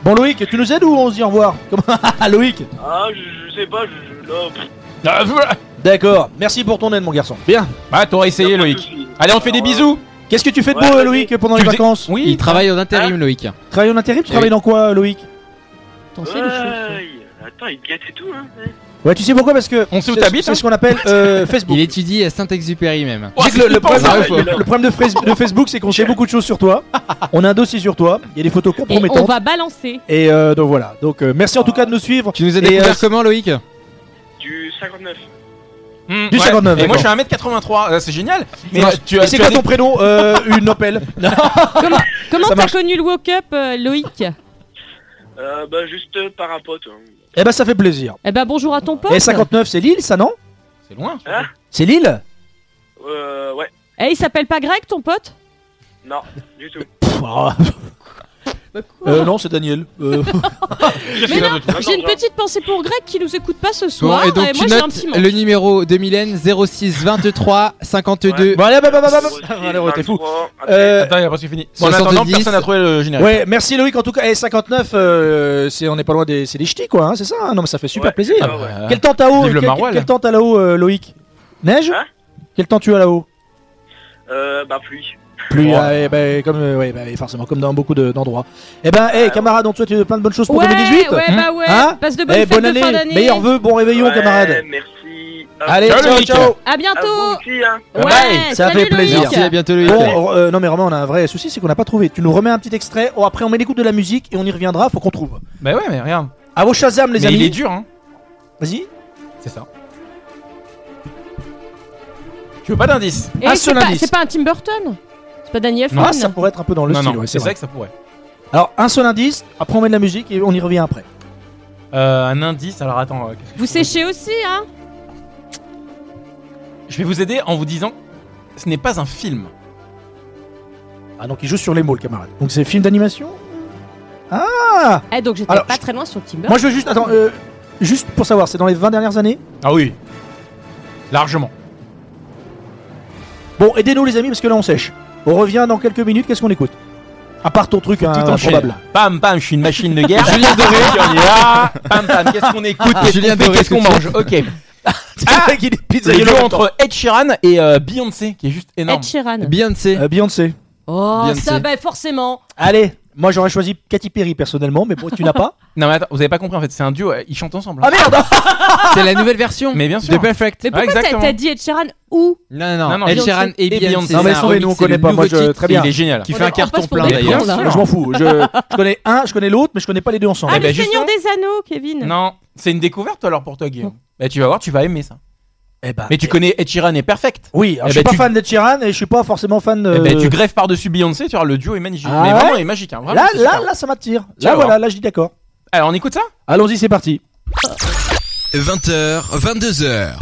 A: Bon, Loïc, tu nous aides ou on se dit au revoir Comment- Ah, Loïc
H: Ah, je, je sais pas, je, je- là, pff,
B: Ah, voilà.
A: D'accord. Merci pour ton aide, mon garçon. Bien.
B: Bah t'aurais essayé
H: pas de
B: Loïc.
H: soucis.
B: Allez on te fait des
H: Alors,
B: bisous.
A: Qu'est-ce que tu fais de
H: Ouais,
A: beau,
H: vas-y.
A: Loïc, pendant
B: Tu
A: les
B: faisais-
A: vacances
B: Oui.
F: Il travaille en
B: Hein
F: intérim, Loïc.
A: Travail en intérim Tu travailles dans quoi, Loïc
C: T'en sais des choses.
H: Ouais, il- attends, il gâte et tout, hein. ouais.
A: Ouais, tu sais pourquoi Parce que.
B: On sait où
A: c'est-
B: t'habites,
A: C'est
B: hein.
A: ce qu'on appelle euh, Facebook.
F: Il étudie à Saint-Exupéry même.
B: Oh,
A: Tu sais que le,
B: c'est
A: le problème,
B: pas
H: ça, ouais.
A: le- le problème de, Frais- de Facebook, c'est qu'on sait beaucoup de choses sur toi. On a un dossier sur toi. Il y a des photos
C: Et on
A: compromettantes.
C: va balancer.
A: Et, euh, donc voilà. Donc euh, merci en tout cas de nous suivre.
F: Tu nous as
A: Et,
F: découvert
A: euh,
F: comment, Loïc
H: Du 59.
B: Mm,
A: Du
B: ouais.
A: 59,
B: Et moi je suis
A: d'accord.
B: 1m83, euh, c'est génial. Mais
A: Ouais.
B: euh, tu as-
A: Et c'est
B: tu as
A: quoi
B: des-
A: ton prénom Euh, Une Opel.
C: Comment
A: Ça
C: t'as
A: marche.
C: connu le woke-up, euh, Loïc
H: Euh, bah, juste euh, par un pote. hein.
A: Eh ben, ça fait plaisir.
C: Eh ben bonjour à ton pote.
A: Et 59, c'est Lille, ça non
B: C'est loin.
A: C'est Lille
H: Euh, ouais,
C: Eh, il s'appelle pas Greg, ton pote
H: non, du tout.
A: Pff, ah. Euh, Non, c'est Daniel. Euh,
C: Mais non,
H: Attends,
C: J'ai une
H: genre,
C: petite pensée pour Greg qui nous écoute pas ce
F: Bon,
C: soir.
F: et donc
C: et
F: tu
C: moi j'ai un
F: notes
C: petit manque.
F: le numéro de Mylène 06 23 52
A: bon, allez, bah,
B: Ah,
A: bah, bah, bah, bah.
H: aussi,
A: Allez, ouais, t'es fou.
H: 23, après,
A: Euh,
B: Attends, il y a presque fini. Bon, en attendant,
F: 70.
B: personne n'a trouvé le générique.
A: Ouais, merci Loïc en tout cas. Et 59, euh, c'est- on n'est pas loin des, c'est des ch'tis quoi, hein, c'est ça hein Non mais ça fait super
H: Ouais.
A: plaisir.
B: Ah,
H: Ah ouais.
B: bah,
A: Quel temps t'as haut
B: Vive le
A: quel,
B: maroilles.
A: quel temps t'as là-haut euh, Loïc Neige
H: Hein
A: Quel temps tu as là-haut
H: Euh, bah, pluie.
A: Plus,
B: Oh.
A: comme, euh, ouais, bah, forcément, comme dans beaucoup de- d'endroits. eh ben,
H: Ah,
A: hey, camarades, on te souhaite plein de bonnes choses pour
C: Ouais,
A: 2018.
C: ouais, bah ouais.
A: Hein
C: Passe de
A: Eh,
C: bonnes fêtes
A: bonne
C: de fin
A: année,
C: d'année.
A: meilleurs vœux, bon réveillon,
H: Ouais,
A: camarades.
H: Merci.
A: Allez,
B: Salut,
A: ciao,
B: Loïc.
A: ciao.
C: À
H: à vous
C: bientôt.
H: aussi, hein.
B: Bye.
C: Ouais,
A: Ça
C: salut
A: fait plaisir.
C: Loïc. Eh,
F: Merci, à bientôt, Loïc.
A: Bon, euh, non mais Romain, on a un vrai souci, c'est qu'on n'a pas trouvé. Tu nous remets un petit extrait. Oh, après, on met l'écoute de la musique et on y reviendra. Faut qu'on trouve.
B: Bah ouais, mais regarde.
A: À vos Shazam, les
B: Mais il est
A: amis.
B: dur, hein.
A: Vas-y.
B: C'est ça. Tu veux pas d'indice
C: Eh,
A: Un
C: c'est
A: seul
C: pas-
A: indice.
C: C'est pas un Tim Burton C'est pas Daniel
B: Non,
A: Ah,
C: Fan
A: ça pourrait être un peu dans le
B: Non,
A: style.
B: non,
A: ouais, c'est
B: c'est vrai
A: vrai.
B: que ça pourrait.
A: Alors, un seul indice. Après, on met de la musique et on y revient après.
B: Euh, un indice, alors attends. euh, qu'est-ce que
C: Vous
B: je pourrais-
C: séchez aussi, hein
B: Je vais vous aider en vous disant ce n'est pas un film.
A: Ah, donc il joue sur les mots, le camarade. Donc c'est film d'animation. Ah.
C: Eh, donc j'étais
A: Alors,
C: pas
A: je-
C: très loin sur Tim Burton.
A: Moi, je veux juste, attends, euh, juste pour savoir, c'est dans les 20 dernières années.
B: Ah oui. Largement.
A: Bon, aidez-nous les amis parce que là on sèche. On revient dans quelques minutes, qu'est-ce qu'on écoute À part ton truc hein,
B: Tout enchaîne.
A: improbable.
B: Pam, pam, je suis une machine de guerre. Julien Doré. on y va. Pam, pam, qu'est-ce qu'on écoute Qu'est-ce
F: Julien
B: qu'on fait
F: Doré,
B: Qu'est-ce qu'on mange
F: est-ce
B: Ok.
A: Ah Il est pizza
B: Le duo entre Ed Sheeran et euh, Beyoncé, qui est juste énorme.
C: Ed Sheeran.
F: Beyoncé.
A: Euh, Beyoncé.
C: Oh,
F: Beyoncé.
C: ça, bah forcément.
A: Allez, moi j'aurais choisi Katy Perry personnellement, mais bon, tu n'as pas.
B: Non, mais attends, vous avez pas compris en fait, c'est un duo, euh, ils chantent ensemble.
A: Ah merde
F: C'est la nouvelle version
B: Mais bien sûr.
F: de Perfect.
C: Mais pourquoi t'as-
B: Ah, exactement.
C: t'as dit Ed Sheeran ou
F: Non, non,
B: Non,
F: non.
B: non,
F: Ed
B: Beyoncé
F: Sheeran et
B: et
F: Beyoncé.
B: Beyoncé.
A: Non, mais
F: C'est un
A: sauvez-nous,
F: remix,
A: on
F: c'est
A: connaît
F: le
A: pas, moi,
F: nouveau
A: je-
F: titre.
A: très bien.
B: Il est génial.
F: Qui
C: On
F: fait un
C: est- on passe
F: carton
C: pour
F: plein
C: des
F: d'ailleurs.
C: cons, là.
A: Je m'en fous, je, je connais un, je connais l'autre, mais je connais pas les deux ensemble.
C: Ah,
B: Eh ben,
C: le Seigneur
B: justement.
C: des Anneaux, Kevin.
B: Non, c'est une découverte alors pour toi, Guillaume. Bah, tu vas voir, tu vas aimer ça.
A: Eh ben,
B: Mais tu connais Ed Sheeran et Perfect.
A: Oui, alors,
B: Eh
A: je suis
B: ben,
A: pas
B: tu-
A: fan d'Ed Sheeran et je suis pas forcément fan de...
B: Eh ben, tu greffes par-dessus Beyoncé, tu vois, le duo est magnifique.
A: Euh. Ah
B: mais
A: ouais
B: vraiment, il est magique. hein, vraiment,
A: là,
B: c'est
A: là,
B: super.
A: là, ça m'attire.
B: Tu
A: Là,
B: vas voir.
A: voilà, là, je dis d'accord.
B: Alors, on écoute ça
A: Allons-y, c'est parti.
D: 20h, 22h.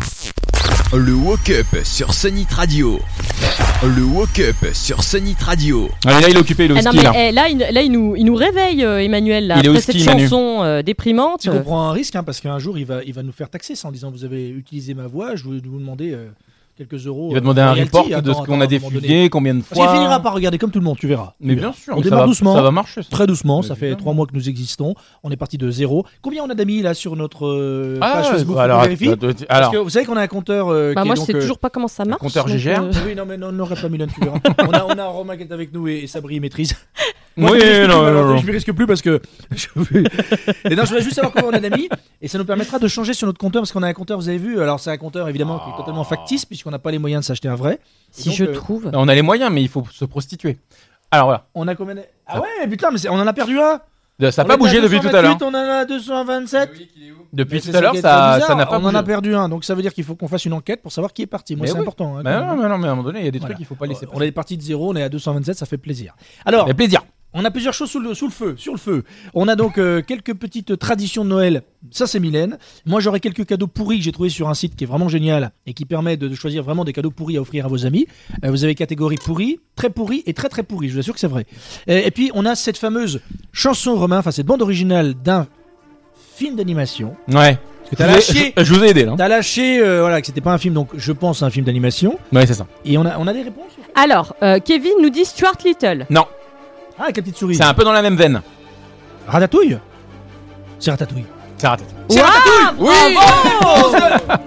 D: Le woke-up sur Sonic Radio. Le woke-up sur Sonic Radio.
B: Ah, mais là, il est occupé, il est au
C: Eh, non,
B: ski,
C: mais
B: là.
C: eh, là, il, là, il nous, il nous réveille, euh, Emmanuel, là,
B: Il est au
C: après
B: ski,
C: cette
B: Manu.
C: chanson euh, déprimante.
A: Tu comprends un risque, hein, parce qu'un jour, il va, il va nous faire taxer ça en disant Vous avez utilisé ma voix, je vais vous demander euh, quelques euros. euh,
B: Il va demander un report de ce qu'on a
A: défugué.
B: défugué, combien de
A: Parce qu'il
B: fois.
A: finira par regarder comme tout le monde, tu verras.
B: Mais
A: Tu verras.
B: bien sûr,
A: On
B: ça
A: démarre
B: va-
A: doucement.
B: Ça va marcher. ça.
A: Très doucement, ça
B: Mais
A: fait
B: évidemment.
A: trois mois que nous existons. On est parti de zéro. Combien on a d'amis là sur notre euh,
B: Ah,
A: page Facebook
B: bah, alors,
A: On vérifie
B: attends, attends,
A: Parce
B: alors,
A: que vous savez qu'on a un compteur euh,
C: Bah,
A: qui
C: moi,
A: est
C: je
A: donc,
C: sais
A: euh,
C: toujours pas comment ça marche.
B: compteur
C: donc,
B: GGR.
C: euh,
A: Oui, non, mais non, on n'aurait pas Milan, tu verras. on, a, on a Romain qui est avec nous et, et Sabri maîtrise. Moi,
B: Oui,
A: je me risque
B: non,
A: plus,
B: non,
A: Valentin,
B: non.
A: je me risque plus parce que. je- et non, je voudrais juste savoir comment on est d'amis et ça nous permettra de changer sur notre compteur parce qu'on a un compteur, vous avez vu. Alors, c'est un compteur évidemment qui est totalement factice puisqu'on n'a pas les moyens de s'acheter un vrai.
C: Si
A: Donc,
C: je
A: euh,
C: trouve.
B: on a les moyens, mais il faut se prostituer. Alors voilà,
A: On a combien de- Ah ouais, mais putain, mais c'est- on en a perdu un
B: ça n'a
A: On
B: pas
A: était
B: bougé
A: à
B: depuis tout à l'heure.
A: 228, On en a 227. Mais
B: Depuis
A: c'est
B: tout à l'heure,
A: qui est
B: ça
A: bizarre,
B: ça n'a pas
A: On en
B: bougé.
A: a perdu un, donc ça veut dire qu'il faut qu'on fasse une enquête pour savoir qui est parti. Moi,
B: Mais
A: c'est
B: oui.
A: important. hein,
B: Bah,
A: quand même.
B: non, mais non, mais à un moment donné, il y a des
A: Voilà.
B: trucs qu'il faut pas laisser.
A: on est parti de 0, on est à 227, ça fait plaisir. Alors,
B: Mais plaisir.
A: on a plusieurs choses sous le, sous le feu, sur le feu. On a donc euh, quelques petites traditions de Noël. Ça, c'est Mylène. Moi, j'aurais quelques cadeaux pourris que j'ai trouvé sur un site qui est vraiment génial et qui permet de, de choisir vraiment des cadeaux pourris à offrir à vos amis. Euh, vous avez catégorie pourri, très pourri et très très pourri. Je vous assure que c'est vrai. Euh, Et, et puis, on a cette fameuse chanson Romain, enfin cette bande originale d'un film d'animation
B: Ouais.
A: que t'as lâché,
B: Je, je vous ai aidé là.
A: t'as lâché, euh, voilà, que c'était pas un film, donc je pense un film d'animation.
B: Ouais, c'est ça.
A: Et on a, on a des réponses en fait
C: Alors, euh, Kevin nous dit Stuart Little.
A: Ah, avec la petite souris.
B: C'est un peu dans la même veine.
A: Ratatouille C'est Ratatouille.
B: C'est raté.
C: Waouh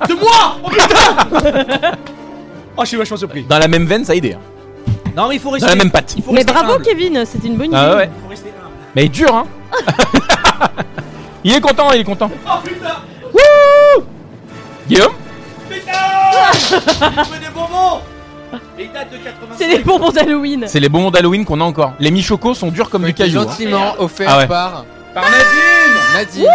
A: De moi Oh putain Oh, je suis vachement surpris.
B: Dans la même veine, ça a aidé. hein.
A: Non, mais il faut
B: Dans
A: rester.
B: la même patte.
A: il faut
C: Mais
A: rester
C: bravo
A: humble.
C: Kevin, c'était une bonne idée.
B: Ah ouais.
A: Il faut rester humble.
B: Mais il est dur, hein. il est content, il est content. Oh putain. Wouh Guillaume
A: Vous avez des bonbons Et il date de 85.
C: C'est des bonbons d'Halloween.
B: C'est les bonbons d'Halloween qu'on a encore. Les michocos sont durs comme du
F: Qui est
B: cajou. hein.
F: gentiment offert
B: Ah ouais.
F: par
A: Par Nadine
F: Nadine.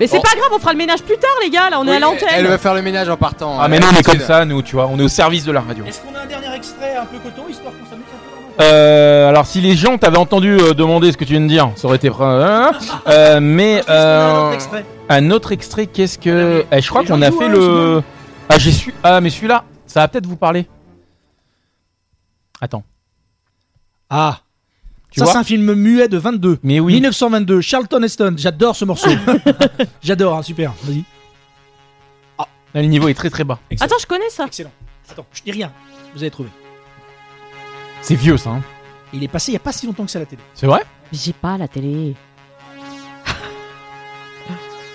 C: Mais c'est
F: Bon.
C: pas grave, on fera le ménage plus tard les gars, là on est à
F: Elle
C: l'antenne.
F: va faire le ménage en partant.
B: Ah mais
F: euh,
B: non, on est
F: d'habitude.
B: comme ça, nous, tu vois. On est au service de la radio.
A: Est-ce qu'on a un dernier extrait un peu coton, histoire qu'on s'amuse un peu dans le-
B: Euh, alors si les gens t'avaient entendu euh, demander ce que tu viens de dire, ça aurait été... Euh, euh, mais...
A: Est-ce qu'on a un
B: Euh,
A: autre extrait
B: un autre extrait, qu'est-ce que... Eh, je crois
A: les
B: qu'on
A: gens
B: a
A: jouent,
B: fait
A: hein,
B: le... Ah j'ai su... Ah mais celui-là, ça va peut-être vous parler. Attends.
A: Ah
B: Tu
A: Ça,
B: vois
A: c'est un film muet de 22.
B: Mais oui.
A: 1922, Charlton Heston. J'adore ce morceau. J'adore, hein, super. Vas-y.
B: Là, le niveau est très très bas.
C: Attends, je connais ça.
A: Excellent. Attends, je dis rien. Vous avez trouvé.
B: C'est vieux ça. hein.
A: Il est passé il n'y a pas si longtemps que ça à la télé.
B: C'est vrai
C: J'ai pas la télé.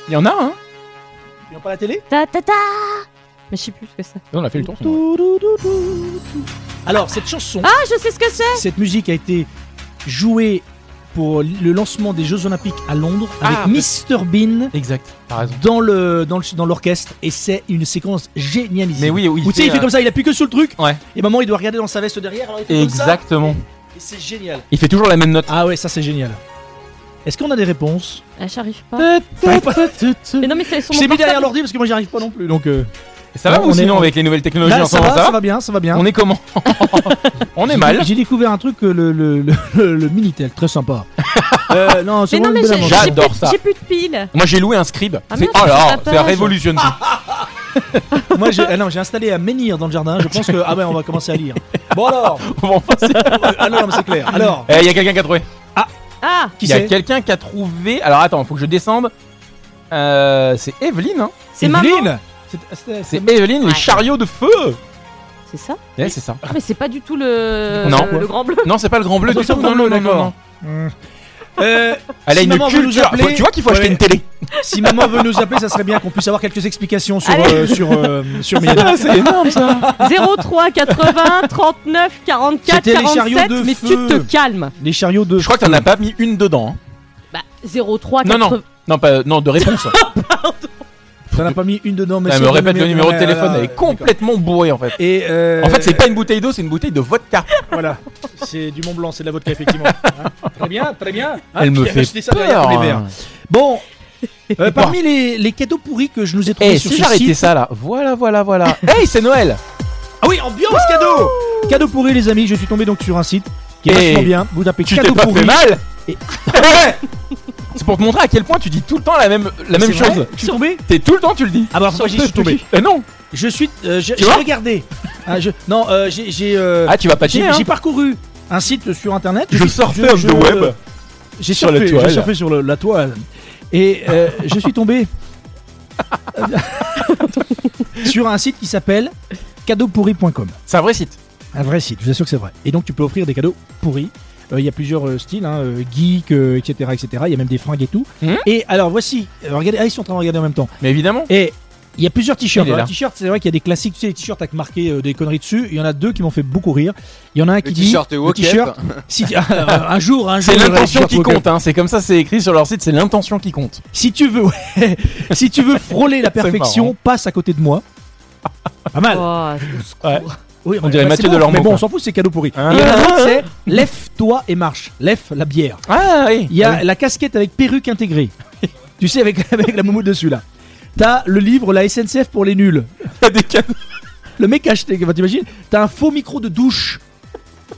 B: Il y en a hein
A: Ils n'ont pas la télé
C: Ta ta ta Mais je sais plus ce que c'est.
B: Non, On a fait le tour. c'est bon.
A: Alors, cette chanson,
C: Ah, je sais ce que c'est
A: cette musique a été jouée pour le lancement des Jeux Olympiques à Londres avec
B: Ah,
A: Mr. Bean
B: Exact. T'as raison.
A: dans le dans le- dans l'orchestre et c'est une séquence génialissime.
B: Mais oui, oui.
A: Ou tu sais, il fait
B: euh,
A: comme ça, il appuie que sur le truc.
B: Ouais.
A: Et maman, il doit regarder dans sa veste derrière. Alors il fait Comme
B: euh, Exactement.
A: ça, et c'est génial.
B: Il fait toujours la même note.
A: Ah ouais, ça c'est génial. Est-ce qu'on a des réponses
C: Ah, j'arrive pas. Mais non, mais c'est sur
A: Je
C: mon
A: l'ai mis derrière
C: portable.
A: l'ordi parce que moi j'y arrive pas non plus. Donc euh,
B: Ça va
A: Non,
B: vous
A: on est-
B: sinon
A: on-
B: avec les nouvelles technologies
A: là,
B: en
A: ça
B: ce moment,
A: va, ça va bien, ça va bien.
B: On est comment On est
A: J'ai-
B: mal.
A: J'ai découvert un truc, euh, le, le, le, le- le Minitel, très sympa. Euh, non, c'est
C: Mais
A: vraiment
C: non, mais
A: une belle
C: j'ai-
A: invention.
C: j'ai
B: J'adore
C: plus-
B: ça.
C: J'ai plus de piles.
B: Moi j'ai loué un scribe.
C: Ah
B: C'est-
C: merde,
B: oh
C: ça Ah. fait
B: là,
C: pas
B: c'est
C: peur,
B: révolutionne ça.
A: Moi, j'ai ah non, j'ai installé un menhir dans le jardin. Je pense que ah ouais, on va commencer à lire. Bon alors,
B: On va en passer.
A: ah non, non, mais c'est clair. Alors,
B: Eh, il y a quelqu'un qui a trouvé.
C: Ah,
A: qui
B: Il y a
A: c'est
B: quelqu'un qui a trouvé. Alors attends, faut que je descende. Euh, c'est Evelyne, hein.
C: c'est maman.
A: Evelyne C'est- c'est-
B: C'est
A: c'est-
B: Evelyne, les
C: Ouais.
B: chariots de feu.
C: C'est ça
B: Eh, c'est ça.
C: Ah, mais c'est pas du tout le
B: Non.
C: le grand bleu.
B: Non, c'est pas le grand bleu
A: Attends,
B: du
A: c'est
B: tout.
A: le grand
B: Non,
A: bleu,
B: non, non,
A: d'accord.
B: non.
A: Euh,
B: Elle a
A: Si
B: une
A: maman veut nous
B: culture.
A: appeler-
B: Faut- Tu vois qu'il faut
A: Ouais.
B: acheter une télé.
A: si maman veut nous appeler, ça serait bien qu'on puisse avoir quelques explications sur
C: Allez.
A: euh, sur euh, sur Minitel.
B: Ah C'est énorme ça.
C: 03 80 39 44
A: C'était les chariots
C: 47
A: de
C: mais
A: feu.
C: tu te calmes.
A: Les chariots de.
B: Je crois que t'en as pas mis une dedans. hein.
C: Bah 03
B: Non,
C: 80
B: non. Non, pas, non de réponse.
A: T'en as pas mis une dedans, mais.
B: Elle
A: si,
B: me
A: on a
B: Ah, répète
A: mis-
B: le numéro de
A: Ouais,
B: téléphone,
A: voilà,
B: elle est complètement bourrée en fait.
A: d'accord. Et euh,
B: En fait, c'est pas une bouteille d'eau, c'est une bouteille de vodka.
A: Voilà, c'est du Mont Blanc, c'est de la vodka effectivement. Hein très bien, très bien. Hein,
B: Elle me
A: puis
B: fait
A: acheté ça derrière tous les verres.
B: peur.
A: Bon, euh, parmi les, les cadeaux pourris que je nous ai
B: Eh,
A: trouvés sur
B: si
A: ce
B: j'arrêtais
A: site.
B: ça là, voilà, voilà, voilà. hey, c'est Noël.
A: Ah oui, ambiance cadeau. Cadeau pourri les amis, je suis tombé donc sur un site qui est
B: Eh,
A: vachement bien. Vous tapez
B: Tu
A: cadeau
B: t'es pas
A: pourri.
B: fait mal
A: Et-
B: C'est pour te montrer à quel point tu dis tout le temps la même la même
A: C'est vrai
B: chose.
A: Je suis tombé
B: T'es tout le temps tu le dis.
A: Ah bah alors, moi j'y
B: Je
A: suis
B: te
A: tombé.
B: dis. Eh non.
A: Je suis euh, j'ai
B: Tu
A: j'ai
B: vois
A: regardé. Ah, je- non, euh, j'ai j'ai euh,
B: Ah, tu vas pas
A: j'ai-
B: tirer.
A: j'ai parcouru un site sur internet.
B: Je euh,
A: suis-
B: surfais off
A: je- euh,
B: the web.
A: J'ai
B: Sur la
A: surfé,
B: toile.
A: j'ai surfé sur le- la toile. Et euh, je suis tombé sur un site qui s'appelle cadeaupourri.com.
B: C'est un vrai site.
A: Un vrai site, je vous assure que c'est vrai. Et donc tu peux offrir des cadeaux pourris. Euh, Il y a plusieurs euh, styles, hein, euh, geek, euh, etc., etc. Il y a même des fringues et tout.
B: Mhm.
A: Et alors voici, euh, regardez, ah, ils sont en train de regarder en même temps.
B: Mais évidemment.
A: Et il y a plusieurs t-shirts.
B: Il est
A: Alors,
B: là.
A: Les t-shirts, c'est vrai qu'il y a des classiques, tu sais, les t-shirts avec marqué euh, des conneries dessus. Il y en a deux qui m'ont fait beaucoup rire. Il y en a un qui
F: Le
A: dit
F: t-shirt woke
A: t-shirt.
F: up.
A: si, euh, un jour, un jour,
B: C'est
A: j'aurai un
B: l'intention
A: t-shirt
B: qui
A: woke up.
B: compte, hein. c'est comme ça, c'est écrit sur leur site, c'est l'intention qui compte.
A: Si tu veux, ouais. si tu veux frôler la
B: C'est
A: perfection,
B: marrant.
A: passe à côté de moi. Pas mal.
C: Oh,
A: Oui,
B: on dirait
A: bah,
B: Mathieu
A: c'est bon,
B: Delormeau,
A: Mais bon,
B: quoi.
A: on s'en fout, c'est cadeau pourri.
B: Ah.
A: Et il y en a un autre, c'est lève-toi et marche. Lève la bière.
B: Ah oui.
A: Il y a la casquette avec perruque intégrée. tu sais, avec, avec la moumoute dessus là. T'as le livre La SNCF pour les nuls.
B: des cadeaux.
A: Le mec a acheté, enfin, t'imagines T'as un faux micro de douche.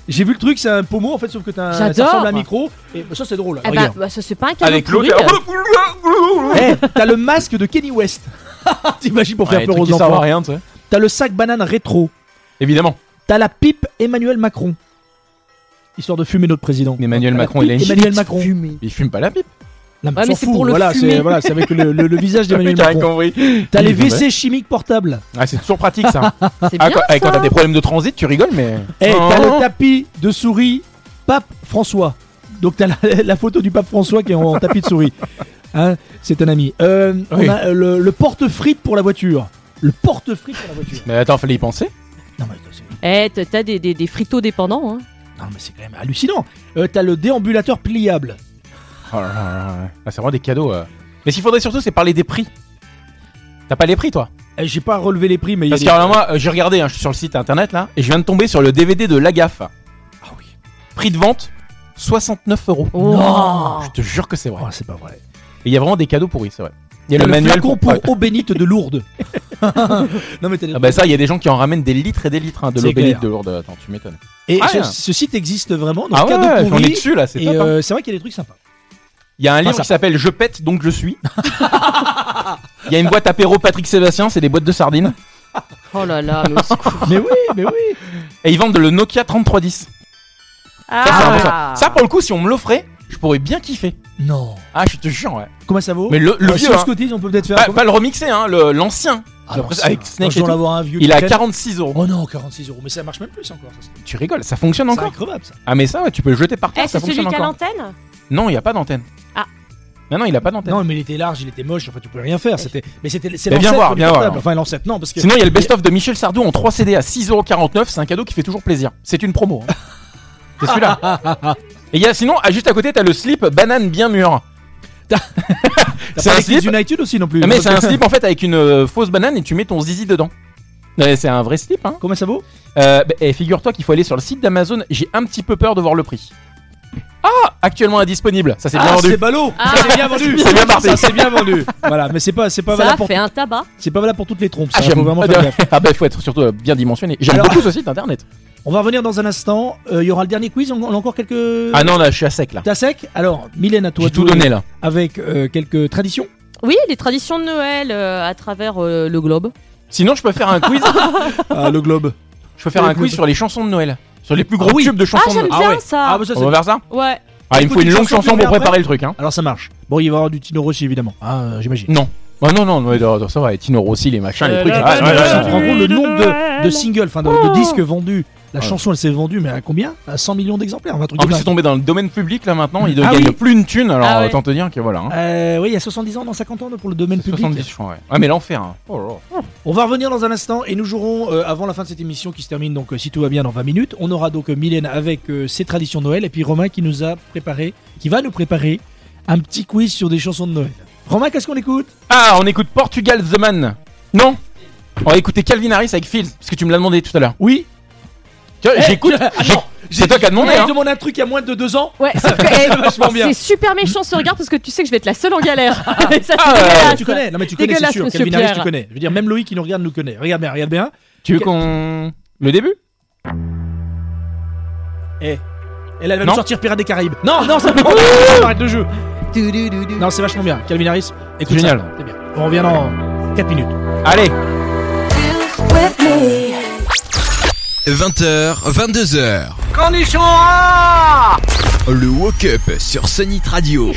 A: J'ai vu le truc, c'est un pommeau en fait, sauf que t'as un, ça
C: J'adore.
A: ressemble à un micro. Et bah, ça, c'est drôle.
C: Eh ben,
A: regarde.
C: bah, ça c'est pas un cadeau
B: Avec l'eau.
C: pourri.
A: Eh, t'as le masque de Kenny West. T'imagines pour faire
B: Ouais,
A: peur
B: trucs
A: aux
B: qui servent à
A: enfants.
B: rien, tu sais.
A: T'as le sac banane rétro.
B: Évidemment.
A: T'as la pipe Emmanuel Macron. Histoire de fumer notre président.
B: Emmanuel
A: T'as la
B: Macron,
A: pipe
B: il a une
A: Emmanuel Macron.
B: Il fume pas la pipe.
A: Là,
C: Ouais, mais c'est pour le
A: voilà,
C: fumer.
A: c'est voilà, c'est avec le, le- le visage d'Emmanuel
B: T'as rien
A: Macron.
B: compris.
A: T'as les
B: Il est mauvais.
A: WC chimiques portables.
B: Ah, c'est toujours pratique ça.
C: C'est
B: Ah,
C: bien.
B: quand eh, quand
C: ça.
B: t'as des problèmes de transit, tu rigoles, mais.
A: Et
B: Oh.
A: Eh, t'as le tapis de souris Pape François. Donc t'as la, la photo du Pape François qui est en, en tapis de souris. Hein, c'est un ami. Euh,
B: Oui.
A: On a euh, le, le porte-frites pour la voiture. Le porte-frites pour la voiture.
B: Mais attends, fallait y penser.
A: Non mais, c'est-
C: Eh, t'as- t'as des, des, des fritos dépendants. Hein.
A: non, mais c'est quand même hallucinant. Euh, t'as le déambulateur pliable.
B: Oh là là là là. Ah, c'est vraiment des cadeaux. euh. Mais ce qu'il faudrait surtout, c'est parler des prix. T'as pas les prix, toi
A: Eh, J'ai pas relevé les prix, mais il y a
B: Parce
A: des-
B: que alors, moi, euh, j'ai regardé, hein, je suis sur le site internet là, et je viens de tomber sur le DVD de Lagaffe.
A: Ah oui.
B: Prix de vente 69 euros.
C: Oh.
A: Non.
B: Je te jure que c'est vrai.
A: Oh, c'est pas vrai.
B: Et il y a vraiment des cadeaux pourris, c'est vrai. Il y a
A: T'as
B: le,
A: le
B: manuel
A: flacon
B: pour-
A: pour eau bénite de Lourdes. non mais t'as des-
B: Ah bah ça, il y a des gens qui en ramènent des litres et des litres hein, de
A: C'est
B: l'eau bénite
A: clair.
B: de Lourdes. Attends, tu m'étonnes.
A: Et
B: Ah,
A: ce,
B: ouais.
A: ce site existe vraiment. Donc
B: Ah ouais,
A: cadeau
B: ouais, on
A: pourri.
B: est dessus là, c'est
A: Et
B: top. hein.
A: euh, c'est vrai qu'il y a des trucs sympas.
B: Il y a un livre
A: ça-
B: qui s'appelle Je pète donc je suis. Il y a une boîte apéro Patrick Sébastien, c'est des boîtes de sardines.
C: Oh là là, mais au secours.
A: mais oui, mais oui.
B: Et ils vendent le Nokia 3310. Ça, c'est vraiment
C: Ah.
B: ça. Ça, pour le coup, si on me l'offrait, je pourrais bien kiffer.
A: Non.
B: Ah, je te jure, ouais.
A: Comment ça vaut
B: Mais le, le
A: Euh, si
B: vieux,
A: on
B: hein.
A: se cotise, on peut peut-être faire.
B: pas,
A: comment-
B: pas le remixé, hein, le- l'ancien.
A: Ah,
B: après,
A: non,
B: avec
A: ça,
B: Snake
A: je
B: et
A: dois
B: tout.
A: avoir un vieux.
B: Il a
A: nickel.
B: 46 euros.
A: Oh non, 46 euros. Mais ça marche même plus encore. ça, c'est-
B: Tu rigoles, ça fonctionne
A: C'est
B: encore
A: increvable ça.
B: Ah mais ça, ouais, tu peux le jeter par terre,
C: Eh,
B: ça
C: c'est celui
B: fonctionne
C: qui a
B: encore.
C: l'antenne
B: Non, il y a pas d'antenne.
C: Ah.
B: Non, non, il a pas d'antenne.
A: Non, mais il était large, il était moche. Enfin, tu pouvais rien faire. C'était. Mais c'était. c'est
B: Mais viens
A: l'ancêtre
B: voir,
A: du
B: viens voir,
A: portable.
B: alors.
A: Enfin, l'ancêtre, non, parce que.
B: Sinon, il y a le best-of de Michel Sardou en 3 CD à 6,49€. C'est un cadeau qui fait toujours plaisir. C'est une promo. hein. C'est celui-là. Et il y a, sinon, à- juste à côté, t'as le slip banane bien mûr.
A: T'as
B: c'est
A: pas
B: un
A: les Kids
B: slip.
A: United aussi non plus.
B: Ah, Mais
A: Parce
B: c'est un
A: que-
B: slip en fait avec une euh, fausse banane et tu mets ton zizi dedans. Ouais, C'est un vrai slip. Hein.
A: Comment ça vaut
B: Euh, bah, et figure-toi qu'il faut aller sur le site d'Amazon. J'ai un petit peu peur de voir le prix. Ah, actuellement indisponible. Ça c'est bien
A: Ah,
B: vendu.
A: c'est ballot.
C: Ah,
A: c'est bien vendu.
B: c'est bien parti.
A: Ça, C'est bien vendu. Voilà, mais c'est pas, c'est pas
C: Ça
A: valable pour,
C: fait un tabac.
A: c'est pas valable pour toutes les trompes. Ça,
B: Ah, j'aime.
A: faut vraiment faire gaffe.
B: Ah bah faut être surtout euh, bien dimensionné. J'aime
A: Alors-
B: beaucoup ce site internet.
A: On va revenir dans un instant. Euh, Il y aura le dernier quiz. On on a encore quelques.
B: Ah non là je suis à sec là.
A: T'as sec Alors, Mylène, à toi.
B: J'ai tout
A: jouer
B: donné là.
A: Avec euh, quelques traditions.
C: Oui, les traditions de Noël euh, à travers euh, le globe.
B: Sinon je peux faire un quiz.
A: Ah, le globe.
B: Je peux faire un quiz sur les chansons de Noël. Sur les plus gros tubes de
C: Ah,
B: chansons de
C: j'aime
B: Noël.
A: Ah
C: bien
A: ouais.
C: ça.
A: Ah, bah ça, c'est
B: On va faire ça
C: Ouais.
B: Ah il me faut
A: Écoute,
B: une
A: une
B: longue
A: chanson
B: chanson
A: de
B: pour
A: Noël
B: préparer le truc hein.
A: Alors ça marche. Bon, il va y avoir du Tino Rossi évidemment. Ah, euh, j'imagine.
B: Non. Ah non non, non, non, ça va, et Tino Rossi les machins, les trucs.
A: Ah,
B: Ah,
A: ouais,
B: ouais,
A: ouais,
B: ouais,
A: ça
B: ouais.
A: prend compte le nombre de, de singles, enfin de, de
C: Oh.
A: disques vendus. La
B: Ouais.
A: chanson, elle s'est vendue, mais à combien À 100 millions d'exemplaires, un truc
B: En
A: comme
B: plus
A: ça.
B: Ah. c'est tombé dans le domaine public là maintenant, il ne
A: euh, Ah
B: gagne
A: oui.
B: plus une thune alors
C: Ah ouais.
B: autant te dire que voilà. hein.
A: Euh, oui, il y a 70 ans, dans 50 ans pour le domaine public.
B: 70 je crois ouais. Ah mais l'enfer hein. Oh, là là.
A: On va revenir dans un instant et nous jouerons euh, avant la fin de cette émission qui se termine donc euh, si tout va bien dans 20 minutes. On aura donc euh, Mylène avec euh, ses traditions de Noël et puis Romain qui nous a préparé, qui va nous préparer un petit quiz sur des chansons de Noël. Romain, qu'est-ce qu'on écoute
B: Ah on écoute Portugal The Man. Non on va écouter Calvin Harris avec Phil, parce que tu me l'as demandé tout à l'heure.
A: Oui.
B: Tu
A: Eh,
B: vois, J'écoute,
A: Ah,
B: j'ai- c'est toi qui as demandé.
A: On
B: hein.
A: demande un truc à moins de 2 ans.
C: Ouais, sauf que, eh,
A: vachement bien.
C: c'est super méchant ce regard parce que tu sais que je vais être la seule en galère. Et ça, c'est
B: Ah,
C: dégueulasse.
A: tu connais, non mais tu connais, c'est
C: Dégueulasse,
A: sûr.
C: monsieur
A: Calvin Harris,
C: Pierre.
A: tu connais. Je veux dire, même Loïc qui nous regarde nous connaît. Regarde bien, regarde bien.
B: Tu veux qu'on. Le début
A: Et là, Eh, elle va
B: Non.
A: nous sortir Pirates des Caraïbes. Non, non, ça peut pas. On arrête le jeu. Non, c'est vachement bien. Calvin Harris, écoute ça.
B: Génial.
A: C'est bien. On revient dans 4 minutes.
B: Allez
D: 20h, 22h. Le Woke-up sur Sonic Radio.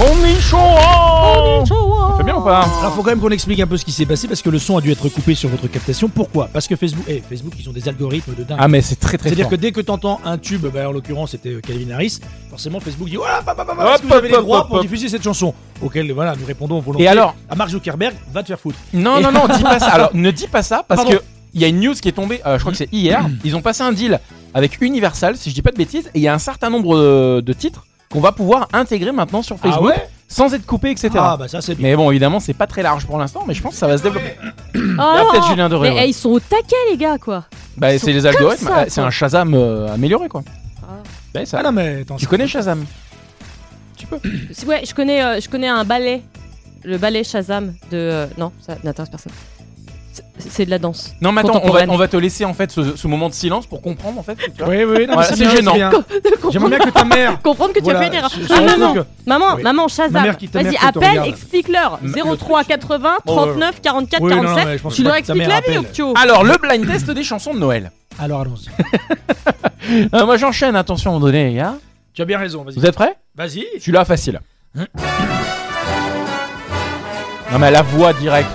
B: On est chaud hein Ça fait bien ou pas
A: Alors faut quand même qu'on explique un peu ce qui s'est passé parce que le son a dû être coupé sur votre captation. Pourquoi Parce que Facebook, eh, Facebook ils ont des algorithmes de dingue.
B: Ah mais c'est très très
A: C'est-à-dire
B: fort.
A: que dès que t'entends un tube, bah, en l'occurrence c'était euh, Calvin Harris, forcément Facebook dit Voilà, papa, papa, est-ce que
B: Hop,
A: vous avez
B: hop,
A: les
B: hop,
A: droits
B: hop,
A: pour
B: hop.
A: diffuser cette chanson Auquel voilà, nous répondons volontiers.
B: Et alors
A: À Mark Zuckerberg, va te faire foutre.
B: Non non non, dis pas ça. Alors ne dis pas ça parce
A: Pardon.
B: que il y a une news qui est tombée, euh, je crois que c'est hier. Ils ont passé un deal avec Universal, si je dis pas de bêtises, et il y a un certain nombre euh, de, de titres qu'on va pouvoir intégrer maintenant sur Facebook sans être coupé, etc.
A: Ah bah ça c'est bien.
B: mais bon, évidemment, c'est pas très large pour l'instant, mais je pense que ça va se développer.
C: Ah,
B: Là, peut-être
C: non.
B: Julien Doré.
C: Mais
B: ouais.
C: eh, ils sont au taquet, les gars, quoi.
B: Bah,
C: ils
B: c'est
C: sont
B: les algorithmes,
C: ça,
B: euh, c'est
C: quoi.
B: un Shazam euh, amélioré quoi.
C: Ah.
B: Bah, ça-
A: Ah non mais attends.
B: tu
A: ça-
B: connais Shazam
C: C'est- Ouais, je connais, euh, je connais un ballet. Le ballet Shazam de. euh, non, ça n'intéresse personne. C'est- C'est de la danse.
B: Non, mais attends, on va,
C: Contemporaine.
B: on va te laisser en fait ce, ce moment de silence pour comprendre en fait. tu vois.
A: Oui oui, non, mais
B: Ouais,
A: c'est
B: c'est
A: bien,
B: gênant.
A: bien. J'aimerais bien que ta mère.
C: Comprendre que tu as
A: voilà,
C: fait une erreur.
A: sur- sur
C: Ah,
A: le
C: maman,
A: truc,
C: maman,
A: Oui.
C: maman,
A: Ma
C: Shazam.
A: mère qui- ta
C: Vas-y,
A: mère qui te
C: appelle,
A: regarde.
C: explique-leur.
B: Le
C: 03 80 39 44
A: Oh, Oui, non, non, mais
C: 47.
A: je pense
C: tu
A: pas
C: leur
A: que ta
C: expliques
A: mère
C: la vie,
A: appelle. Ah,
C: Octio.
B: Alors, le blind test des chansons de Noël.
A: Alors allons-y.
B: Euh, moi, j'enchaîne, attention, à un moment donné, les gars.
A: Tu as bien raison, vas-y.
B: Vous êtes prêts
A: Vas-y.
B: Celui-là, facile. Non mais à la voix directe.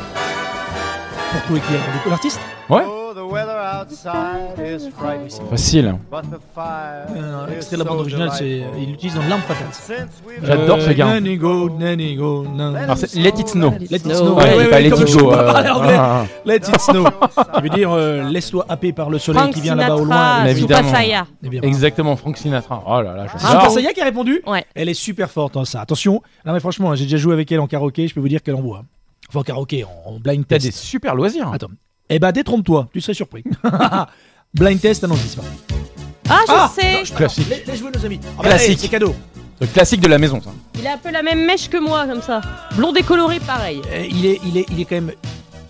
A: Pour trouver qui est le- le- l'artiste
B: Facile.
A: Euh, Extrait de la bande originale, c'est euh, il l'utilise dans L'arme fatale.
B: J'adore ce gars.
A: Euh, Nanny go, nanny go, nanny.
B: Alors c'est Let It Snow.
A: Let it
C: No.
A: snow.
B: Ouais,
A: Ouais,
B: c'est
A: ouais,
B: pas
A: ouais,
B: Let
A: comme
B: It
A: je
B: Go.
A: peux pas
B: euh,
A: parler anglais.
B: ah, ah.
A: Let it snow. Ça veut dire euh, laisse-toi happer par le soleil
C: Frank
A: qui vient là-bas au
C: Sinatra,
A: loin.
B: Mais
A: Et-
B: évidemment.
C: Tsubasaya.
A: Eh bien,
B: Exactement, Frank Sinatra. Oh là là,
A: C'est Super
B: j'adore.
A: Saya qui a répondu.
C: Ouais.
A: Elle est super forte hein, ça. Attention. Non mais franchement, hein, j'ai déjà joué avec elle en karaoké. Je peux vous dire qu'elle en boit. Enfin en karaoké, en en blind
B: T'as
A: test.
B: des super loisirs.
A: Attends. Eh ben détrompe-toi. Tu serais surpris. blind test, ah non je dis pas.
C: Ah, je
A: Ah,
C: sais
B: Classique.
A: Laisse laisse jouer nos amis. Ah bah,
B: Classique.
A: hey, C'est cadeau.
B: Le classique de la maison, ça.
C: Il a un peu la même mèche que moi, comme ça. Blond décoloré, pareil. Eh,
A: Euh, Il est, il est, il est quand même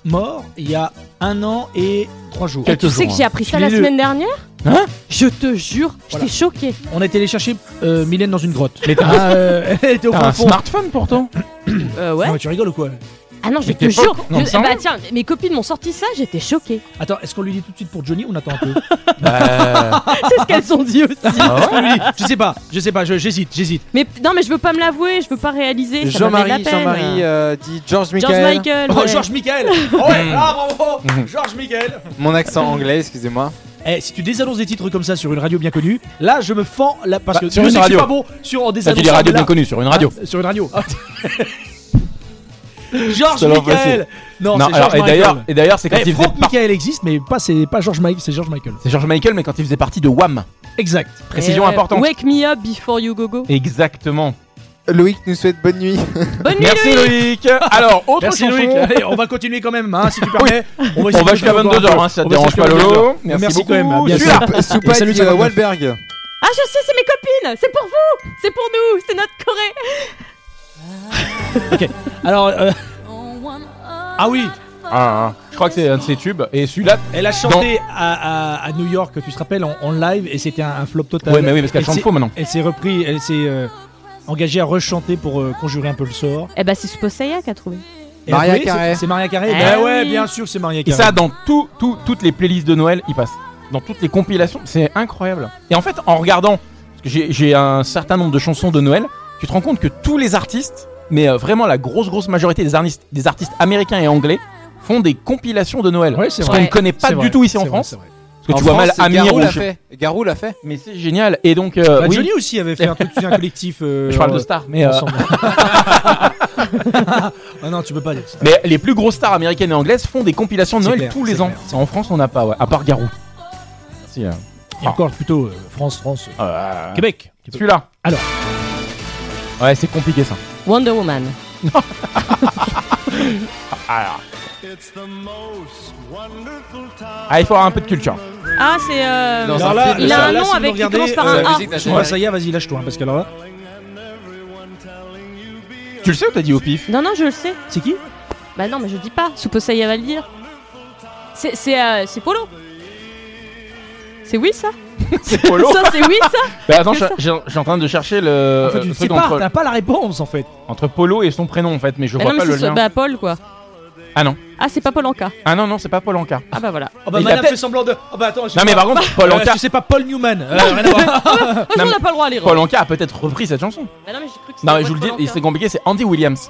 A: mort. Il y a un an et trois jours.
B: Quelques
C: Tu sais
B: jours,
C: que
B: hein.
C: j'ai appris ça
A: Je
C: la
A: l'ai lu.
C: semaine dernière
B: Hein
C: Je te jure,
A: Voilà.
C: j'étais choquée.
A: On a été les chercher euh, Mylène dans une grotte.
B: Mais t'as
A: Ah, euh, elle était au
B: t'as
A: fond
B: un
A: fond.
B: smartphone pourtant.
C: Euh, ouais.
A: Non, mais tu rigoles ou quoi
C: Ah non, je
B: Mais
C: te
B: t'es pas
C: jure.
B: con- non,
C: je-
B: mais ça
C: bah
B: va.
C: tiens, mes copines m'ont sorti ça, j'étais choquée.
A: Attends, est-ce qu'on lui dit tout de suite pour Johnny ou on attend un peu
B: Bah,
C: C'est ce qu'elles ont dit aussi.
B: ah ouais.
A: On lui dit, Je sais pas, je sais pas, je- j'hésite, j'hésite.
C: Mais p- non, mais je veux pas me l'avouer, je veux pas réaliser. ça m'a fait de la
F: Jean-Marie,
C: peine.
F: Jean-Marie euh, dit George
C: George
F: Michael.
C: Michael.
A: Oh,
C: ouais.
A: Georges Michael Oh ouais,
B: Mm.
A: ah bravo
B: Mm.
A: Georges Michael
F: Mon accent anglais, excusez-moi.
A: Eh, si tu désannonces des titres comme ça sur une radio bien connue, là je me fends la... parce
B: Bah,
A: que
B: sur
A: je
B: une
A: ne suis
B: radio.
A: pas bon sur des
B: Ça fait des radios bien connues sur une radio.
A: sur une radio. Ah. Georges
B: C'est leur
A: Michael Non,
B: Non,
A: c'est Georges
B: alors, et
A: Michael.
B: d'ailleurs, et d'ailleurs, c'est quand
A: Eh,
B: il faisait
A: Franck
B: partie.
A: Michael existe, mais pas c'est pas George Michael, c'est George Michael.
B: C'est George Michael, mais quand il faisait partie de Wham.
A: Exact.
B: Précision
C: Et ouais,
B: importante.
C: Eh, Wake me up before you go go.
B: Exactement.
F: Loïc nous souhaite bonne nuit.
C: Bonne nuit.
B: Merci Loïc. Alors, autre
A: Merci
B: chanson.
A: Loïc. Allez, on va continuer quand même, hein, si tu permets. On va, essayer
B: On va
A: de
B: jusqu'à
A: continuer
B: 22h,
A: encore un
B: hein, si ça
A: peu.
B: te
A: On va
B: dérange
A: essayer
B: pas,
A: de continuer
B: Lolo.
A: encore.
B: Merci,
A: Merci
B: beaucoup.
A: quand même, à bientôt.
B: Celui-là.
A: Et
F: Soupa
A: salut,
F: dit
A: ça va,
F: euh,
A: Wolf.
F: Wahlberg.
C: Ah, je sais, c'est mes copines. C'est pour vous. C'est pour nous. C'est notre Corée.
A: Alors, euh, ah oui,
B: Ah, ah. Je crois que c'est un de ses tubes. Et celui-là.
A: elle a chanté à, à- à New York, tu te rappelles, en, en live, et c'était un, un flop total.
B: Ouais, mais oui, parce qu'elle
A: Elle
B: chante
A: s'est-
B: faux maintenant.
A: Elle s'est repris, elle s'est euh, engagée à rechanter pour euh, conjurer un peu le sort.
C: Eh bah, c'est Suposaya qui a trouvé.
A: Et
F: Maria
A: après, c'est-
F: Carey.
A: C'est Maria Carré.
C: Ah
A: Bah
C: oui.
A: ouais, bien sûr, que c'est Maria
B: Et
A: Carré.
B: ça, dans tout, tout- toutes les playlists de Noël, il passe. Dans toutes les compilations, c'est incroyable. Et en fait, en regardant, parce que j'ai- j'ai un certain nombre de chansons de Noël, tu te rends compte que tous les artistes, mais euh, vraiment la grosse, grosse majorité des artistes, des artistes américains et anglais, font des compilations de Noël.
A: Ouais, c'est
B: Parce
A: vrai.
B: qu'on ne connaît pas
A: C'est
B: du
A: vrai,
B: tout ici en
A: c'est vrai,
B: France.
A: c'est vrai.
B: Parce que
F: En
B: tu vois
F: France,
B: mal
F: c'est
B: Amir
F: Garou
B: ou
F: l'a
B: je-
F: fait. Garou l'a fait.
B: Mais c'est génial. Et donc, euh,
A: Bah,
B: oui,
A: Johnny aussi avait fait un truc, un collectif. euh,
B: je parle de
A: euh,
B: stars, mais, euh,
A: ensemble. ah non, tu peux pas dire ça.
B: mais les plus grosses stars américaines et anglaises font des compilations de
A: C'est
B: Noël
A: clair,
B: tous
A: c'est
B: les ans.
A: clair.
B: Ça, En France, on n'a pas, ouais, à part Garou. Merci, euh,
A: Et encore plutôt euh, France, France,
C: Ah,
A: euh,
B: euh,
A: Québec.
B: Celui-là.
A: Alors.
B: Ouais, c'est compliqué ça.
C: Wonder Woman.
B: Ah, il faut avoir un peu de culture.
C: Ah, c'est. euh,
F: Non,
A: Alors
F: ça-
A: là,
C: Il a
A: là,
C: un
A: là,
C: nom
A: si vous
C: avec- qui
A: regardez,
C: commence par un
A: euh,
C: A.
A: la
F: musique d'un
A: Bon, ça y est, vas-y, lâche-toi, hein, parce que alors là,
B: Tu le sais ou t'as dit au pif
C: Non, non, je le sais.
A: c'est qui
B: Euh,
C: Bah non, mais je dis pas. Suposaya va le dire. C'est c'est euh, c'est Polo. C'est oui ça
B: C'est Polo
C: Ça c'est oui ça
B: Bah attends, je- j'ai j'ai en train de chercher le,
A: En fait, tu
B: le
A: ne sais
B: truc
A: pas,
B: entre,
A: t'as pas la réponse en fait.
B: entre Polo et son prénom en fait, mais je
C: Bah
B: vois
C: Non
B: pas
C: mais
B: le
C: c'est ce-
B: lien.
C: bah, Paul quoi.
B: Ah non.
C: Ah c'est pas Paul Anka.
B: Ah non, non, c'est pas Paul Anka.
C: Ah bah voilà.
A: Oh bah,
B: Il a
A: madame
B: peut-être-
A: fait semblant de. Oh bah attends, je sais
B: Non mais
A: pas.
B: par contre, Paul
A: Euh,
B: Anka,
A: tu sais pas Paul Newman. Euh, rien à voir.
C: Ah, je-
B: Non,
C: on
B: mais-
C: n'a pas le droit à l'erreur.
B: Paul Anka a peut-être repris cette chanson.
C: Bah non mais j'ai cru que c'était
B: Non mais je
C: pas
B: vous le dis,
C: Paul
B: et
C: Anka.
B: c'est compliqué, c'est Andy Williams.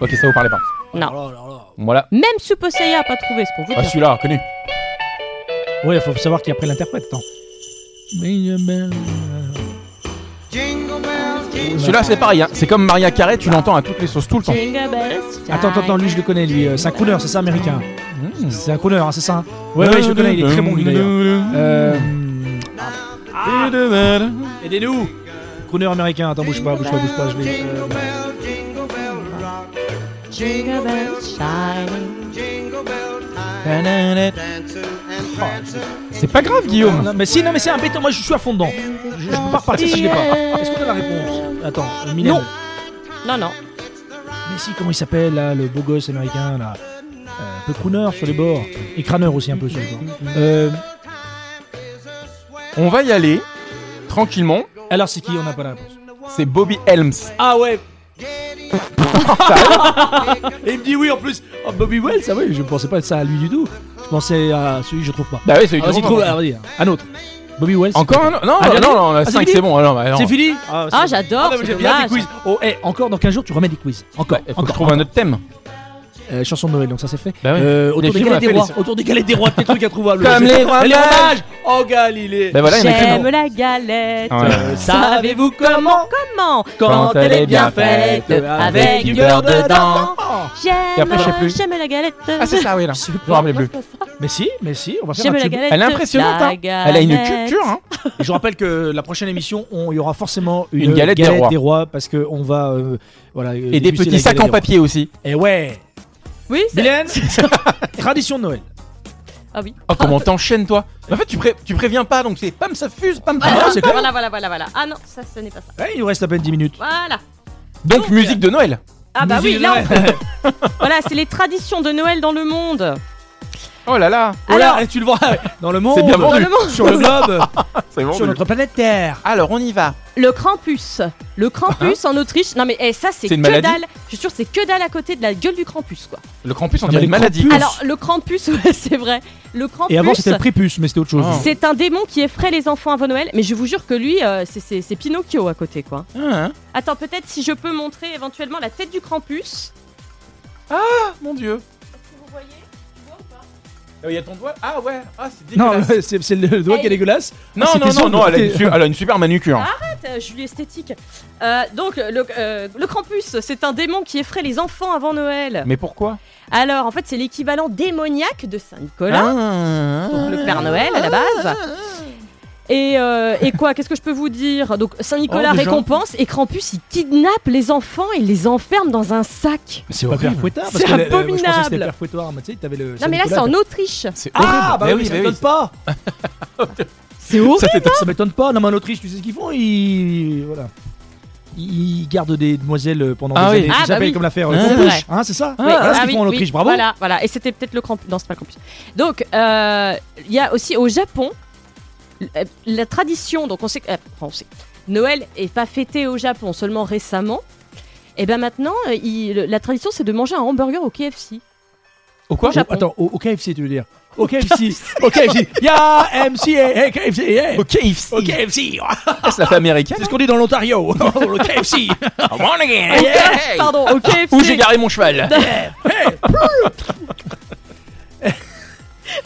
B: Ok, ça vous parlez pas.
C: Non.
A: Oh là là là.
B: Voilà.
C: Même Suposaya a pas trouvé, c'est pour vous
B: Ah
C: dire.
B: celui-là, connu.
A: Ouais, faut savoir qui a pris l'interprète. Attends.
B: Celui-là c'est pareil, hein. c'est comme Maria Carré, tu l'entends à toutes les sauces tout le temps.
C: Jingle bells,
A: Attends, attends, attends, lui je le connais, lui. euh, C'est un crooner, c'est ça, américain.
B: Mmh.
A: C'est un crooner, hein, c'est ça. hein. Ouais, ouais, je le connais, il est très bon lui d'ailleurs. Euh. hmm. Aidez-nous Crooner américain, attends, bouge pas, bouge pas, bouge pas, je vais. euh,
C: jingle bells shine.
A: Oh,
B: C'est pas grave Guillaume.
A: Non, mais si, non, mais c'est un béton. Moi, je suis à fond dedans. Je, je peux pas
C: Ah,
A: repartir si je l'ai pas. Est-ce qu'on a la réponse Attends, euh, Mylène.
C: Non. Non non.
A: Mais si, comment il s'appelle, là, le beau gosse américain, là Euh, Un peu crooner sur les bords. Et crâneur aussi, un peu sur les bords. Euh,
B: On va y aller tranquillement.
A: alors, c'est qui On n'a pas la réponse.
B: C'est Bobby Helms.
A: Ah ouais Et il me dit oui en plus. Oh, Bobby Wells, ah ouais, je pensais pas à ça à lui du tout. Je pensais à celui que je trouve pas.
B: Bah oui, c'est
A: Ah, Vas-y, trouve, ah, vas-y, un autre. Bobby Wells.
B: Encore un Non,
A: Ah,
B: non,
A: dernier
B: non, non, la
A: c'est
B: 5,
A: fini
B: c'est bon. Alors, bah, non.
A: C'est fini
C: Ah,
A: c'est bon.
C: j'adore,
A: non, mais
C: c'est
A: J'aime bien les
C: dommage.
A: quiz. Oh, eh, encore dans 15 jours, tu remets des quiz. Encore,
B: Ouais, faut que je
A: encore.
B: trouve un autre thème.
A: Euh, chanson de Noël, donc ça c'est fait.
B: Bah ouais.
A: Euh,
B: Les
A: autour des
B: films, on
A: galets
B: a
A: des
B: fait
A: rois.
B: les-
A: Autour des galets des rois, des trucs à trouver.
B: Comme les rois
A: Les
B: mages.
A: romages Oh Galilée
B: Bah voilà, il y en a qu'une,
C: J'aime la galette.
B: Ouais.
A: Euh, Savez-vous comment
C: Comment
A: Quand elle est bien faite, avec du beurre dedans.
B: Et après, je sais
C: J'aime,
B: plus.
C: j'aime la galette.
B: Ah, c'est ça, oui, là. Je me rappelais plus.
A: Mais si, mais si, on va faire
C: J'aime
A: un
C: la
A: tube.
C: galette.
B: Elle est impressionnante, hein.
C: La
B: Elle a une
C: galette.
B: culture, hein.
A: Et je rappelle que la prochaine émission, on- il y aura forcément une,
B: Une galette des rois.
A: parce que on va euh, voilà
B: Et des petits sacs en papier aussi.
A: Et Eh ouais.
C: Oui, c'est-
A: Mylène, tradition de Noël.
C: Ah oui.
B: Oh, comment t'enchaînes, toi En fait, tu, pré- tu préviens pas, donc c'est pam, ça fuse, pam, pam.
C: Voilà,
A: c'est clair.
C: voilà, voilà, voilà, voilà. Ah non, ça, ce n'est pas ça.
A: Ouais, Eh, il nous reste à peine 10 minutes.
C: Voilà.
B: Donc, musique de Noël.
C: Ah bah
A: Musique
C: oui,
A: de
C: là,
A: Noël.
C: on- voilà, c'est les traditions de Noël dans le monde.
B: Oh là là,
A: Oh là,
C: Alors,
A: eh, tu le vois dans le monde,
B: C'est bien
C: dans
B: vendu.
C: le monde,
A: sur le globe,
B: c'est
A: sur notre planète Terre.
B: Alors, on y va.
C: le Krampus. Le Krampus en Autriche. Non mais eh, ça, c'est
B: C'est une
C: que
B: maladie
C: dalle. Je suis sûr, c'est que dalle à côté de la gueule du Krampus, quoi.
B: Le Krampus, on
A: Ah,
B: dirait
A: mais
B: une
A: le
B: maladie.
A: Krampus.
C: Alors, le Krampus, ouais, c'est vrai. Le Krampus.
A: Et avant c'était le prépuce, mais c'était autre chose.
B: Oh.
C: C'est un démon qui effraie les enfants avant Noël, mais je vous jure que lui, euh, c'est- c'est c'est Pinocchio à côté, quoi.
B: Ah, hein.
C: Attends, peut-être si je peux montrer éventuellement la tête du Krampus.
B: Ah, mon dieu. Ah, Il y a ton doigt Ah ouais, ah, c'est
A: Non,
B: dégueulasse.
A: c'est c'est le doigt qui est
C: Hey.
A: dégueulasse.
B: Non,
A: Ah,
B: non,
A: c'était
B: non,
A: son
B: non, elle a, une
A: doigt.
B: su- elle a une super manucure.
C: Arrête, euh, Julie esthétique. Euh, donc, le, euh, le Krampus, c'est un démon qui effraie les enfants avant Noël.
B: Mais pourquoi
C: Alors, en fait, c'est l'équivalent démoniaque de Saint-Nicolas.
B: Ah.
C: donc le Père Noël à la base. Et, euh, et quoi Qu'est-ce que je peux vous dire Donc Saint-Nicolas
B: Oh, déjà.
C: récompense et Krampus il kidnappe les enfants et les enferme dans un sac.
A: C'est pas Père Fouettard, parce
C: C'est
A: que le- euh, moi, je pensais que
C: abominable.
A: c'était Père Fouettard, mais tu sais, t'avais le.
C: Non mais là c'est en Autriche.
B: C'est horrible.
A: Ah bah
B: Mais
A: oui,
B: mais
A: ça m'étonne pas.
C: C'est horrible.
A: Ça m'étonne- Ça m'étonne pas. Non mais en Autriche, tu sais ce qu'ils font Ils voilà. Ils gardent des demoiselles pendant
B: Ah
A: des
B: oui.
A: années.
C: Ah,
A: Ça
C: bah
A: s'appelle
C: oui.
A: comme l'affaire
B: Ah.
A: euh,
B: C'est
A: Campouche,
C: vrai.
A: hein, c'est ça
C: Oui,
A: Voilà ce
C: ah
A: qu'ils
C: oui,
A: font en
C: oui,
A: Autriche, bravo.
C: Voilà, voilà. Et c'était peut-être le Krampus. Non, c'est pas le Krampus. Donc euh, il y a aussi au Japon la- la tradition. Donc on sait que euh, on sait. Noël est pas fêté au Japon seulement récemment. Et ben maintenant euh, il- la tradition c'est de manger un hamburger au KFC.
A: Au quoi
C: Au Japon.
A: Attends, au, au KFC, tu veux dire Au KFC. au KFC. Ya MC, eh, KFC, eh.
B: Au KFC.
A: Au KFC.
B: Ah, C'est la fait américaine.
A: C'est ce qu'on dit dans l'Ontario. Au KFC.
B: Come on again.
C: Au KFC, Pardon, au KFC.
B: Où j'ai garé mon cheval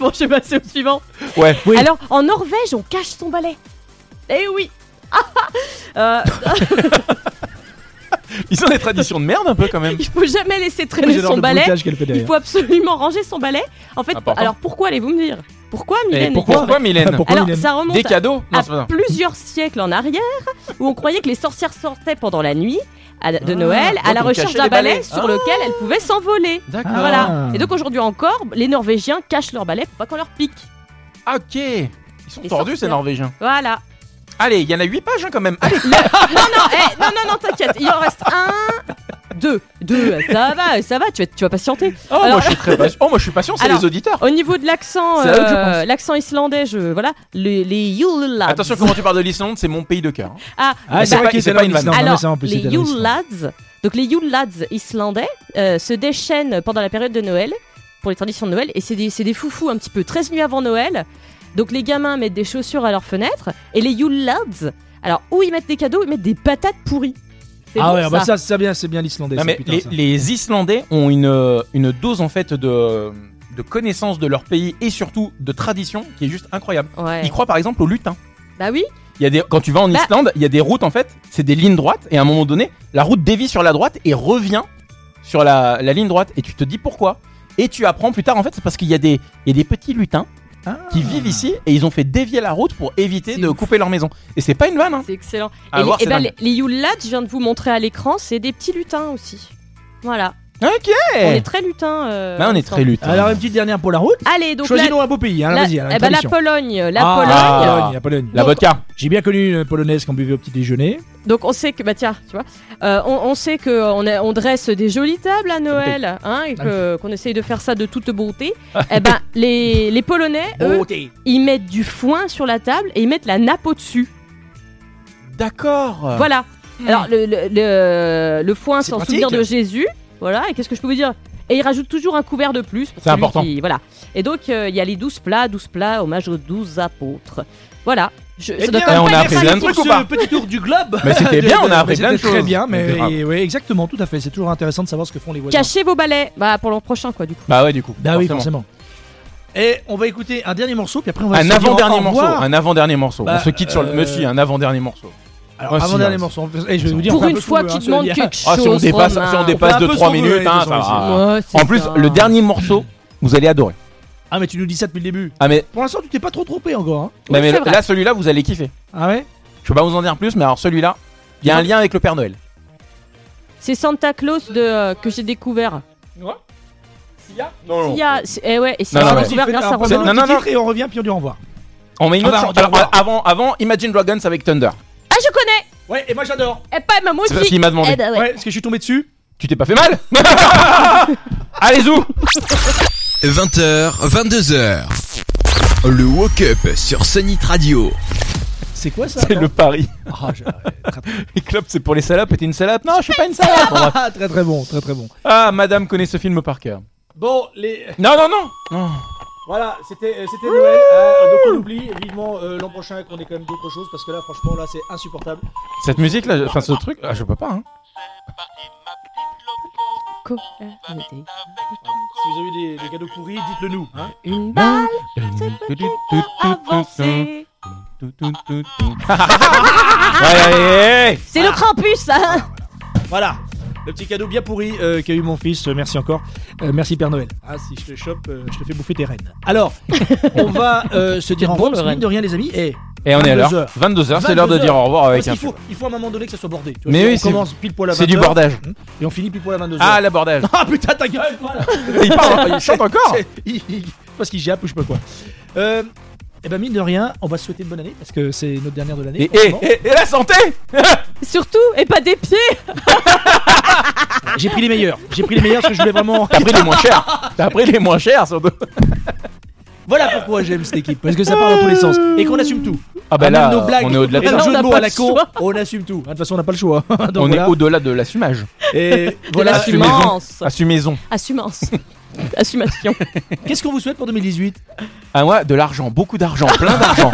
C: Bon, je vais passer au suivant.
B: Ouais.
A: Oui.
C: Alors, en Norvège, on cache son balai. Eh oui Euh,
B: Ils ont des traditions de merde un peu quand même.
C: Il faut jamais laisser traîner
A: J'adore
C: son
A: le
C: balai.
A: bruitage qu'elle fait
C: Il
A: derrière.
C: faut absolument ranger son balai. En fait,
B: Important.
C: alors pourquoi allez-vous me dire Pourquoi,
B: Mais
C: Mylène
B: Eh,
C: Ah.
B: pourquoi, Ah, pourquoi Mylène
A: Pourquoi
C: Alors,
A: il aime
C: ça remonte
B: Des cadeaux
C: à
B: Non, c'est pas ça.
C: plusieurs siècles en arrière, où on croyait que les sorcières sortaient pendant la nuit à- de
B: Ah,
C: Noël à
B: donc
C: la
B: on
C: recherche
B: cachait
C: d'un
B: les
C: balai
B: balais.
C: sur
B: Ah.
C: lequel elles pouvaient s'envoler.
B: D'accord.
A: Ah.
C: Voilà. Et donc aujourd'hui encore, les Norvégiens cachent leur balai pour pas qu'on leur pique.
B: Ah, ok. Ils sont
C: Les
B: tordus ces
C: sorcières.
B: Norvégiens.
C: Voilà.
B: Allez, il y en a 8 pages hein, quand même. Allez.
C: Non, eh, non, non, non, t'inquiète, il en reste un, deux, deux, euh, ça va, ça va, tu vas, tu vas patienter.
B: Oh, moi
C: Alors-
B: je suis très patient. Oh, moi je suis patient, c'est
C: Alors-
B: les auditeurs.
C: Au niveau de l'accent,
B: C'est à eux que je
C: euh, l'accent islandais, je, voilà, les, les Yule Lads.
B: Attention, comment tu parles de l'Islande, c'est mon pays de cœur. hein.
C: Ah,
A: Ah, c'est
B: C'est
A: vrai
B: pas-
A: qu'il
B: c'est
A: c'est
B: pas
A: pas
B: une
A: une
B: vanne.
C: alors, les Yule Lads, donc les Yule Lads islandais euh, se déchaînent pendant la période de Noël, pour les traditions de Noël, et c'est des, c'est des foufous un petit peu, 13 nuits avant Noël. Donc les gamins mettent des chaussures à leurs fenêtres, et les Yule Lads, alors où ils mettent des cadeaux, ils mettent des patates pourries. C'est
A: Ah
C: bon,
A: ouais,
C: ça.
A: bah ça, c'est bien, c'est bien l'islandais.
B: Non,
A: ça,
B: mais
A: putain,
B: les,
A: ça.
B: les Islandais ont une, euh, une dose en fait de, de connaissance de leur pays et surtout de tradition qui est juste incroyable.
C: Ouais.
B: Ils croient par exemple au lutin.
C: Bah oui.
B: Il y a des, quand tu vas en
C: Bah-
B: Islande, il y a des routes en fait, c'est des lignes droites et à un moment donné, la route dévie sur la droite et revient sur la, la ligne droite et tu te dis pourquoi. Et tu apprends plus tard en fait, c'est parce qu'il y, a des- il y a des petits lutins
A: Ah.
B: qui vivent ici et ils ont fait dévier la route pour éviter
C: C'est
B: de
C: ouf.
B: couper leur maison. Et c'est pas une vanne. Hein.
C: C'est excellent.
B: À
C: et
B: voir,
C: les- et
B: c'est
C: ben,
B: dingue.
C: les, les Yule Lads, je viens de vous montrer à l'écran, c'est des petits lutins aussi. Voilà.
B: Ok.
C: On est très lutins. euh,
B: Bah, on
C: en
B: est
C: ce
B: très
C: temps.
B: lutin.
A: Alors, une petite dernière pour la route.
C: Allez, donc la,
A: Choisis-nous un beau pays, hein,
C: la-
A: vas-y. hein,
C: eh ben, la
A: tradition.
C: Pologne. La
A: Ah,
C: Pologne.
A: la Pologne, la Pologne.
B: la vodka.
A: J'ai bien connu une polonaise qu'on buvait au petit déjeuner.
C: Donc on sait que bah tiens, tu vois, euh, on, on sait que euh, on, a- on dresse des jolies tables à Noël, hein, et
B: Ah
C: que- qu'on essaye de faire ça de toute beauté. eh ben les, les Polonais, eux,
A: thé.
C: ils mettent du foin sur la table et ils mettent la nappe au-dessus.
B: D'accord.
C: Voilà. Alors, le, le, le, le foin,
A: C'est
C: c'est en
A: pratique.
C: souvenir de Jésus. Voilà. Et qu'est-ce que je peux vous dire Et il rajoute toujours un couvert de plus. pour
B: C'est
C: celui
B: important.
C: qui- voilà. Et donc, euh, il y a les douze plats, douze plats, hommage aux douze apôtres. Voilà. Je-
A: Eh
C: ça
A: bien,
C: doit quand même
B: on
C: pas
B: a
C: être
B: appris
C: ça,
B: plein de
C: les
B: trucs
A: pour
B: ou pas
A: ce Ah. petit tour du globe.
B: Mais c'était
A: de-
B: bien, on a
A: de-
B: appris
A: mais
B: plein de
A: c'était
B: choses.
A: Très bien, mais
B: C'était grave.
A: et- oui, exactement, tout à fait. C'est toujours intéressant de savoir ce que font les voisins.
C: Cachez vos balais. Bah, pour l'an prochain, quoi, du coup.
B: Bah ouais, du coup.
A: Bah oui, forcément.
B: forcément.
A: Et on va écouter un dernier morceau, puis après on va se
B: Un
A: dire au
B: avant-dernier morceau,
A: revoir.
B: un avant-dernier morceau.
A: Bah,
B: on se quitte sur le.
A: euh,
B: Monsieur, un avant-dernier morceau.
A: Alors,
B: Ouais, si,
A: avant dernier
B: ouais.
A: morceau. Et je vais vous dire, on
C: pour
A: fait un
C: une
A: peu ce
C: fois
A: qu'on veut,
C: qu'il te
A: hein,
C: manque
A: je veux dire.
C: quelque chose.
B: Ah, si on dépasse,
C: Romain.
B: si on
A: On
B: dépasse
A: fait un
B: de
A: peu
B: 3
A: ce qu'on veut,
B: minutes,
A: de
B: hein,
A: toute
B: ça
A: façon,
B: va.
C: Ouais, c'est
B: En plus,
C: ça.
B: le dernier morceau, vous allez adorer.
A: Ah, mais tu nous dis ça depuis le début.
B: Ah mais,
A: Pour l'instant, tu t'es pas trop trompé encore. Hein.
B: bah, mais
C: c'est vrai.
B: là, celui-là, vous allez kiffer.
A: Ah ouais
B: Je peux pas vous en dire plus, mais alors celui-là, il y a un lien avec le Père Noël.
C: C'est Santa Claus de, euh, que j'ai découvert.
B: Non,
C: Il y a. c'est- Eh ouais, et c'est
B: Non, non,
A: Ah,
C: j'ai
B: ouais.
C: découvert grâce à
A: Alors,
C: Romain.
A: prenons un
B: Non,
A: petit
B: non,
A: titre Et on revient, puis on dit au revoir.
B: On met une
A: Ah
B: autre
A: bah,
B: chanson.
A: on va-
B: Alors, avant, avant, Imagine Dragons avec Thunder.
C: Ah, je connais
A: Ouais, et moi j'adore.
C: Eh, pas ma
B: C'est parce
C: aussi
B: qu'il m'a demandé.
C: Eh, bah,
A: Ouais.
C: ouais.
A: parce que je suis tombé dessus.
B: Tu t'es pas fait mal Allez-y
D: 20h, 22h. Le Woke Up sur Sonic Radio.
A: C'est quoi ça
B: C'est
A: attends
B: le pari.
A: Ah, je- très, très-
B: Les clubs, c'est pour les salopes et t'es une salope. Non, je suis pas une salope. Bon, bref.
A: Ah, très très bon, très très bon.
B: Ah, madame connaît ce film par cœur.
A: Bon, les.
B: Non, non, non Oh.
A: Voilà, c'était euh, c'était Noël. euh, donc on oublie vivement euh, l'an prochain qu'on ait quand même d'autres choses parce que là, franchement, là, c'est insupportable.
B: Cette musique là, enfin ce truc, ah, je peux pas. Hein.
C: Co- euh, attendez.
A: Si vous avez des, des cadeaux pourris, dites-le nous. hein.
C: Une balle, avancée.
A: Ah
B: Allez, allez, allez.
C: C'est le hein. crampus, ça
A: Voilà. Le petit cadeau bien pourri euh, qu'a eu mon fils, euh, merci encore. Euh, merci Père Noël. Ah, si je te chope, euh, je te fais bouffer tes rennes. Alors, on va euh, se dire
C: bon,
A: en revoir,
C: le
A: parce que
C: renne.
A: mine de rien, les amis. Et
B: Et on est à l'heure.
A: 22h.
B: 22h, c'est l'heure de
A: 22h.
B: dire au revoir avec
A: parce
B: un.
A: qu'il faut, il faut à un moment donné que ça soit bordé. Tu vois,
B: Mais
A: si
B: oui,
A: on
B: c'est-
A: commence pile poil à 20
B: C'est du bordage.
A: Et on finit pile poil à 22h.
B: Ah, l'abordage.
A: Ah, putain, ta gueule, toi, là.
B: il parle, il chante encore.
A: C'est- il- il- Parce qu'il jappe ou je sais pas quoi. Euh, et ben mine de rien, on va se souhaiter une bonne année parce que c'est notre dernière de l'année.
B: Et, et,
A: forcément.
B: et- et la santé
C: Surtout, et pas des pieds
A: J'ai pris les meilleurs. J'ai pris les meilleurs parce que je voulais vraiment.
B: T'as pris les moins chers. T'as pris les moins chers, surtout.
A: Voilà pourquoi j'aime cette équipe parce que ça part dans tous les sens et qu'on assume tout.
B: Ah bah
A: Ah,
B: là,
A: même nos blagues.
B: on est au-delà de
A: Et
C: Là,
A: nos
B: ça.
C: on
A: jeux de
C: n'a
A: mots
C: pas
A: à la
C: le
A: con,
C: choix.
A: on assume tout. Ah, De toute façon, on n'a pas le choix. Donc
B: On est
A: voilà.
B: au-delà de l'assumage.
A: Et voilà.
B: Assumaison.
C: Assumance
B: Assumaison.
C: Assumance Assumation
A: Qu'est-ce qu'on vous souhaite pour 2018
B: Ah ouais, de l'argent, beaucoup d'argent, plein d'argent.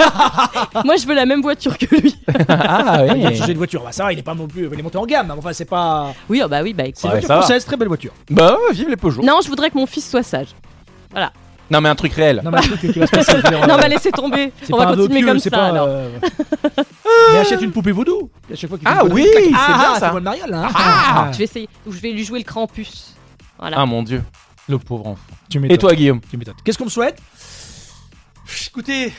C: Moi, je veux la même voiture que lui
B: Ah
A: Il a
B: ouais.
A: changé de voiture. Bah, ça va, il est pas non plus. Il est monté en gamme. mais Enfin, c'est pas.
C: Oui, oh bah oui, bah écoute.
A: C'est une
B: Ouais,
A: voiture
B: ça va.
A: française, très belle voiture.
B: Bah ouais, vive les Peugeot.
C: Non, je voudrais que mon fils soit sage.
B: Non mais un truc réel.
A: Non, mais le truc qui va se passer, je veux dire,
C: Non,
A: euh,
C: bah laissez tomber
A: c'est
C: On
A: pas
C: va
A: un
C: continuer
A: vœu
C: comme
A: pieux, c'est
C: ça,
A: pas,
C: alors.
A: euh, Mais achète une poupée vaudou. À chaque fois qu'il fait
B: Ah
A: une
B: oui,
A: bonne-
B: c'est
A: Ah,
B: bien
A: ah,
B: ça.
A: c'est Paul Maria, là. hein.
C: Je vais essayer. Ou je vais lui jouer le crampus. Voilà.
B: Ah mon dieu, le pauvre enfant.
A: Tu
B: Et
A: m'étonnes.
B: toi Guillaume
A: tu m'étonnes. Qu'est-ce qu'on me souhaite Écoutez,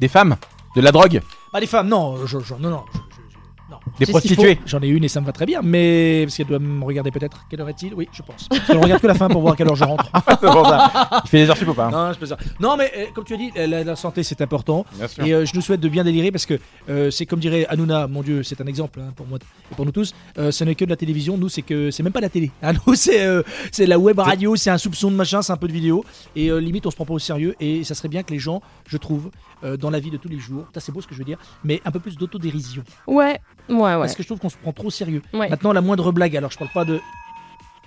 B: Des femmes De la drogue
A: bah les femmes, non, je, je- non, non, je- je- je- non.
B: Des
C: Qu'est-ce qu'il
B: prostituées
A: J'en ai une et ça me va très bien, mais parce qu'elle doit me regarder peut-être. Quelle heure est-il Oui, je pense. Parce qu'elle regarde que la fin pour voir à quelle heure je rentre.
B: C'est pour ça. Il fait des heures sup ou pas hein
A: non, je plaisante. Non, mais euh, comme tu as dit, la, la santé c'est important.
B: Bien sûr.
A: Et euh, je nous souhaite de bien délirer parce que euh, c'est comme dirait Hanouna, mon Dieu, c'est un exemple hein, pour moi et pour nous tous. Euh, ce n'est que de la télévision, nous c'est que c'est même pas la télé. hein. nous c'est euh, c'est la web radio, c'est un soupçon de machin, c'est un peu de vidéo. Et euh, limite on se prend pas au sérieux. Et ça serait bien que les gens, je trouve, euh, dans la vie de tous les jours, putain, c'est beau ce que je veux dire, mais un peu plus d'autodérision.
C: Ouais, ouais, ouais.
A: Parce que je trouve qu'on se prend trop au sérieux.
C: Ouais.
A: Maintenant la moindre blague, alors je parle pas de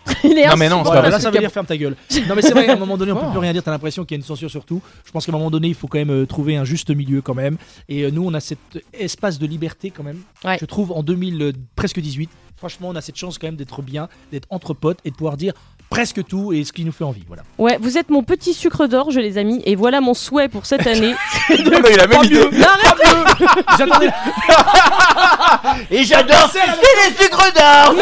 C: Il est
B: Non, mais non, c'est
A: voilà,
B: pas
C: insupportable,
A: là,
C: ce
A: ça veut
C: cap-
A: dire ferme ta gueule. Non, mais c'est vrai, à un moment donné, on peut
B: Fort.
A: plus rien dire. T'as l'impression qu'il y a une censure sur tout. Je pense qu'à un moment donné, il faut quand même euh, trouver un juste milieu quand même. Et euh, nous, on a cet espace de liberté quand même.
C: Ouais.
A: Je trouve en 2000, euh, presque 18. Franchement, on a cette chance quand même d'être bien, d'être entre potes et de pouvoir dire presque tout et ce qui nous fait envie. Voilà.
C: Ouais, vous êtes mon petit sucre d'orge, les amis, et voilà mon souhait pour cette année.
B: Ah, bah, il a même idée.
C: Non, arrête Ah,
A: J'attendais.
B: Et j'adore ça C'est les sucres d'or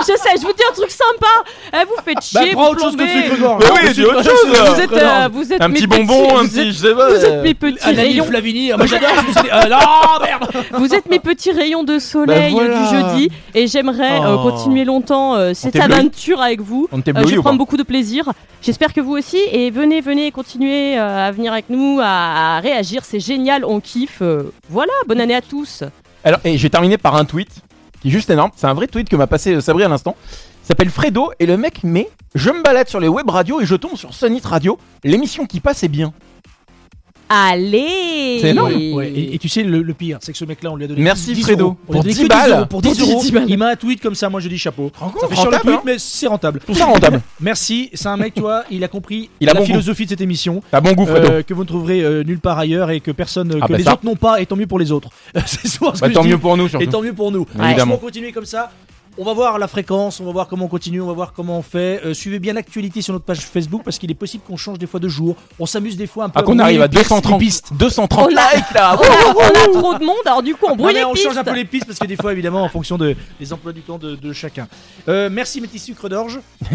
C: Je sais, je vous dis un truc sympa Eh, Vous faites
A: Bah,
C: chier,
A: prends
C: vous
A: autre chose que
C: plombez.
A: sucre gorge.
B: Mais oui, dis autre chose
C: Vous êtes, euh, vous êtes
B: Un
C: mes
B: petit
C: petits-
B: bonbon, un
C: vous êtes-
B: petit je sais pas,
C: Vous
B: euh,
C: êtes mes petits
A: Ananie
C: rayons
A: Flavini. Ah, Moi, j'adore. Je me suis dit, euh, non, merde.
C: Vous êtes mes petits rayons de soleil
B: Bah voilà.
C: du jeudi et j'aimerais euh,
B: Oh.
C: continuer longtemps euh, cette
B: t'éblouit.
C: aventure avec vous.
B: On
C: Euh, je
B: t'éblouit ou
C: prends
B: pas
C: beaucoup de plaisir. J'espère que vous aussi. Et venez, venez continuer euh, à venir avec nous, à, à réagir. C'est génial, on kiffe. Euh, voilà, bonne année à tous.
B: Alors, et j'ai terminé par un tweet qui est juste énorme. C'est un vrai tweet que m'a passé euh, Sabri à l'instant. Il s'appelle Fredo et le mec met Je me balade sur les web radios et je tombe sur Sonit Radio. L'émission qui passe est bien.
C: Allez
B: C'est énorme.
A: Ouais, et, et tu sais, le, le pire, c'est que ce mec-là, on lui a donné.
B: Merci
A: 10
B: Fredo.
A: euros. On lui a
B: Pour
A: donné
B: 10
A: que
B: balles.
A: euros. Pour 10
C: Pour 10
A: euros.
C: balles.
A: Il m'a un tweet comme ça, moi je dis chapeau. Ça fait cher le
B: Rentable,
A: tweet,
B: hein.
A: mais c'est rentable.
B: Tout ça rentable.
A: Merci, c'est un mec, tu vois, il a compris
B: Il a
A: la
B: bon goût.
A: philosophie de cette émission,
B: T'as bon goût, Fredo. Bah,
A: euh, que vous ne trouverez euh, nulle part ailleurs et que personne, euh,
B: Ah
A: que
B: bah
A: les
B: ça.
A: autres n'ont pas, et tant mieux pour les autres. c'est souvent ce
B: Bah,
A: que
B: tant
A: je dis,
B: mieux pour nous,
A: Et
B: surtout.
A: tant mieux pour nous.
B: Ouais. Évidemment.
A: Franchement, continuez comme ça. On va voir la fréquence, on va voir comment on continue, on va voir comment on fait. Euh, suivez bien l'actualité sur notre page Facebook parce qu'il est possible qu'on change des fois de jour. On s'amuse des fois un peu.
B: Ah, qu'on
A: brouiller
B: arrive à
A: les pistes,
B: 230
A: les pistes.
B: 230
C: Oh là.
B: likes là.
C: on a, on a trop de monde, alors du coup on
A: Non,
C: brûle
A: mais
C: les
A: on
C: pistes.
A: change un peu les pistes parce que des fois, évidemment, en fonction de- des emplois du temps de, de chacun. Euh, merci, mes petits sucres d'orge.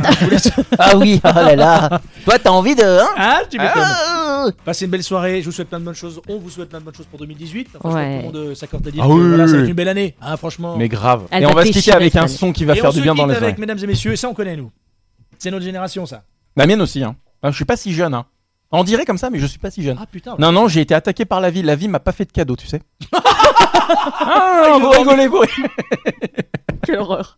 I: Ah oui, oh là là. Toi, t'as envie de. Hein
A: Ah, tu m'étonnes.
I: Ah,
A: Passez une belle soirée. Je vous souhaite plein de bonnes choses. On vous souhaite plein de bonnes choses pour 2018. Enfin, franchement,
C: Ouais.
A: Tout le monde euh, s'accorde à dire
B: Ah
A: que
B: oui,
A: voilà,
B: oui,
A: ça va être
B: oui.
A: une belle année. Hein, franchement.
B: Mais grave.
C: Elle
B: et on
C: va
B: va se
C: pécher,
B: quitter avec
C: Nathan.
B: un son qui va
A: Et on
B: faire du
A: se
B: bien dans
A: quitte
B: les
A: avec,
B: oreilles.
A: mesdames et messieurs, et ça, on connaît nous. C'est notre génération, ça.
B: La mienne aussi. Hein. Ah, Je suis pas si jeune. Hein. On dirait comme ça, mais je suis pas si jeune.
A: Ah putain.
B: Non, non, j'ai été attaqué par la vie. La vie m'a pas fait de cadeau, tu sais. ah, vous rigolez, vous rigolez.
C: Quelle horreur.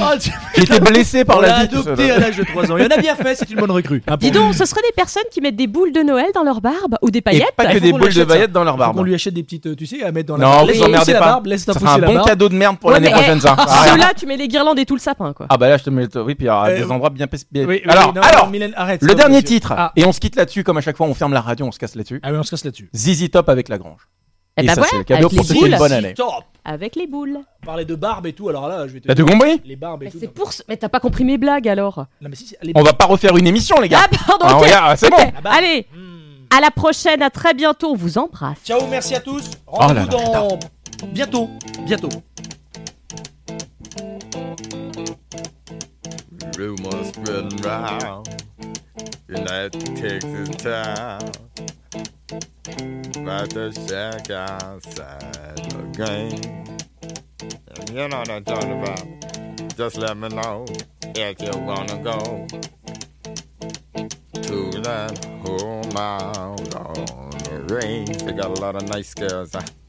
A: Ah, tu-
B: J'ai été blessé par
A: on l'a
B: la vie. tout seul.
A: adopté à l'âge de 3 ans. Il en a bien fait, c'est une bonne recrue. Hein, pour
C: Dis
A: lui.
C: donc, ce serait des personnes qui mettent des boules de Noël dans leur barbe ou des
B: Et
C: paillettes
B: pas que
A: Faut
B: des
A: qu'on
B: boules
A: lui
B: de
A: achète ça.
B: paillettes dans leur
A: Faut qu'on
B: barbe.
A: lui achète des petites, euh, tu sais, à mettre dans la
B: Non,
A: barbe.
B: vous
A: Laisse-la
B: emmerdez
A: pousser la
B: pas.
A: barbe, laisse-la
B: Ça sera
A: pousser la
B: un bon
A: barbe.
B: cadeau de merde pour
C: Ouais,
B: l'année
C: mais,
A: eh,
C: eh,
B: prochaine, ça. Ah, rien.
C: Ceux-là, tu mets les guirlandes et tout le sapin quoi.
B: Ah bah là, je te mets. Oui, puis il y aura
A: Euh,
B: des endroits bien. pes- bien-
A: Oui, oui,
B: alors,
A: non,
B: alors,
A: Mylène, arrête.
B: le
A: stop,
B: dernier
A: monsieur.
B: titre.
A: Ah,
B: Et on se quitte là-dessus, comme à chaque fois, on ferme la radio, on se casse là-dessus.
A: Ah oui, on se casse là-dessus.
B: Zizi Top avec la grange.
C: Eh
B: et
C: bah
B: ça,
C: voilà,
B: c'est le cadeau
C: avec
B: pour
C: les
B: ceux qui ont une
C: boules.
B: bonne année.
A: Top.
C: Avec les boules.
A: Parler de barbe et tout, alors là, je vais te.
B: T'as tout compris
A: Les barbes et
C: Mais
A: tout.
C: Bah, c'est pour ce- Mais t'as pas compris mes blagues alors.
A: Non, mais si, c'est- les
B: On va pas refaire une émission, les gars.
C: Ah pardon,
B: Ah,
C: ok.
B: regarde, c'est bon.
C: Ok,
A: Ah bah.
C: Allez,
A: Hmm.
C: à la prochaine, à très bientôt, on vous embrasse.
A: Ciao, merci à tous.
B: Oh là
A: Rendez-vous dans. Bientôt. Bientôt.
J: rumors spreading round. United Texas town. About the shack outside the game. And you know what I'm talking about. Just let me know if you wanna go to that whole mile on the range. They got a lot of nice girls. huh? Mm-hmm.